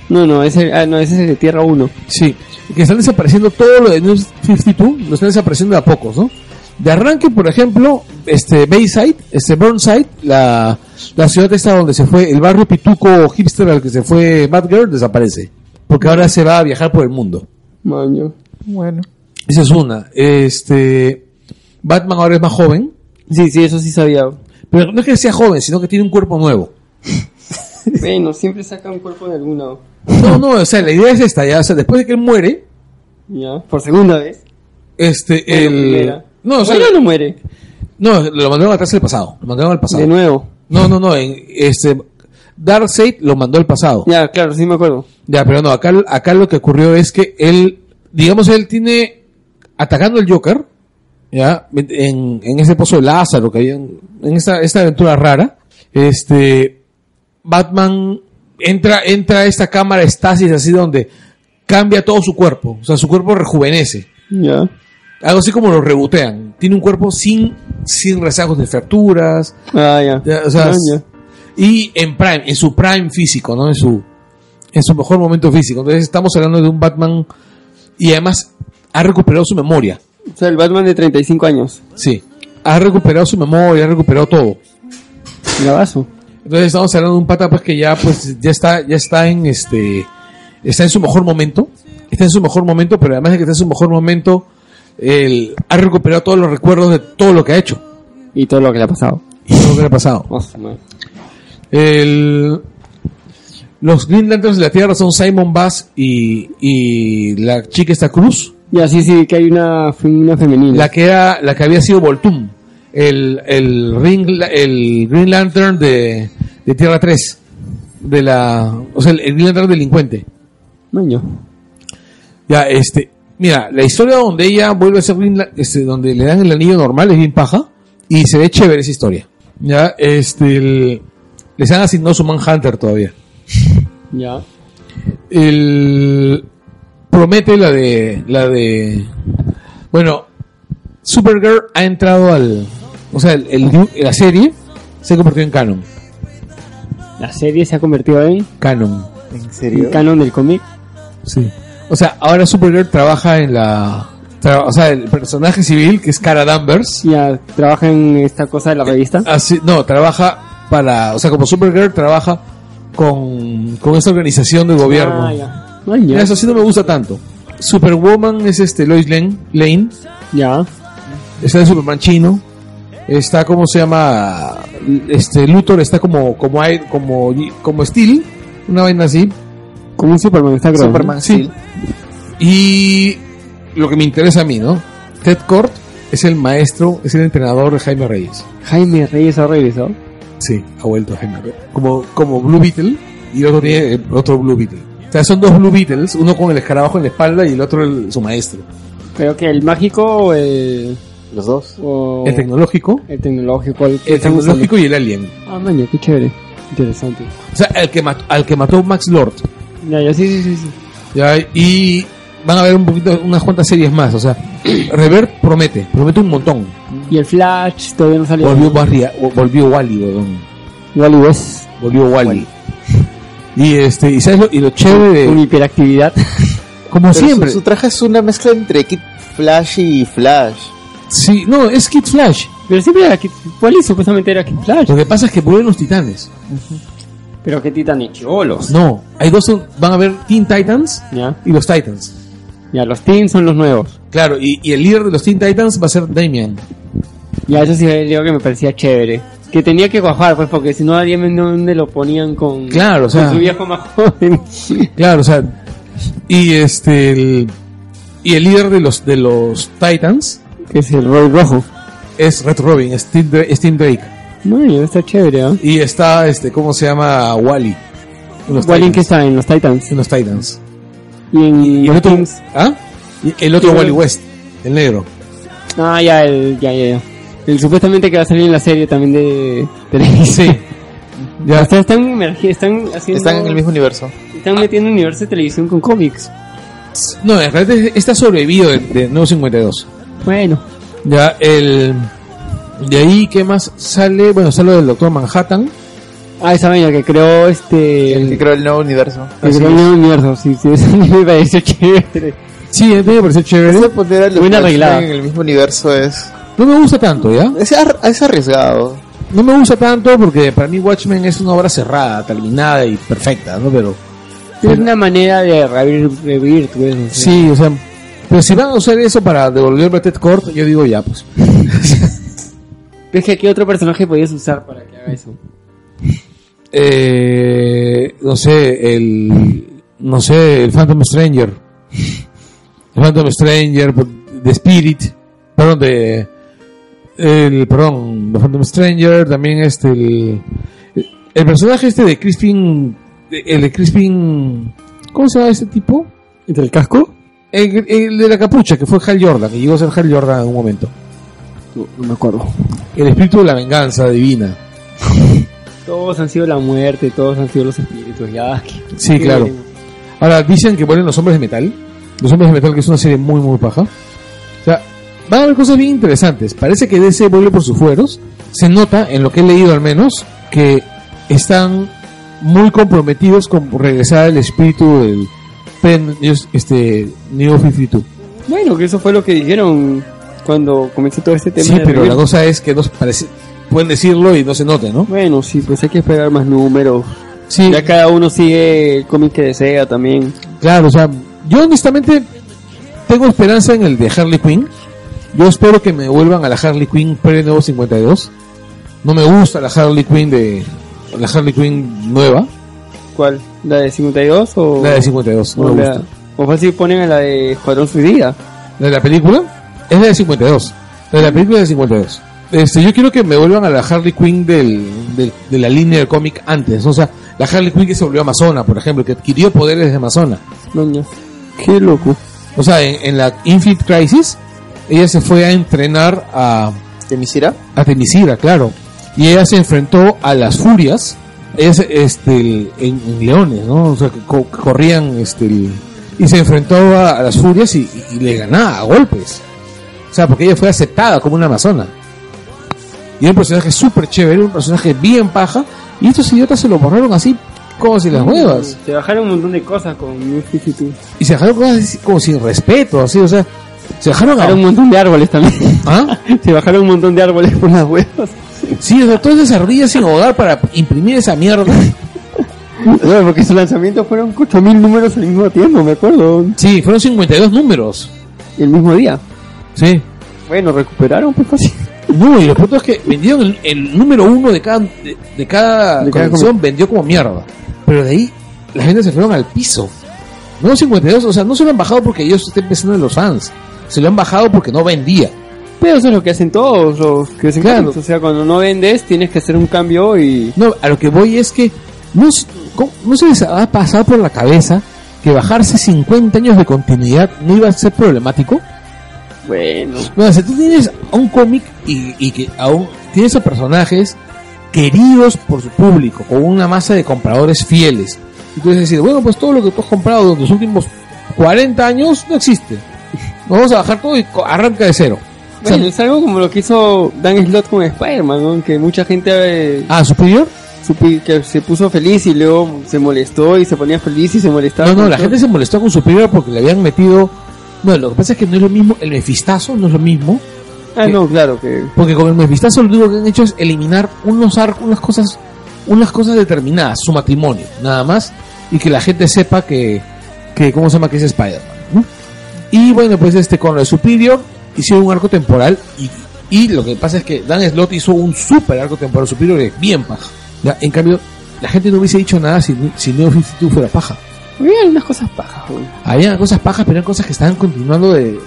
B: No, no, ese, ah, no, ese es el de Tierra 1.
A: Sí, que están desapareciendo todo lo de New 52, lo están desapareciendo de a pocos, ¿no? De arranque, por ejemplo, este Bayside, este Burnside, la, la ciudad esta donde se fue, el barrio pituco hipster al que se fue Batgirl, desaparece. Porque ahora se va a viajar por el mundo.
B: Maño.
C: Bueno.
A: Esa es una. Este, Batman ahora es más joven,
B: Sí, sí, eso sí sabía.
A: pero no es que sea joven, sino que tiene un cuerpo nuevo.
B: Bueno, siempre saca un cuerpo de algún lado.
A: No, no, o sea, la idea es esta, ya, o sea, después de que él muere,
B: Ya, por segunda vez.
A: este,
B: Bueno,
A: el...
B: primera.
A: No, o sea,
B: Bueno, no muere.
A: no, lo mandaron atrás del pasado, lo mandaron al pasado.
B: De nuevo.
A: No, no, no. En, este, Darkseid lo mandó al pasado.
B: Ya, claro, sí me acuerdo.
A: Ya, pero no, acá, acá lo que ocurrió es que él, digamos, él tiene, atacando el Joker, ya, en, en ese pozo de Lázaro que había, en, en esta, esta aventura rara, este, Batman entra, entra a esta cámara estasis así donde cambia todo su cuerpo, o sea, su cuerpo rejuvenece.
B: Ya.
A: Algo así como lo rebotean. Tiene un cuerpo sin, sin rezagos de fracturas,
B: Ah, ya.
A: Ya, o sea,
B: Ah,
A: es-
B: ya.
A: y en prime, en su prime físico, ¿no? En su en su mejor momento físico. Entonces estamos hablando de un Batman y además ha recuperado su memoria.
B: O sea, el Batman de 35 años.
A: Sí. Ha recuperado su memoria, ha recuperado todo.
B: Bravazo.
A: Entonces estamos hablando de un pata pues que ya pues ya está ya está en este está en su mejor momento, está en su mejor momento, pero además de que está en su mejor momento él ha recuperado todos los recuerdos de todo lo que ha hecho,
B: Y todo lo que le ha pasado.
A: y todo lo que le ha pasado.
B: Oh, su madre.
A: El- los Green Lanterns de la Tierra son Simon Bass y, y la chica esta Cruz,
B: ya, sí, sí, que hay una, fe- una femenina.
A: la que era, la que había sido Voltum, el, el, Ring, la- el Green Lantern de, de Tierra 3, de la, o sea, el, el Green Lantern delincuente.
B: Maño.
A: Ya, este, mira, la historia donde ella vuelve a ser Green Lan- este, donde le dan el anillo normal es bien paja y se ve chévere esa historia. Ya, este, el- les han asignado su Manhunter todavía.
B: Ya.
A: el promete la de la de bueno Supergirl ha entrado al o sea el- el- la serie se convirtió en canon
B: La serie se ha convertido en
A: canon
C: ¿En
B: el
C: serio?
B: canon del cómic.
A: sí o sea ahora Supergirl trabaja en la tra- o sea el personaje civil que es Cara Danvers
B: Ya, trabaja en esta cosa de la revista.
A: así no trabaja para o sea como Supergirl trabaja con con esta organización de gobierno
B: Ah, ya. Maño.
A: eso sí no me gusta tanto Superwoman es este Lois Lane, Lane
B: Ya.
A: está el Superman chino, está como se llama, este Luthor está como como aire- como como Steel, una vaina así
B: Como un Superman está grabando.
C: Superman
A: Sí.
C: sí.
A: y lo que me interesa a mí, ¿no? Ted Kord es el maestro, es el entrenador de Jaime Reyes.
B: Jaime Reyes ha regresado.
A: Sí, ha vuelto a Heimerberg. Como, como Blue Beetle y otro tiene eh, otro Blue Beetle. O sea, son dos Blue Beetles, uno con el escarabajo en la espalda y el otro el- su maestro.
B: Creo que el mágico o el,
C: Los dos.
B: o
A: El tecnológico,
B: el tecnológico. El, que
A: el
B: están usando.
A: tecnológico y el alien.
B: Ah, maña, qué chévere. Interesante.
A: O sea, el que mató, al que mató Max Lord.
B: Ya, ya, sí, sí, sí. sí.
A: ¿ya? Y van a ver un poquito, unas cuantas series más. O sea, Revert promete, promete un montón.
B: Y el Flash todavía no salió.
A: Volvió, Barry, volvió Wally, weón.
B: Wally West.
A: Volvió Wally. Y este, y sabes lo, y lo chévere
B: Una
A: de,
B: hiperactividad.
A: como
C: Pero
A: siempre.
C: Su, su traje es una mezcla entre Kid Flash y Flash.
A: Sí, no, es Kid Flash.
B: Pero siempre era Kid... Wally supuestamente era Kid Flash.
A: Lo que pasa es que vuelven los titanes.
B: Pero qué Titanic. Cholos.
A: No, hay dos, van a ver Teen Titans
B: Ya,
A: y los Titans.
B: ya, los Teens son los nuevos.
A: Claro, y, y el líder de los Teen Titans va a ser Damian.
B: Ya, eso sí le digo que me parecía chévere. Que tenía que cuajar, pues, porque si no, nadie me dónde lo ponían con.
A: Claro, o sea.
B: Con su viejo más joven.
A: Claro, o sea, y este el, y el líder de los de los Titans
B: que es el Roy Rojo.
A: es Red Robin, es Tim, Dra- es Tim Drake
B: Bueno, está chévere, ¿eh?
A: y está este cómo se llama Wally. en los
B: Wally que
A: Titans.
B: está en los Titans.
A: en los Titans.
B: Y en
A: Y el
B: los
A: otro,
B: Teens.
A: ¿ah? Y el otro
B: Y el-
A: Wally West, el negro.
B: Ah, ya, el, ya, ya, ya. El supuestamente que va a salir en la serie también de televisión.
A: Sí. Ya,
B: Están, están, emergi- están haciendo.
C: Están en el mismo universo.
B: Están metiendo universo de televisión con cómics.
A: no, en realidad está sobrevivido de, de Nuevo 52.
B: Bueno,
A: Ya, el. De ahí, ¿qué más sale? Bueno, sale del Doctor Manhattan.
B: ah, esa vaina que creó este.
C: El que creó el nuevo universo.
B: que creó el nuevo universo, sí, sí, eso me pareció chévere.
A: Sí, a mí me pareció
C: Ese
A: chévere.
C: poner a los
B: Buena
C: Watchmen
B: arreglada.
C: en el mismo universo es.
A: No me gusta tanto, ¿ya?
C: Es, ar- es arriesgado.
A: No me gusta tanto porque para mí Watchmen es una obra cerrada, terminada y perfecta, ¿no? Pero
B: Es una manera de revivir, revivir tu eso,
A: sí, o sea, pero si van a usar eso para devolverme a Ted Court, yo digo ya, pues.
B: Es que qué otro personaje podías usar para que haga eso.
A: Eh, no sé, el no sé, el Phantom Stranger. El Phantom Stranger The Spirit, perdón, de el perdón, The Phantom Stranger, también este el el personaje este de Crispin el de Crispin ¿cómo se llama este tipo?
B: ¿Entre el casco?
A: El, el de la capucha, que fue Hal Jordan, que llegó a ser Hal Jordan en un momento.
B: No, no me acuerdo.
A: El espíritu de la venganza divina.
B: Todos han sido la muerte, todos han sido los espíritus, ya.
A: Sí, claro. Ahora, dicen que vuelven los hombres de metal. Los hombres de metal, que es una serie muy, muy paja. O sea, van a haber cosas bien interesantes. Parece que DC vuelve por sus fueros. Se nota, en lo que he leído al menos, que están muy comprometidos con regresar el espíritu del Pen, este, Neo 52.
B: Bueno, que eso fue lo que dijeron cuando comenzó todo este tema.
A: Sí,
B: de
A: pero
B: revivir.
A: la cosa es que no parece, pueden decirlo y no se note, ¿no?
B: Bueno, sí, pues hay que esperar más números.
A: Sí,
B: Ya cada uno sigue el cómic que desea también.
A: Claro, o sea, yo honestamente tengo esperanza en el de Harley Quinn. Yo espero que me vuelvan a la Harley Quinn pre-Nuevo 52. No me gusta la Harley Quinn de. La Harley Quinn nueva,
B: ¿Cuál? ¿La de 52 o...?
A: la de 52, no
B: o
A: me
B: la-
A: gusta.
B: O fácil ponen a la de Escuadrón Suicida.
A: La de la película es la de 52. La de la película es de 52. Este, yo quiero que me vuelvan a la Harley Quinn del, del- de la línea del cómic antes. O sea, la Harley Quinn que se volvió Amazona, por ejemplo, que adquirió poderes de Amazona.
B: Doña. Qué loco.
A: O sea, en, en la Infinite Crisis, ella se fue a entrenar a,
C: ¿De Misira?
A: a Temisira, claro. Y ella se enfrentó a las furias es, este, el- en, en leones, ¿no? O sea, que co- que corrían este, el- y se enfrentó a, a las furias y, y- y le ganaba a golpes. O sea, porque ella fue aceptada como una amazona. Y era un personaje súper chévere, un personaje bien paja. Y estos idiotas se lo borraron así, como si las nuevas.
B: Se bajaron un montón de cosas con New 52.
A: Y se dejaron cosas así como sin respeto, así, o sea, se dejaron
B: Bajaron un
A: a...
B: montón de árboles también.
A: ¿Ah?
B: Se bajaron un montón de árboles por las huevas.
A: Sí, o sea, todas esas ardillas sin hogar para imprimir esa mierda.
B: No, porque su lanzamiento fueron 8000 números al mismo tiempo, me acuerdo.
A: Sí, fueron 52 números.
B: El mismo día.
A: Sí.
B: Bueno, recuperaron, pues fácil.
A: No, y lo pronto es que vendieron el, el número uno de cada, de, de cada
B: De cada
A: colección, vendió como mierda. Pero de ahí, las ventas se fueron al piso. No 52, o sea, no se lo han bajado porque ellos estén pensando en los fans. Se lo han bajado porque no vendía.
B: Pero eso es lo que hacen todos los que se
A: Claro.
B: O sea, cuando no vendes, tienes que hacer un cambio y.
A: No, a lo que voy es que no, s- ¿cómo- no se les ha pasado por la cabeza que bajarse 50 años de continuidad no iba a ser problemático.
B: Bueno.
A: No, si tú tienes a un cómic y, y que aún tienes a personajes queridos por su público, con una masa de compradores fieles. Y tú dices, bueno, pues todo lo que tú has comprado durante los últimos 40 años no existe. Nos vamos a bajar todo y co- arranca de cero. O sea,
B: Bueno, es algo como lo que hizo Dan Slott con Spider-Man, ¿no? que mucha gente eh,
A: ah, superior.
B: supi- que se puso feliz y luego se molestó y se ponía feliz y se molestaba.
A: No, no,
B: con
A: la
B: todo.
A: gente se molestó con superior porque le habían metido... No, lo que pasa es que no es lo mismo, el mefistazo no es lo mismo,
B: Ah, no, claro, que
A: porque con el mefistazo lo único que han hecho es eliminar unos arcos, unas cosas, unas cosas determinadas, su matrimonio, nada más, y que la gente sepa que, que ¿cómo se llama? que es Spider-Man, ¿no? Y bueno, pues este, con lo de Superior, hicieron un arco temporal, y, y lo que pasa es que Dan Slott hizo un super arco temporal Superior, que es bien paja. Ya, En cambio, la gente no hubiese dicho nada si, si New 52 fuera paja.
B: había unas cosas pajas. güey.
A: Habían cosas pajas, pero eran cosas que estaban continuando de...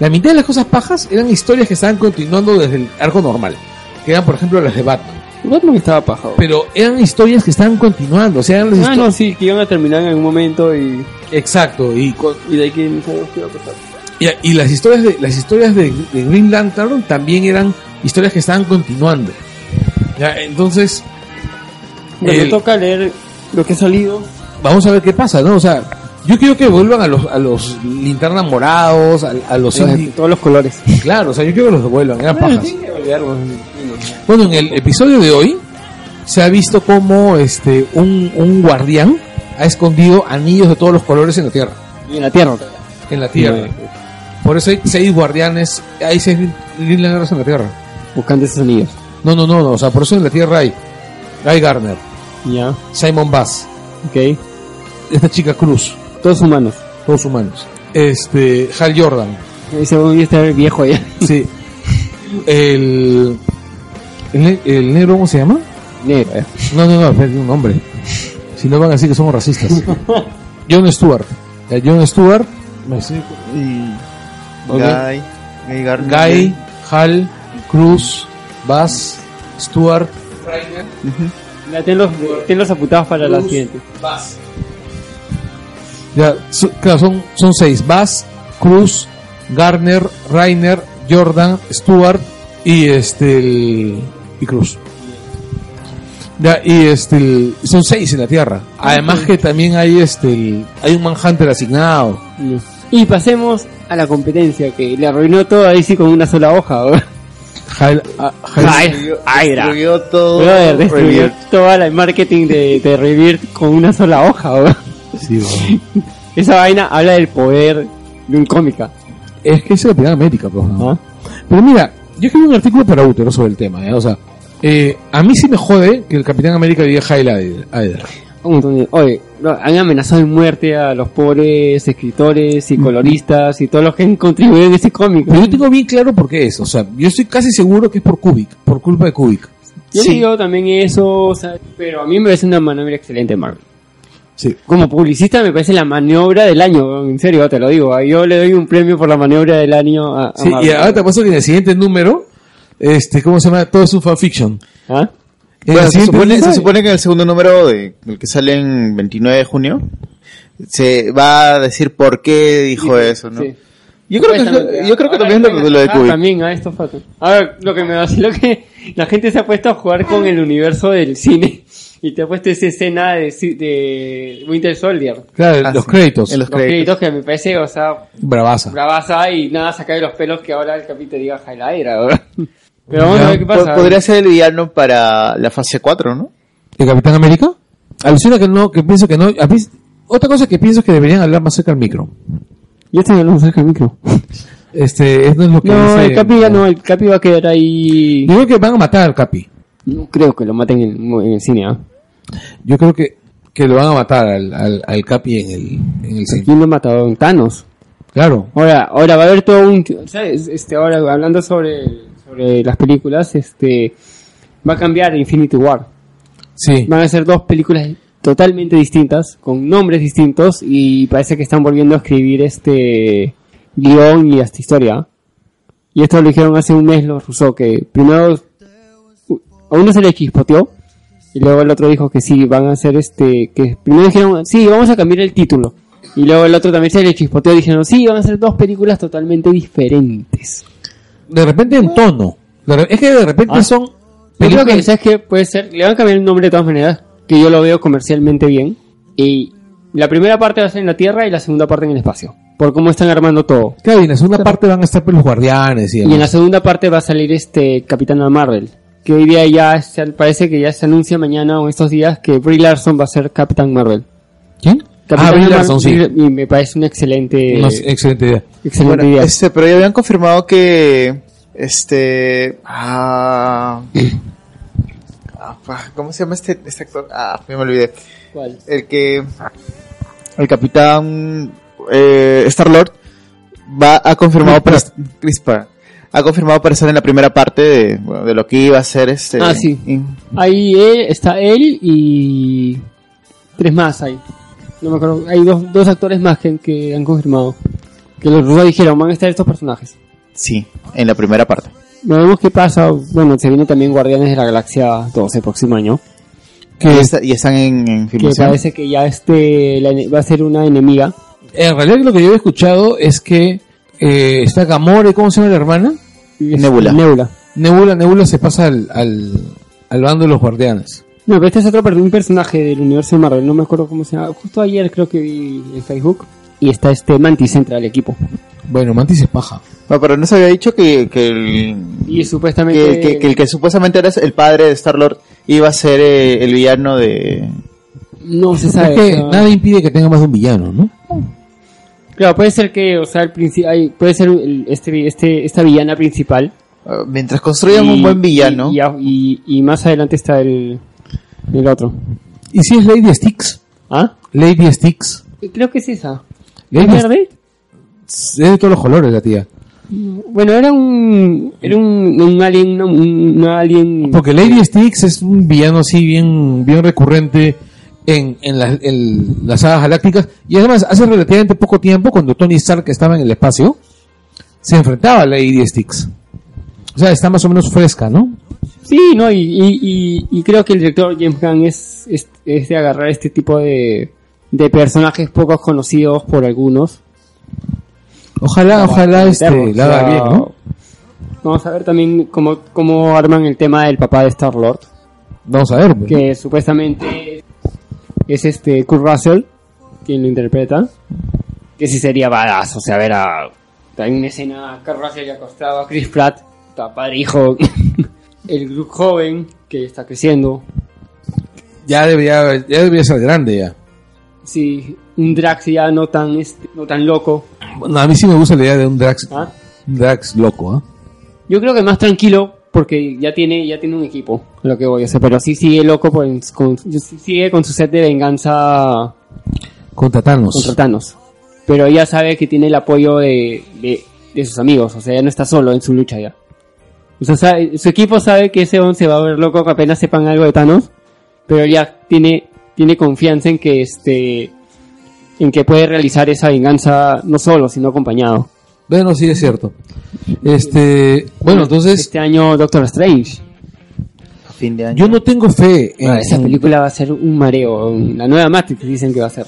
A: La mitad de las cosas pajas eran historias que estaban continuando desde el arco normal. Que eran, por ejemplo, las de Batman.
B: Batman estaba paja. güey.
A: Pero eran historias que estaban continuando. O sea, eran las
B: Ah,
A: histo-
B: no, sí, que iban a terminar en algún momento y,
A: Exacto. Y, co-
B: y de ahí que no sabemos qué iba a pasar.
A: y, y las historias, de, las historias de, de Green Lantern también eran historias que estaban continuando. Ya, entonces,
B: Bueno,
A: El-
B: Me toca leer lo que ha salido.
A: vamos a ver qué pasa, ¿no? O sea, yo quiero que vuelvan a los, a los linternas morados, a, a los...
B: los de
A: Indi-
B: todos los colores.
A: Claro, o sea, yo quiero que los devuelvan. Eran
B: Bueno,
A: pajas.
B: tienen que olvidar, güey.
A: Bueno, en el episodio de hoy se ha visto como este un, un guardián ha escondido anillos de todos los colores en la tierra.
B: Y en la tierra.
A: En la tierra.
B: Sí.
A: Por eso hay seis guardianes, hay seis Green- Green Lanterns en la tierra.
B: Buscando esos anillos.
A: No, no, no, no. O sea, por eso en la tierra hay Guy Garner,
B: Ya,
A: Simon Bass,
B: ok.
A: esta chica Cruz,
B: Todos humanos.
A: todos humanos. Este, Hal Jordan.
B: Ese voy a estar viejo allá.
A: Sí. El, el, ne- el negro, ¿cómo se llama?
B: Negro, eh.
A: No, no, no, espérate, un hombre. Si no van a decir que somos racistas. John Stewart. Ya, John Stewart, me sé-
C: Y
A: Ok.
C: Guy, Guy, Gardner.
A: Guy, Hal, Cruz, Bass, Stewart.
B: Ya, ten los, ten los apuntados para la siguiente.
A: Ya, so- claro, son, son seis. Bass, Cruz, Garner, Rainer, Jordan, Stewart y este el- y Cruz. Ya, y este el- son seis en la Tierra. Además que también hay este el- hay un Manhunter asignado.
B: Y pasemos a la competencia que le arruinó todo ahí sí con una sola hoja. ¿no?
A: Hal- a- Hal-
B: Hydra.
C: Destruyó todo.
B: Brother, destruyó
C: Revirt.
B: toda la el marketing de, de Rebirth con una sola hoja. ¿no?
A: Sí, bueno.
B: Esa vaina habla del poder de un ¿ah? cómica.
A: Es que es la primera América, pues, ¿no?
C: Ah.
B: ¿no?
A: Pero mira, yo escribí un artículo para Utero sobre el tema, ¿eh? O sea, eh, a mí sí me jode que el Capitán América diga Hail Aedra.
B: Un montón de- Oye, no, han amenazado de muerte a los pobres escritores y coloristas y todos los que han contribuido en ese cómic.
A: Pero yo tengo bien claro por qué es. O sea, yo estoy casi seguro que es por Kubik, por culpa de Kubik.
B: Yo
C: Sí.
B: digo también eso, o sea, pero a mí me parece una maniobra excelente, Marvel.
A: Sí.
B: Como publicista me parece la maniobra del año, en serio, te lo digo. ah, Yo le doy un premio por la maniobra del año a, a
A: y
B: Marvel.
A: ahora te paso que en el siguiente número, este, ¿cómo se llama? Todo es un fanfiction.
B: ¿Ah?
A: En el
C: Bueno, se,
A: siguiente
C: supone,
A: número-
C: se supone que en el segundo número, de, el que sale en 29 de junio, se va a decir por qué dijo eso, ¿no?
B: Sí.
C: Yo creo que,
B: Supuestamente,
C: yo creo que
B: ahora
C: también es lo,
B: vengan
C: lo
B: a
C: de
B: jugar
C: Kubrick.
B: También a estos fatos. A ver, lo que me vaciló que la gente se ha puesto a jugar con el universo del cine y te ha puesto esa escena de, ci- de Winter Soldier.
A: Claro,
C: Ah,
A: los
C: sí.
A: créditos.
C: En los
B: Los créditos
C: créditos.
B: que me parece, o sea,
A: Bravaza.
B: bravaza y nada saca de los pelos que ahora el capítulo diga Jaira ahora. Pero vamos
A: Ya,
B: a ver qué pasa. ¿eh?
C: Po- Podría ser el villano para la fase 4, ¿no?
A: ¿El Capitán América? Alucina que no, que pienso que no. a mí- Otra cosa que pienso es que deberían hablar más cerca al micro.
B: Yo estoy hablando cerca del micro.
A: Este, eso es lo que
B: No,
A: dice-
B: el Capi ya no, el Capi va a quedar ahí.
A: Yo creo que van a matar al Capi.
B: No creo que lo maten en, en el cine. ¿ah?
A: Yo creo que, que lo van a matar al, al, al Capi en el, en el cine.
B: ¿Quién lo ha matado? Thanos.
A: Claro.
B: Ahora, ahora va a haber todo un, ¿sabes? Este, ahora hablando sobre, sobre las películas, este, va a cambiar Infinity War.
A: Sí.
B: Van a ser dos películas totalmente distintas, con nombres distintos y parece que están volviendo a escribir este guión y esta historia. Y esto lo dijeron hace un mes los rusos, que primero u- a uno se le chispoteó y luego el otro dijo que sí, van a hacer este, que primero dijeron, sí, vamos a cambiar el título. Y luego el otro también se le chispoteó y dijeron, sí, van a hacer dos películas totalmente diferentes.
A: De repente en tono. De re- es que de repente
B: Ah.
A: son
B: Yo creo que,
A: películas-
B: ¿sabes qué? Puede ser, le van a cambiar el nombre de todas maneras, que yo lo veo comercialmente bien. Y la primera parte va a ser en la Tierra y la segunda parte en el espacio, por cómo están armando todo.
A: Claro, y en la segunda parte van a estar pues, los guardianes y,
B: Y en la
A: demás.
B: segunda parte va a salir este Capitana Marvel. Que hoy día ya se- parece que ya se anuncia mañana o estos días que Brie Larson va a ser Capitán Marvel.
A: ¿Quién?
B: Capitana
A: ah, Brie
B: Mar-
A: Larson, sí.
B: Y me parece una excelente,
A: Una excelente idea.
B: excelente
C: Bueno,
B: idea.
C: este, pero ya habían confirmado que este ah, ah, pa, ¿cómo se llama este, este actor? Ah, ya me olvidé.
B: ¿Cuál?
C: El que el capitán Star Lord va ha confirmado para
A: Chris
C: Chris Pratt. ha confirmado para estar en la primera parte de, bueno, de lo que iba a ser este
B: Ah, sí.
C: in-
B: Ahí él- está él y tres más hay. No me acuerdo. Hay dos, dos actores más que, que han confirmado. Que los rusos dijeron, van a estar estos personajes.
C: sí, en la primera parte.
B: Veremos qué pasa. Bueno, se viene también Guardianes de la Galaxia 12 el próximo año.
C: Y,
A: Que
C: está- y están en, en
B: Que
C: filmación.
B: parece que ya este la ene- va a ser una enemiga.
A: en realidad lo que yo he escuchado es que eh, está Gamora, ¿cómo se llama la hermana?
B: Es-
C: Nebula.
B: Nebula.
A: Nebula, Nebula se pasa al, al, al bando de los guardianes.
B: No, pero este es otro per- un personaje del universo de Marvel, no me acuerdo cómo se llama. Justo ayer creo que vi en Facebook. Y está este Mantis entra al equipo.
A: Bueno, Mantis es paja.
C: No, pero no se había dicho que, que el
B: Y supuestamente...
C: que, que- que el que supuestamente era el padre de Star-Lord iba a ser eh, el villano de... eh,
B: No se
A: Es
B: sabe.
A: que
B: o sea,
A: nada impide que tenga más de un villano, ¿no?
B: Claro, puede ser que, o sea, el princi- hay- puede ser el- este, este, esta villana principal.
C: Uh, mientras construyan
B: Y-
C: un buen villano,
B: Y, y- y más adelante está el, el otro.
A: ¿Y si es Lady Sticks?
B: ¿Ah?
A: Lady Sticks.
B: Creo que es esa. ¿Es
A: Lady
B: verde?
A: Sticks es de todos los colores la tía.
B: Bueno, era un, era un, un alien, no, un, un alien...
A: Porque Lady Sticks es un villano así bien, bien recurrente en, en, las- en las sagas galácticas. Y además, hace relativamente poco tiempo, cuando Tony Stark estaba en el espacio, se enfrentaba a Lady Sticks. O sea, está más o menos fresca, ¿no?
B: Sí, no, y, y, y- y creo que el director James Gunn es, es, es de agarrar este tipo de, de personajes pocos conocidos por algunos.
A: Ojalá, ojalá este,
B: meterlos,
A: la
B: o sea,
A: haga bien, ¿no?
B: Vamos a ver también cómo, cómo arman el tema del papá de Star-Lord,
A: Vamos a ver. pues.
B: que supuestamente es este Kurt Russell quien lo interpreta, que sí sería badass, o sea, ver a... Hay una escena, Kurt Russell acostado a Chris Pratt, está padre hijo, el Groot joven que está creciendo,
A: Ya debería, ya debería ser grande ya.
B: Sí, un Drax ya no tan, este, no tan loco.
A: Bueno, a mí sí me gusta la idea de un Drax,
B: ¿ah?
A: un Drax loco, ¿ah?
B: Yo creo que más tranquilo, porque ya tiene, ya tiene un equipo, a lo que voy a hacer. Pero sí sigue loco, pues, con- sí sigue con su set de venganza
A: Contra Thanos.
B: contra Thanos. Pero ya sabe que tiene el apoyo de, de, de sus amigos, o sea, ya no está solo en su lucha ya. O sea, sabe- su equipo sabe que ese once va a ver loco que apenas sepan algo de Thanos, pero ya tiene, tiene confianza en que este en que puede realizar esa venganza no solo, sino acompañado.
A: Bueno, sí es cierto. Este, bueno, entonces
B: Este año Doctor Strange.
C: a fin de año.
A: yo no tengo fe en
B: Ah, esa película va a ser un mareo. La nueva Matrix dicen que va a ser.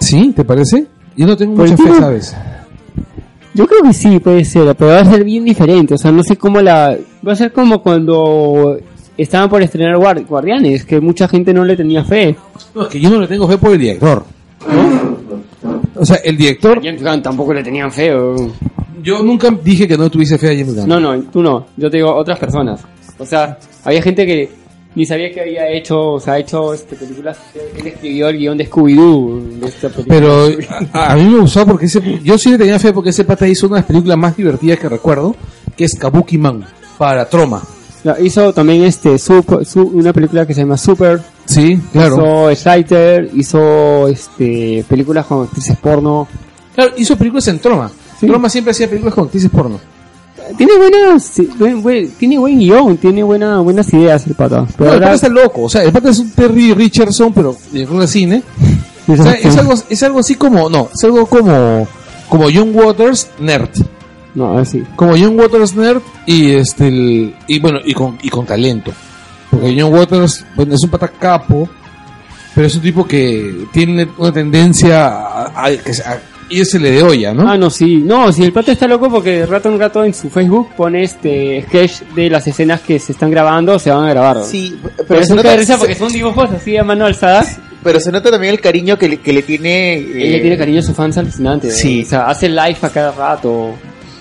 A: ¿Sí? ¿Te parece? Yo no tengo
B: Pues
A: mucha fe,
B: tiene-
A: ¿sabes?
B: Yo creo que sí, puede ser, pero va a ser bien diferente. O sea, no sé cómo la. Va a ser como cuando estaban por estrenar Guar- Guardianes, que mucha gente no le tenía fe.
A: No, es que yo no le tengo fe por el director. O sea, el director,
B: James Gunn tampoco le tenían fe. o-
A: yo nunca dije que no tuviese fe a James Gunn.
B: No, no, tú no. Yo te digo otras personas. O sea, había gente que ni sabía que había hecho, o sea, ha hecho este, películas. Él escribió el guión de Scooby-Doo. de esta película.
A: Pero a, a mí me gustó porque ese, yo sí le tenía fe porque ese pata hizo una de las películas más divertidas que recuerdo, que es Kabuki Man, para Troma.
B: No, hizo también este Sup- Su- una película que se llama Super.
A: Sí, claro.
B: Hizo Slider, hizo este, películas con actrices porno.
A: Claro, hizo películas en Troma.
B: Sí.
A: Troma siempre hacía películas con actrices porno.
B: Tiene buenas, sí, buen- buen- tiene buen guión, tiene buena, buenas ideas el pata. Pero
A: No, el
B: ahora-
A: pata está loco. O sea, el pata es un Terry Richardson, pero director de cine. O sea, es algo, es algo así como, no, es algo como, como John Waters, nerd.
B: No, así.
A: como John Waters nerd y este el- y bueno y con y con talento porque John Waters bueno, es un pata capo pero es un tipo que tiene una tendencia a, a- que se- a irse le de olla no
B: Ah, no, sí. No, si el pato está loco porque de rato en rato en su Facebook pone este sketch de las escenas que se están grabando o se van a grabar.
C: Sí,
B: Pero es un
C: nota-
B: cae de risa porque
C: se-
B: son dibujos así a mano alzada.
C: pero se nota también el cariño que le, que le tiene.
B: Ella
C: eh,
B: tiene cariño a sus fans alucinante.
C: Sí.
B: Sí. O sea, hace live a cada rato.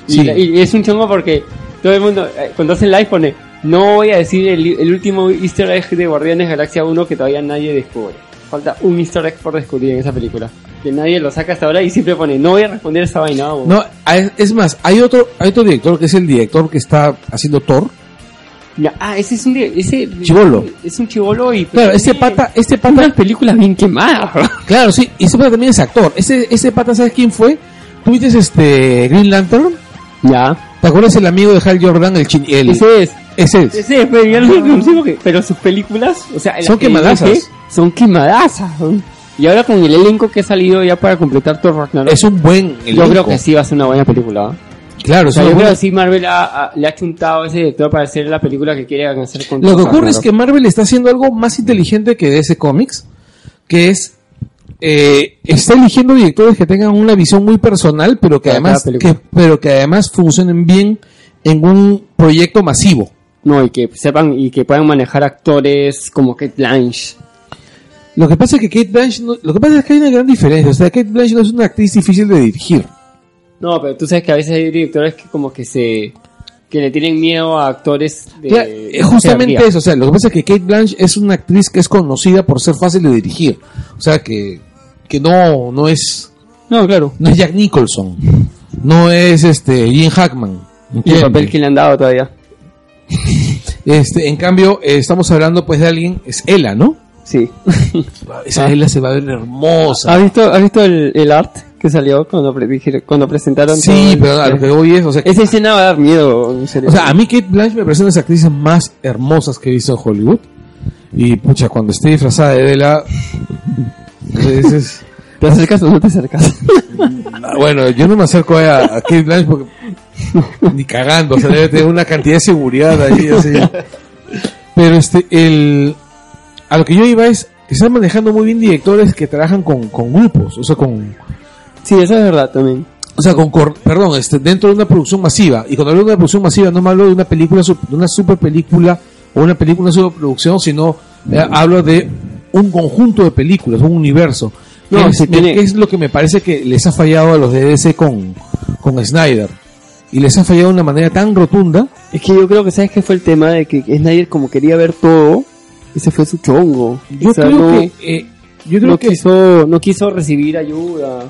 B: Y,
A: Sí.
B: la- y es un chongo porque todo el mundo, eh, cuando hace live pone, no voy a decir el, el último easter egg de Guardianes Galaxia 1 que todavía nadie descubre. Falta un easter egg por descubrir en esa película. Que nadie lo saca hasta ahora y siempre pone, no voy a responder esa vaina. o-
A: no a- es más hay otro hay otro director que es el director que está haciendo Thor
B: Ya, ah, ese es un di- ese
A: Chibolo.
B: Es un chivolo y
A: claro este pata este pata
B: unas películas bien quemadas. bro.
A: Claro, sí, y ese pata también es actor. Ese, ese pata, ¿sabes quién fue? ¿Tuviste este Green Lantern?
B: Ya.
A: ¿Te acuerdas el amigo de Hal Jordan, el chin, el,
B: Ese es
A: ese es.
B: ese es, pero yo no lo reconocí porque- pero sus películas, o sea, las
A: Ah. Son
B: que
A: quemadazas.
B: dije, Son quemadazas. bro. Y ahora con el elenco que ha salido ya para completar Thor Ragnarok.
A: Es un buen
B: Yo
A: elenco.
B: creo que sí va a ser una buena película. ¿ah?
A: Claro,
B: O
A: es
B: sea,
A: una
B: yo creo
A: buena-
B: que sí Marvel ha- ha- le ha chuntado a ese director para hacer la película que quiere hacer con
A: Lo
B: Thor
A: que ocurre es
B: Ragnarok.
A: que Marvel está haciendo algo más inteligente que DC Comics, que es eh, está eligiendo directores que tengan una visión muy personal, pero que
B: Para
A: además
B: cada
A: que,
B: película.
A: pero que además funcionen bien en un proyecto masivo.
B: No, y que sepan y que puedan manejar actores como Kate Blanche.
A: Lo que pasa es que Kate Blanche, no- lo que pasa es que hay una gran diferencia. O sea, Kate Blanche no es una actriz difícil de dirigir.
B: No, pero tú sabes que a veces hay directores que como que se... que le tienen miedo a actores de...
A: Claro,
B: de
A: es justamente
B: jerarquía.
A: eso, o sea, lo que pasa es que Kate Blanche es una actriz que es conocida por ser fácil de dirigir, o sea que, que no, no es,
B: No, claro.
A: no es Jack Nicholson, no es este Jim Hackman,
B: Y el
A: ¿entiendes?
B: papel que le han dado todavía.
A: este, en cambio eh, estamos hablando pues de alguien, es Ella, ¿no?
B: Sí.
A: Esa Ella se va a ver hermosa.
B: ¿Has visto, has visto el, el art que salió cuando, pre- dijeron- cuando presentaron? todo
A: Ah, sí,
B: el-
A: pero a lo que voy es, o sea,
B: Esa escena va a dar miedo, en serio.
A: o sea, a mí Kate Blanche me parece una de las actrices más hermosas que he visto en Hollywood y pucha, cuando esté disfrazada de Ella, es- es
B: ¿Te acercas o no te acercas?
A: Ah, Bueno, yo no me acerco a, a Kate Blanche porque ni cagando, o sea, debe tener una cantidad de seguridad ahí, así. Pero este, el, a lo que yo iba es, que están manejando muy bien directores que trabajan con, con grupos, o sea, con,
B: sí, eso es verdad también.
A: o sea, con, cor- perdón, este, dentro de una producción masiva. Y cuando hablo de una producción masiva, no me hablo de una película, sup- de una super película o una película, una superproducción, sino eh, hablo de un conjunto de películas, un universo.
B: No,
A: Que es-
B: sí
A: que-
B: tiene-
A: que es lo que me parece que les ha fallado a los de DC con, con Snyder. Y les ha fallado de una manera tan rotunda.
B: Es que yo creo que sabes que fue el tema de que Snyder como quería ver todo, ese fue su chongo.
A: Yo
B: O sea,
A: creo
B: no,
A: que, eh, yo creo
B: no
A: que,
B: quiso, no quiso recibir ayuda.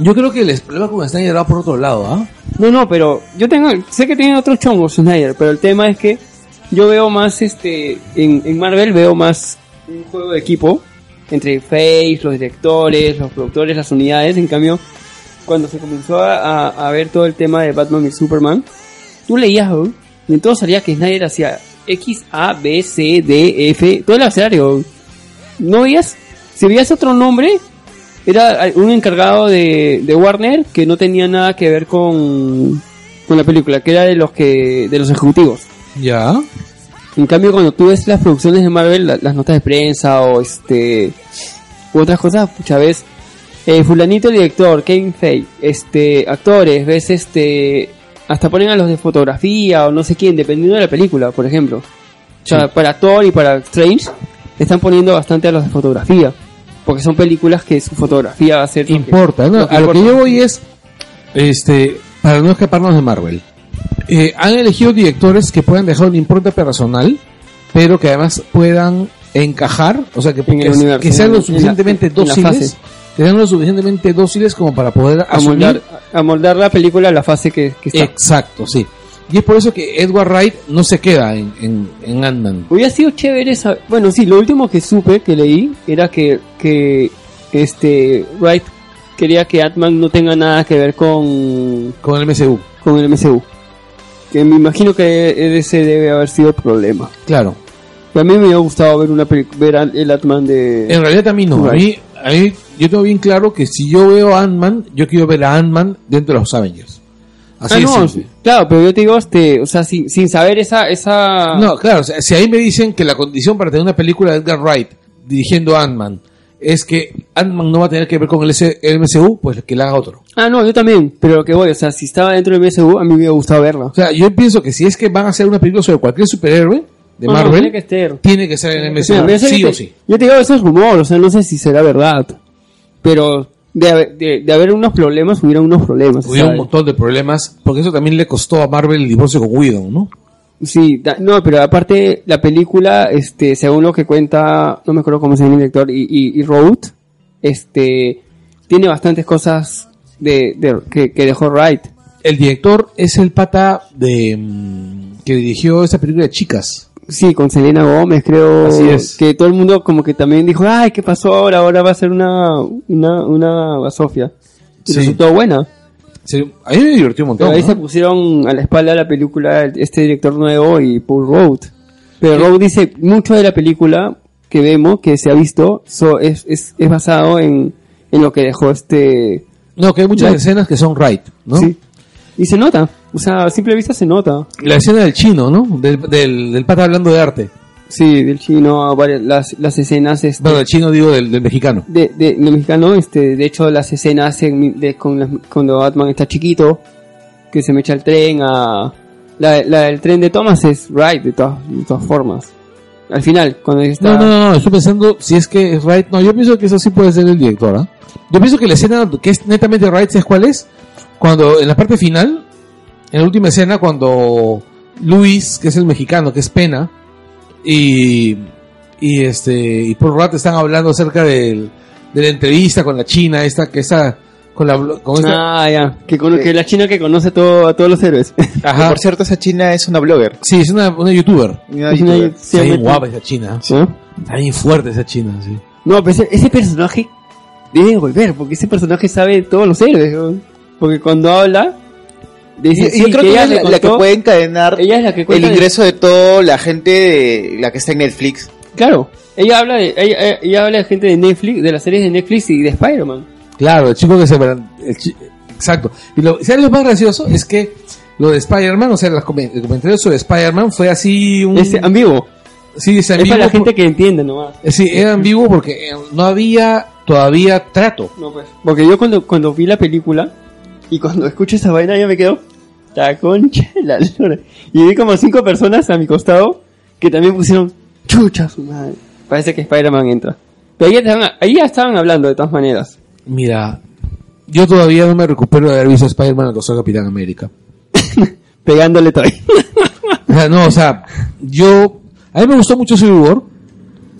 A: yo creo que el problema con Snyder va por otro lado, ¿ah?
B: No, no, pero yo tengo, sé que tiene otros chongos Snyder, pero el tema es que yo veo más, este, en, en Marvel veo más un juego de equipo entre Face, los directores, los productores, las unidades. En cambio, cuando se comenzó a, a- a ver todo el tema de Batman y Superman, tú leías, ¿no? y en todo salía que Snyder hacía X, A, B, C, D, F, todo el abecedario. No veías, si veías otro nombre, era eh, un encargado de, de Warner que no tenía nada que ver con, con la película, que era de los que de los ejecutivos.
A: Ya.
B: En cambio, cuando tú ves las producciones de Marvel, la- las notas de prensa o este u otras cosas, muchas veces eh, fulanito el director, Kevin Feige, este actores, ves este hasta ponen a los de fotografía o no sé quién, dependiendo de la película, por ejemplo. O sea, para Thor y para Strange están poniendo bastante a los de fotografía, porque son películas que su fotografía va a ser lo que-
A: importa, ¿no?
B: lo que
A: a lo que
B: importa.
A: yo voy es, este, para no escaparnos de Marvel, eh, han elegido directores que puedan dejar una impronta personal, pero que además puedan encajar, o sea, que,
B: En el
A: que-
B: universo,
A: que sean
B: en
A: lo
B: la-
A: suficientemente
B: en la
A: dóciles,
B: fase.
A: que sean lo suficientemente dóciles como para poder
B: a moldar,
A: asumir.
B: a moldar la película a la fase que, que está.
A: Exacto, sí. Y es por eso que Edward Wright no se queda en, en, en Ant-Man.
B: Hubiera sido chévere esa... Bueno, sí, lo último que supe, que leí, era que, que este Wright quería que Atman no tenga nada que ver con,
A: Con el MCU,
B: con el MCU. Que me imagino que ese debe haber sido el problema.
A: claro.
B: Pero a mí me hubiera gustado ver, una peli- ver al- el Atman de...
A: En realidad a mí no. A mí,
B: Right.
A: a mí- yo tengo bien claro que si yo veo a Ant-Man, yo quiero ver a Ant-Man dentro de los Avengers. Así
B: Ah,
A: de
B: no,
A: simple.
B: claro, pero yo te digo, este, o sea, sin, sin saber esa, esa...
A: No, claro, o sea, si ahí me dicen que la condición para tener una película de Edgar Wright dirigiendo Ant-Man es que Ant-Man no va a tener que ver con el, S el MCU, pues que la haga otro.
B: Ah, no, yo también, pero lo que voy, o sea, si estaba dentro del MSU, a mí me hubiera gustado verla.
A: O sea, yo pienso que si es que van a hacer una película sobre cualquier superhéroe de
B: Ah, No, no,
A: Marvel,
B: tiene que ser.
A: tiene que ser en el
B: Mira,
A: MCU,
B: pero eso
A: sí
B: yo
A: o
B: te-
A: sí.
B: Yo te digo, eso es rumor, o sea, no sé si será verdad. Pero de, haber- de, de haber unos problemas, hubiera unos problemas.
A: Hubiera un
B: ¿sabes?
A: montón de problemas, porque eso también le costó a Marvel el divorcio con Widow, ¿no?
B: Sí, da- no, pero aparte, la película, este, según lo que cuenta, no me acuerdo cómo se llama el director, y, y, y Road, este, tiene bastantes cosas de, de- que, que dejó Wright.
A: El director es el pata de mm, que dirigió esa película de chicas.
B: Sí, con Selena Gómez, creo.
A: Así es.
B: Que todo el mundo como que también dijo, ay, ¿qué pasó ahora? Ahora va a ser una, una, una basofia. Y
A: Sí.
B: resultó buena.
A: Sí, a mí me divirtió un
B: Pero
A: montón.
B: ahí
A: ¿no?
B: se pusieron a la espalda la película este director nuevo y Paul Rudd. Pero Rudd dice mucho de la película que vemos, que se ha visto, so- es, es, es basado en, en lo que dejó este...
A: No, que hay muchas
B: Ya.
A: escenas que son right, ¿no?
B: Sí. Y se nota, o sea, a simple vista se nota.
A: La escena del chino, ¿no? Del, del, del pata hablando de arte.
B: Sí, del chino, varias, las, las escenas... Este,
A: Bueno, del chino digo del, del mexicano.
B: de, de, de mexicano, este, de hecho las escenas en- de, con las- cuando Batman está chiquito, que se me echa el tren a... La, la del tren de Thomas es right de todas, de todas formas. Al final, cuando está...
A: No, no, no, no, estoy pensando si es que es right. No, yo pienso que eso sí puede ser el director, ¿ah? Yo pienso que la escena que es netamente right, ¿sabes cuál es? Cuando en la parte final, en la última escena, cuando Luis, que es el mexicano, que es Pena, y, y este y por rato están hablando acerca del, de la entrevista con la china, esta que esa con la blo- con esta,
B: Ah, ya. Que, cono- que la china que conoce todo, a todos los héroes.
A: ajá.
C: Que, Por cierto, esa china es una blogger.
A: Sí, es una, una youtuber.
C: Una
B: Es una-
C: youtuber.
A: Está bien
B: siempre-
A: guapa esa china.
B: ¿Sí?
A: Está bien fuerte esa china, sí.
B: No, pero ese, ese personaje debe volver, porque ese personaje sabe de todos los héroes. ¿no? Porque cuando habla, dice,
C: Yo,
B: sí,
C: yo creo que,
B: ella
C: es la,
B: le
C: la que
B: contó-
C: puede encadenar
B: Ella es la que
C: el
B: cuenta de-
C: ingreso de toda la gente, de- la que está en Netflix.
B: Claro, ella habla de ella, ella- ella habla de gente de Netflix, de las series de Netflix y de Spider-Man.
A: Claro, el chico que se... bran- el chi- Exacto. Y lo, ¿sabes lo más gracioso? Es que lo de Spider-Man, o sea, las comen- el comentario sobre Spider-Man fue así un...
B: Es ambiguo,
A: sí, es
B: es
A: ambiguo
B: para la gente
A: Mm. por-
B: que entiende nomás.
A: eh, Sí, era ambiguo porque eh, no había todavía trato.
B: No, pues. Porque yo cuando, cuando vi la película y cuando escucho esa vaina yo me quedo la concha de la lora. Y vi como cinco personas a mi costado que también pusieron chucha su madre. Parece que Spider-Man entra. Pero ahí ya, estaban, ahí ya estaban hablando de todas maneras.
A: Mira, yo todavía no me recupero de haber visto a Spider-Man al costado de Capitán América.
B: Pegándole todavía.
A: O sea, no, o sea, yo... A mí me gustó mucho Civil War,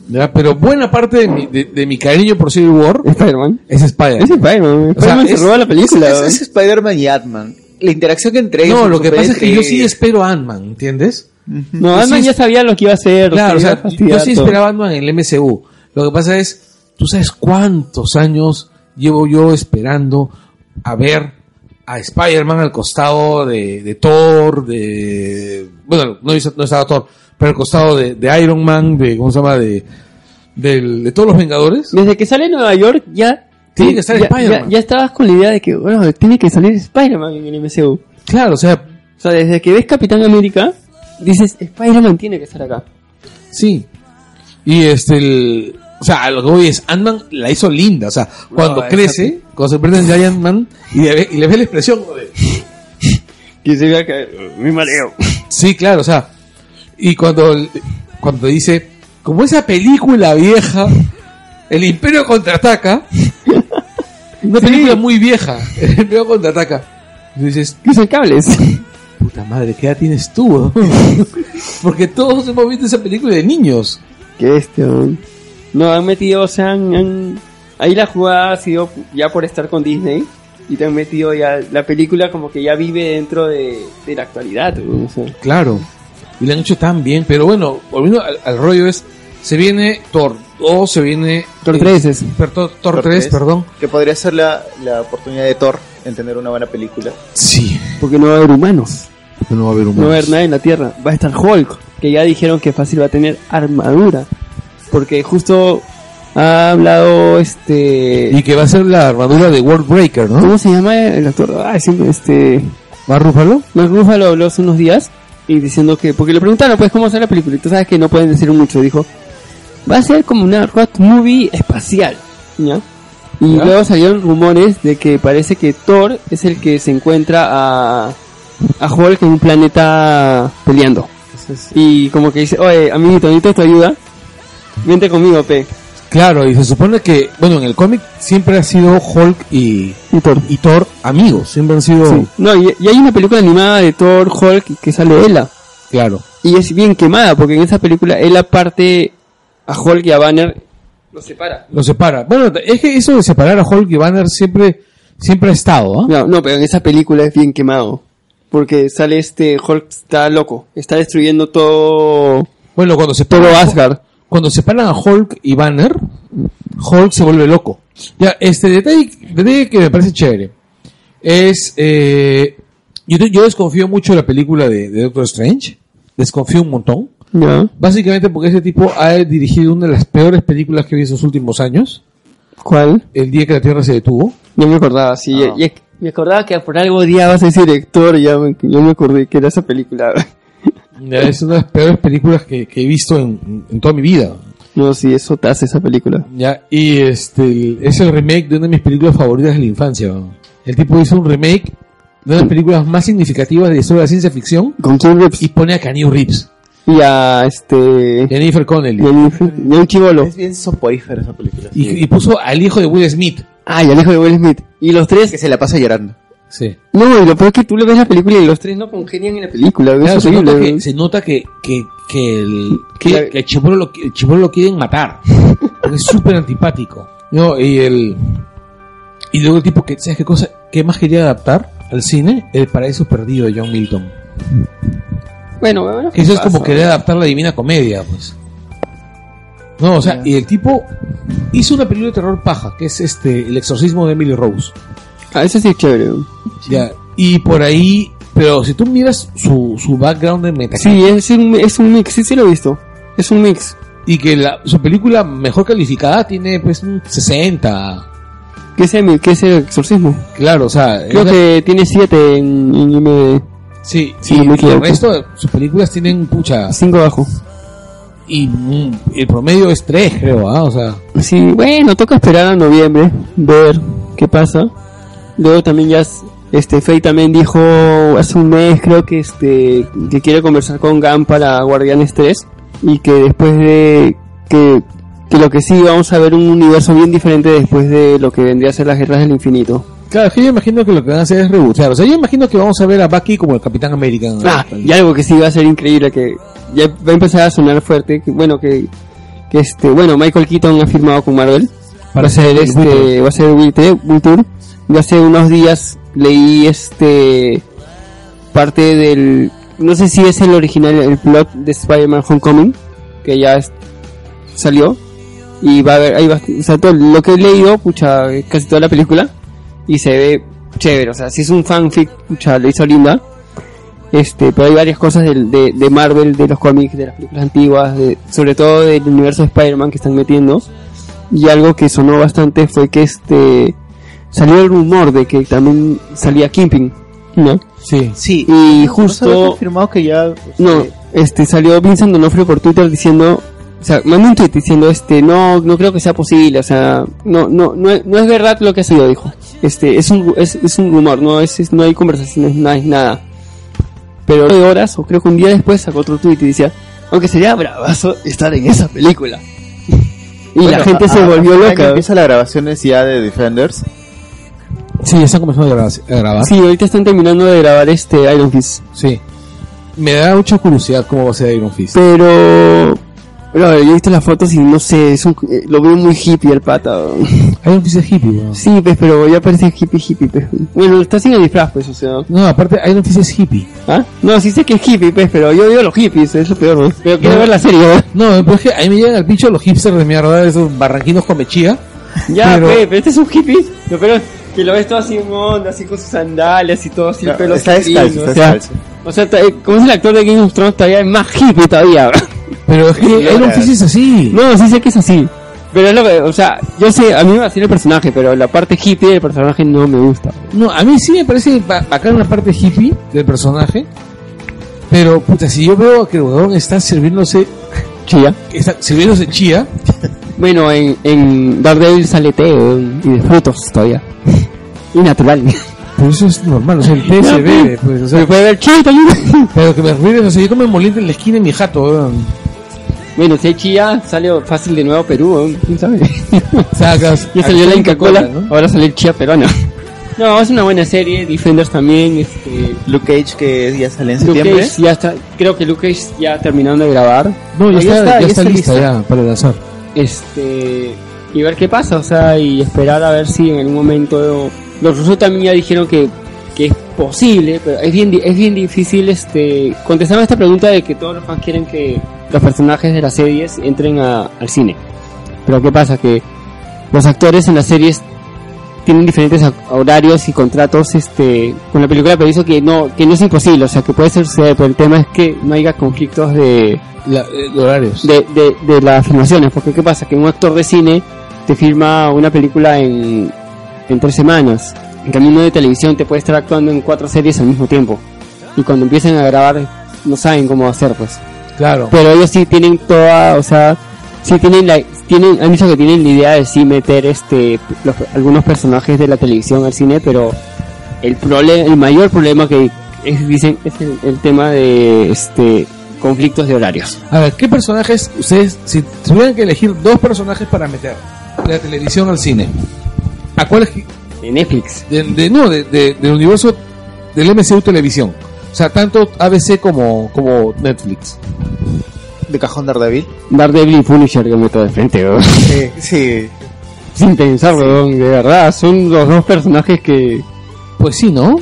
A: ¿verdad? pero buena parte de mi, de- de mi cariño por Civil War
B: Spider-Man.
A: es Spider-Man.
B: Es Spider-Man.
A: O sea,
B: Spider-Man se
A: es-
B: roba la película.
C: Es,
B: ¿no?
C: es Spider-Man y Atman. La interacción que entre Mm. ellos.
A: No,
C: el
A: lo que pasa es que yo
C: superhéroe.
A: sí espero a Ant-Man, ¿entiendes?
B: No,
A: Yo
B: Batman
A: Pues sí
B: ya
A: es-
B: sabía lo que iba a hacer.
A: Claro, o
B: se iba
A: sea,
B: a
A: yo
B: fastidiar
A: sí
B: todo.
A: esperaba a Ant-Man en el MCU. Lo que pasa es, tú sabes cuántos años llevo yo esperando a ver a Spider-Man al costado de, de Thor, de... Bueno, no, hizo- no estaba Thor, pero al costado de, de Iron Man, de... ¿Cómo se llama? De, del- de todos los Vengadores.
B: Desde que sale en Nueva York ya...
A: Tiene que estar
B: ya-
A: Spider-Man.
B: Ya, ya estabas con la idea de que, bueno, tiene que salir Spider-Man en el MCU. O
A: Claro, o sea,
B: sea, desde que ves Capitán América, dices, Spider-Man tiene que estar acá.
A: Sí. Y este, el, o sea, a lo que voy es, Ant-Man la hizo linda. O sea, cuando
B: esa-
A: crece, cuando se prende en Giant Man y le, ve, y le ve la expresión. como de-
B: Que se vea que... Me mareo.
A: Sí, claro, o sea. Y cuando, el- cuando dice, como esa película vieja, El Imperio contraataca, una película muy vieja, El Imperio contraataca. Y dices,
B: Que usan cables.
A: puta madre, ¿qué edad tienes tú? Porque todos hemos visto esa película de niños.
B: que este, weón. No, han metido, o sea, han, han- Ahí la jugada ha sido ya por estar con Disney. Y te han metido ya... La película como que ya vive dentro de, de la actualidad. weón, o sea.
A: Claro. Y lo han hecho tan bien. Pero bueno, volviendo al, al rollo es, se viene Thor 2, se viene...
B: Thor
A: eh,
B: 3 es.
A: per- Thor, Thor 3,
C: Thor tres.
A: perdón.
C: Que podría ser la, la oportunidad de Thor en tener una buena película.
A: Sí.
B: Porque no va a haber humanos.
A: No va a haber un...
B: No va a haber nada en la Tierra. Va a estar Hulk, que ya dijeron que fácil va a tener armadura. Porque justo ha hablado este.
A: Y que va a ser la armadura de World Breaker, ¿no?
B: ¿Cómo se llama el actor? Ah, sí, este.
A: ¿Más Rúfalo?
B: Mark Ruffalo habló hace unos días y diciendo que, porque le preguntaron, pues, cómo será la película, y tú sabes que no pueden decir mucho, dijo, va a ser como una road movie espacial, ¿ya? Y
A: ¿Ya?
B: luego salieron rumores de que parece que Thor es el que se encuentra a, a Hulk en un planeta peleando. Y como que dice, oye, amiguito, necesito tu ayuda, vente conmigo, P.
A: Claro, y se supone que, bueno, en el cómic siempre ha sido Hulk y,
B: Y Thor.
A: y Thor amigos, siempre han sido,
B: Sí. No, y, y hay una película animada de Thor, Hulk, que sale Ella.
A: claro,
B: Y es bien quemada, porque en esa película él aparte a Hulk y a Banner los separa.
A: los separa. Bueno, es que eso de separar a Hulk y Banner siempre, siempre ha estado, ¿ah?
B: No, no, pero en esa película es bien quemado. Porque sale este Hulk, está loco, está destruyendo todo...
A: Bueno, cuando
B: Todo
A: separan,
B: Asgard.
A: cuando separan a Hulk y Banner, Hulk se vuelve loco. Ya, este detalle, detalle que me parece chévere es, eh, yo, yo desconfío mucho de la película de, de Doctor Strange, desconfío un montón.
B: ¿Ya?
A: Básicamente porque ese tipo ha dirigido una de las peores películas que vi en sus últimos años,
B: ¿Cuál?
A: El día que la Tierra se detuvo.
B: Yo me acordaba, sí.
C: Ah.
B: y- y- me acordaba que por algo odiabas a ese director, ya me, yo me acordé que era esa película.
A: Es una de las peores películas que, que he visto en, en toda mi vida.
B: No, sí, eso te hace esa película.
A: ¿ya? Y este es el remake de una de mis películas favoritas de la infancia. ¿no? El tipo hizo un remake de una de las películas más significativas de la historia de la ciencia ficción
B: ¿Con quién Reeves?
A: y pone a Keanu Reeves,
B: Y a este...
A: Jennifer Connelly.
B: Y a- y a un chivolo.
C: Es bien soporífera esa película.
A: Y, y puso al hijo de Will Smith.
B: Ah, y al hijo de Will Smith. Y los tres
C: que se la pasa llorando.
A: Sí.
B: No, y lo peor es que tú le ves la película y los tres no congenian en la película. es
A: Claro, se,
B: horrible,
A: nota
B: ¿no?
A: que, se nota que, que, que el, que,
B: Claro.
A: que el chibolo lo, qui- el chibolo lo quieren matar. Porque es súper antipático. No, y el. Y luego el tipo que, ¿sabes qué cosa? ¿Qué más quería adaptar al cine? El paraíso perdido de John Milton.
B: Bueno, bueno.
A: Que eso es
B: pasa,
A: como querer
B: ¿no?
A: adaptar la divina comedia, pues. No, o sea, y el tipo hizo una película de terror paja, que es este El exorcismo de Emily Rose.
B: Ah, eso sí es chévere.
A: Ya, y por ahí, pero si tú miras su, su background de metacritic,
B: Sí, es un, es un mix, sí, sí lo he visto. Es un mix.
A: y que la, su película mejor calificada tiene pues un 60.
B: ¿Qué es el, qué es el exorcismo?
A: Claro, o sea,
B: Creo
A: es la-
B: que tiene 7 en, en IMDb,
A: sí,
B: sí,
A: y
B: me
A: el
B: equivoco.
A: resto de sus películas tienen pucha
B: 5 abajo.
A: y mm, el promedio es 3, creo, ¿ah? o sea,
B: Sí, bueno, toca esperar a noviembre, ver qué pasa. Luego también ya, s- este, Faye también dijo hace un mes, creo que este, que quiere conversar con Gunn para Guardianes 3 y que después de que, que lo que sí vamos a ver un universo bien diferente después de lo que vendría a ser las guerras del infinito.
A: claro, es que yo imagino que lo que van a hacer es rebotear, o sea, yo imagino que vamos a ver a Bucky como el Capitán América. ¿no?
B: Ah, y algo que sí va a ser increíble, que ya va a empezar a sonar fuerte, que, bueno, que, que este, bueno, Michael Keaton ha firmado con Marvel.
A: Para ser este
B: este, va a ser Vulture, Vulture. Yo hace unos días leí este parte del no sé si es el original el plot de Spider-Man Homecoming que ya es- salió y va a haber ahí va, o sea, todo lo que he leído, pucha, casi toda la película y se ve chévere, o sea, si es un fanfic, pucha, lo hizo linda. Este, pero hay varias cosas del- de, de Marvel, de los cómics, de las películas antiguas, de- sobre todo del universo de Spider-Man que están metiendo. Y algo que sonó bastante fue que este salió el rumor de que también salía Kimping, ¿no?
A: sí.
C: Sí,
B: Y
C: ¿no- no
B: justo-
C: se había confirmado que ya.
B: No,
C: eh,
B: este salió Vincent Donofrio por Twitter diciendo, o sea, mandó un tweet diciendo este, no, no creo que sea posible, o sea, no, no, no, es- no es verdad lo que ha sido, dijo. Este, es un, es, es un rumor, no es, es- no hay conversaciones, no hay nada. Pero de horas, o creo que un día después sacó otro tweet y decía, aunque sería bravazo estar en esa película. Y
C: bueno,
B: la gente
C: a-
B: se
C: a-
B: volvió
C: a-
B: loca.
C: Empieza la grabación ya de Defenders.
A: Sí, ya están comenzando a grabar. a grabar.
B: Sí, ahorita están terminando de grabar este Iron Fist.
A: Sí. Me da mucha curiosidad cómo va a ser Iron Fist.
B: Pero. Pero a ver, yo he visto las fotos y no sé, es un- eh, lo veo muy hippie el pata. weón.
A: Iron Fist es hippie, weón.
B: Sí, pues, pero ya parece hippie, hippie, pues. Bueno, está sin el disfraz, pues, o sea.
A: No, aparte Iron Fist es hippie.
B: ¿Ah? No, sí sé que es hippie, pues, pero yo digo los hippies, es lo peor, weón. Pero quiero
A: No.
B: ver la serie, weón.
A: No, pero es que ahí me llegan al pincho los hipsters de mierda, esos barranquinos con mechía.
B: Ya,
A: Pero-
B: pues, pero este es un hippie. Lo peor es que lo ves todo así en onda, así con sus sandalias y todo, así el
C: Claro,
B: pelo
C: está
B: así,
C: descalzo,
B: ¿no?
C: está
B: O sea,
C: descalzo.
B: O sea, ta- eh, como es el actor de Game of Thrones, todavía es más hippie todavía, weón.
A: Pero es que
C: Sí,
A: Iron
C: ahora-
A: Fist es así.
B: No, sí sé que es así. Pero es lo que, o sea, yo sé, a mí me vacila el personaje, pero la parte hippie del personaje no me gusta.
A: No, a mí sí me parece ba- bacán una parte hippie del personaje. Pero, puta, si yo veo que el huevón está sirviéndose,
B: Chilla.
A: está sirviéndose chía,
B: Bueno, en, en Daredevil sale té weón, y de frutos todavía. Y natural.
A: pues eso es normal, o sea, el té se bebe, pues, o sea,
B: Se puede ver chilla también.
A: pero que me refiero, o sea, yo tomo el moliente en la esquina de mi jato, weón.
B: bueno, si hay chilla, sale fácil de nuevo Perú, weón, quién sabe.
A: Sacas.
B: ya salió la Inca Cola,
A: ¿no?
B: ahora sale el chilla peruano. No, es una buena serie, Defenders también, este...
C: Luke Cage, que ya sale en
B: Luke
C: septiembre.
B: Cage ya está, creo que Luke Cage ya terminaron de grabar.
A: No, ya,
C: Ah,
A: está,
C: ya
A: ya
C: está, ya
A: está
C: está
A: lista,
C: lista.
A: ya para lanzar.
B: este y ver qué pasa, o sea, y esperar a ver si en algún momento los rusos también ya dijeron que, que es posible, pero es bien di- es bien difícil este contestarme esta pregunta de que todos los fans quieren que los personajes de las series entren a- al cine. Pero qué pasa que los actores en las series tienen diferentes a- horarios y contratos este con la película pero eso que no que no es imposible o sea que puede ser suceder, pero el tema es que no haya conflictos de
A: La, eh, horarios.
B: de, de, de las filmaciones, porque ¿qué pasa? Que un actor de cine te firma una película en, en tres semanas, en cambio uno de televisión te puede estar actuando en cuatro series al mismo tiempo, y cuando empiezan a grabar no saben cómo hacer, pues.
A: claro.
B: Pero ellos sí tienen toda, o sea, sí tienen la, tienen, han dicho que tienen la idea de sí meter este, los- algunos personajes de la televisión al cine, pero el problema, el mayor problema que es- dicen es el, el tema de este conflictos de horarios.
A: A ver, ¿qué personajes ustedes, si tuvieran que elegir dos personajes para meter de la televisión al cine, ¿a cuáles
B: En Netflix.
A: de, de- no, de- de- del universo del MCU Televisión. O sea, tanto ABC como, como Netflix.
C: De cajón Daredevil.
B: Daredevil y Punisher que meto de frente, weón.
C: Sí, sí.
B: Sin pensar, weón, de verdad, son los dos personajes que...
A: Pues sí, ¿no?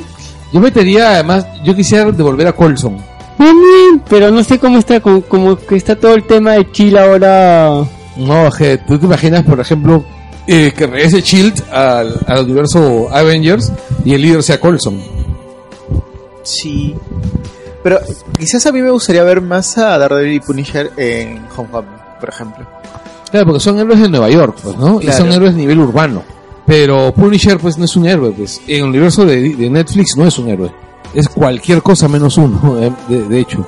A: Yo metería, además, yo quisiera devolver a Colson.
B: Bien, Pero no sé cómo está, como, como que está todo el tema de Chile ahora...
A: No, je, tú te imaginas, por ejemplo, eh, que regrese Shield al, al universo Avengers y el líder sea Colson.
C: Sí. Pero quizás a mí me gustaría ver más a Daredevil y Punisher en Homecoming, por ejemplo.
A: Claro, porque son héroes de Nueva York, pues, ¿no? Y
C: Claro.
A: son héroes de nivel urbano. Pero Punisher, pues, no es un héroe, pues. En el universo de, de Netflix no es un héroe. Es cualquier cosa menos uno, eh, de- de hecho.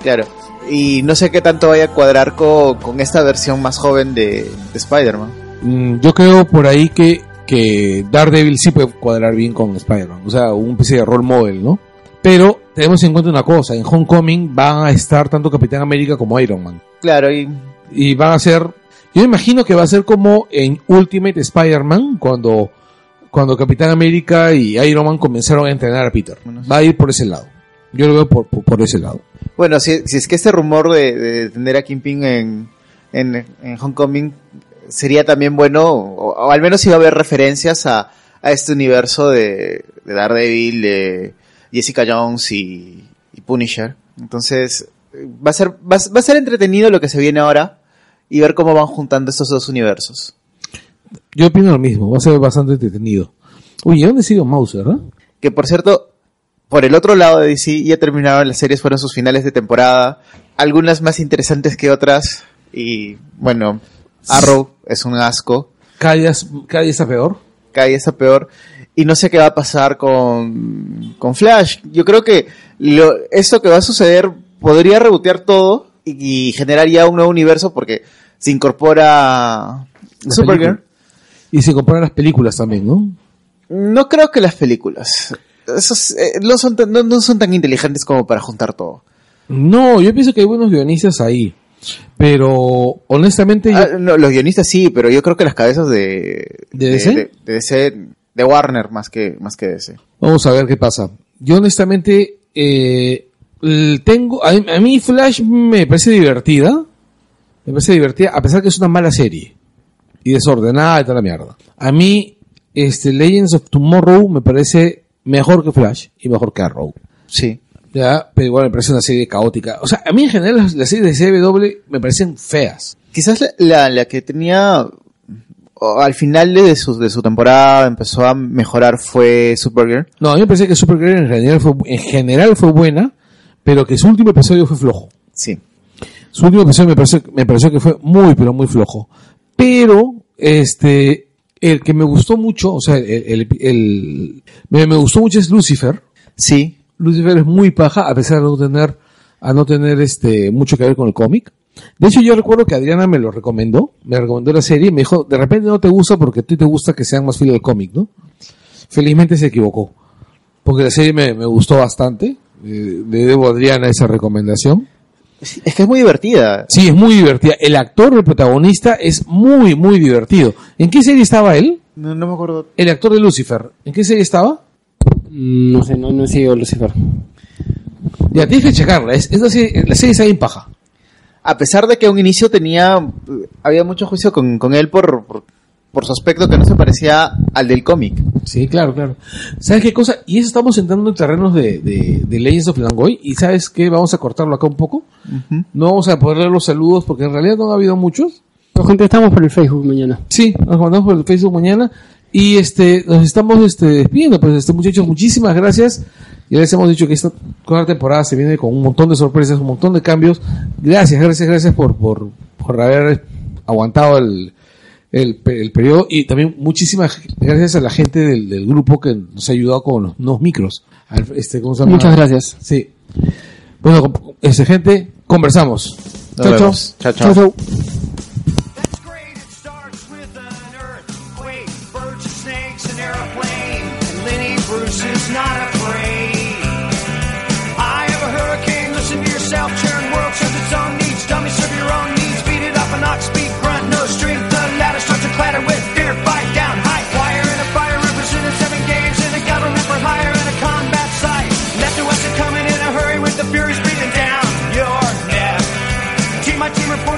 C: Claro. Y no sé qué tanto vaya a cuadrar co- con, esta versión más joven de, de Spider-Man.
A: Mm, yo creo por ahí que, que Daredevil sí puede cuadrar bien con Spider-Man. O sea, un especie de role model, ¿no? Pero tenemos en cuenta una cosa. En Homecoming van a estar tanto Capitán América como Iron Man.
C: Claro, y
A: Y van a ser... Yo me imagino que va a ser como en Ultimate Spider-Man cuando, cuando Capitán América y Iron Man comenzaron a entrenar a Peter. Va a ir por ese lado. Yo lo veo por, por, por ese lado.
C: bueno, si, si es que este rumor de, de tener a Kingpin en, en, en Homecoming sería también bueno, o, o al menos iba a haber referencias a, a este universo de, de Daredevil, de Jessica Jones y, y Punisher. Entonces, eh, va a, ser, va, a- va a ser entretenido lo que se viene ahora y ver cómo van juntando estos dos universos.
A: Yo opino lo mismo. Va a ser bastante entretenido. Oye, ¿dónde sigue Mouse, verdad?
C: Que por cierto, por el otro lado de DC ya terminaron las series, fueron sus finales de temporada, algunas más interesantes que otras. Y bueno, Arrow es un asco,
A: Cada día, es- cada día está peor.
C: cada día está peor. Y no sé qué va a pasar con, con Flash. Yo creo que lo, esto que va a suceder podría rebotear todo y, y generar ya un nuevo universo porque se incorpora
A: La
C: Supergirl.
A: Y se comparan las películas también, ¿no?
C: No creo que las películas. Esos, eh, no, son tan, no- no son tan inteligentes como para juntar todo.
A: No, yo pienso que hay buenos guionistas ahí. Pero, honestamente, yo-
C: Ah, no, los guionistas sí, pero yo creo que las cabezas de
A: ¿De DC?
C: de, de DC, de Warner más que más que DC.
A: vamos a ver qué pasa. Yo, honestamente, eh, l- tengo. A, a mí, Flash me parece divertida. Me parece divertida, a pesar que es una mala serie. Y desordenada y toda la mierda. A mí, este, Legends of Tomorrow me parece mejor que Flash y mejor que Arrow.
C: Sí.
A: Ya, pero igual me parece una serie caótica. O sea, a mí en general las, las series de CW me parecen feas.
C: Quizás la, la, la que tenía o al final de su, de su temporada empezó a mejorar fue Supergirl.
A: No, a mí me parece que Supergirl en general fue, en general fue buena, pero que su último episodio fue flojo.
C: Sí.
A: Su último episodio me pareció, me pareció que fue muy, pero muy flojo. pero este el que me gustó mucho, o sea, el, el- el- me, me gustó mucho es Lucifer.
C: Sí,
A: Lucifer es muy paja, a pesar de no tener, a no tener este mucho que ver con el cómic. De hecho, yo recuerdo que Adriana me lo recomendó, me recomendó la serie y me dijo, de repente no te gusta porque a ti te gusta que sean más fieles al cómic, ¿no? Felizmente se equivocó, porque la serie me, me gustó bastante. Eh, Le debo a Adriana esa recomendación.
C: es que es muy divertida.
A: Sí, es muy divertida. El actor, el protagonista, es muy, muy divertido. ¿En qué serie estaba él?
C: No, no me acuerdo.
A: El actor de Lucifer. ¿En qué serie estaba?
B: Mm, No sé, no, no he seguido a Lucifer.
A: Ya, tienes que checarla. Es, es la, serie, la serie está bien paja.
C: A pesar de que a un inicio tenía, eh, había mucho juicio con, con él por, por, por su aspecto que no se parecía al del cómic.
A: Sí, claro, claro. ¿Sabes qué cosa? Y eso estamos entrando en terrenos de, de, de Legends of Langoy. ¿Y sabes qué? Vamos a cortarlo acá un poco. No vamos a poder leer los saludos porque en realidad no han habido muchos.
B: Nos Pues contestamos por el Facebook mañana.
A: Sí, nos mandamos por el Facebook mañana. Y este, nos estamos este, despidiendo. Pues este, muchachos, muchísimas gracias. Ya les hemos dicho que esta cuarta temporada se viene con un montón de sorpresas, un montón de cambios. Gracias, gracias, gracias por, por, por haber aguantado el, el, pe- el periodo. Y también muchísimas gracias a la gente del, del grupo que nos ha ayudado con los, los micros. Al- Este, ¿cómo se llama?
B: Muchas gracias.
A: Sí. Bueno, com- este, gente, conversamos.
C: Nos
A: Chao, chao.
C: vemos. Chao, chao.
D: That's great. It starts with an earthquake, birds and snakes, an airplane. And Lenny Bruce is not afraid. I have a hurricane. Listen to yourself. Churn world serves its own needs. Dummy serve your own needs. Beat it up an ox beat grunt. No strength. The ladder starts to clatter with fear. Fight down. High wire and a fire representing seven games in a government for hire and a combat site. Left to west are coming in a hurry with the furies breathing down your neck. Team my team report.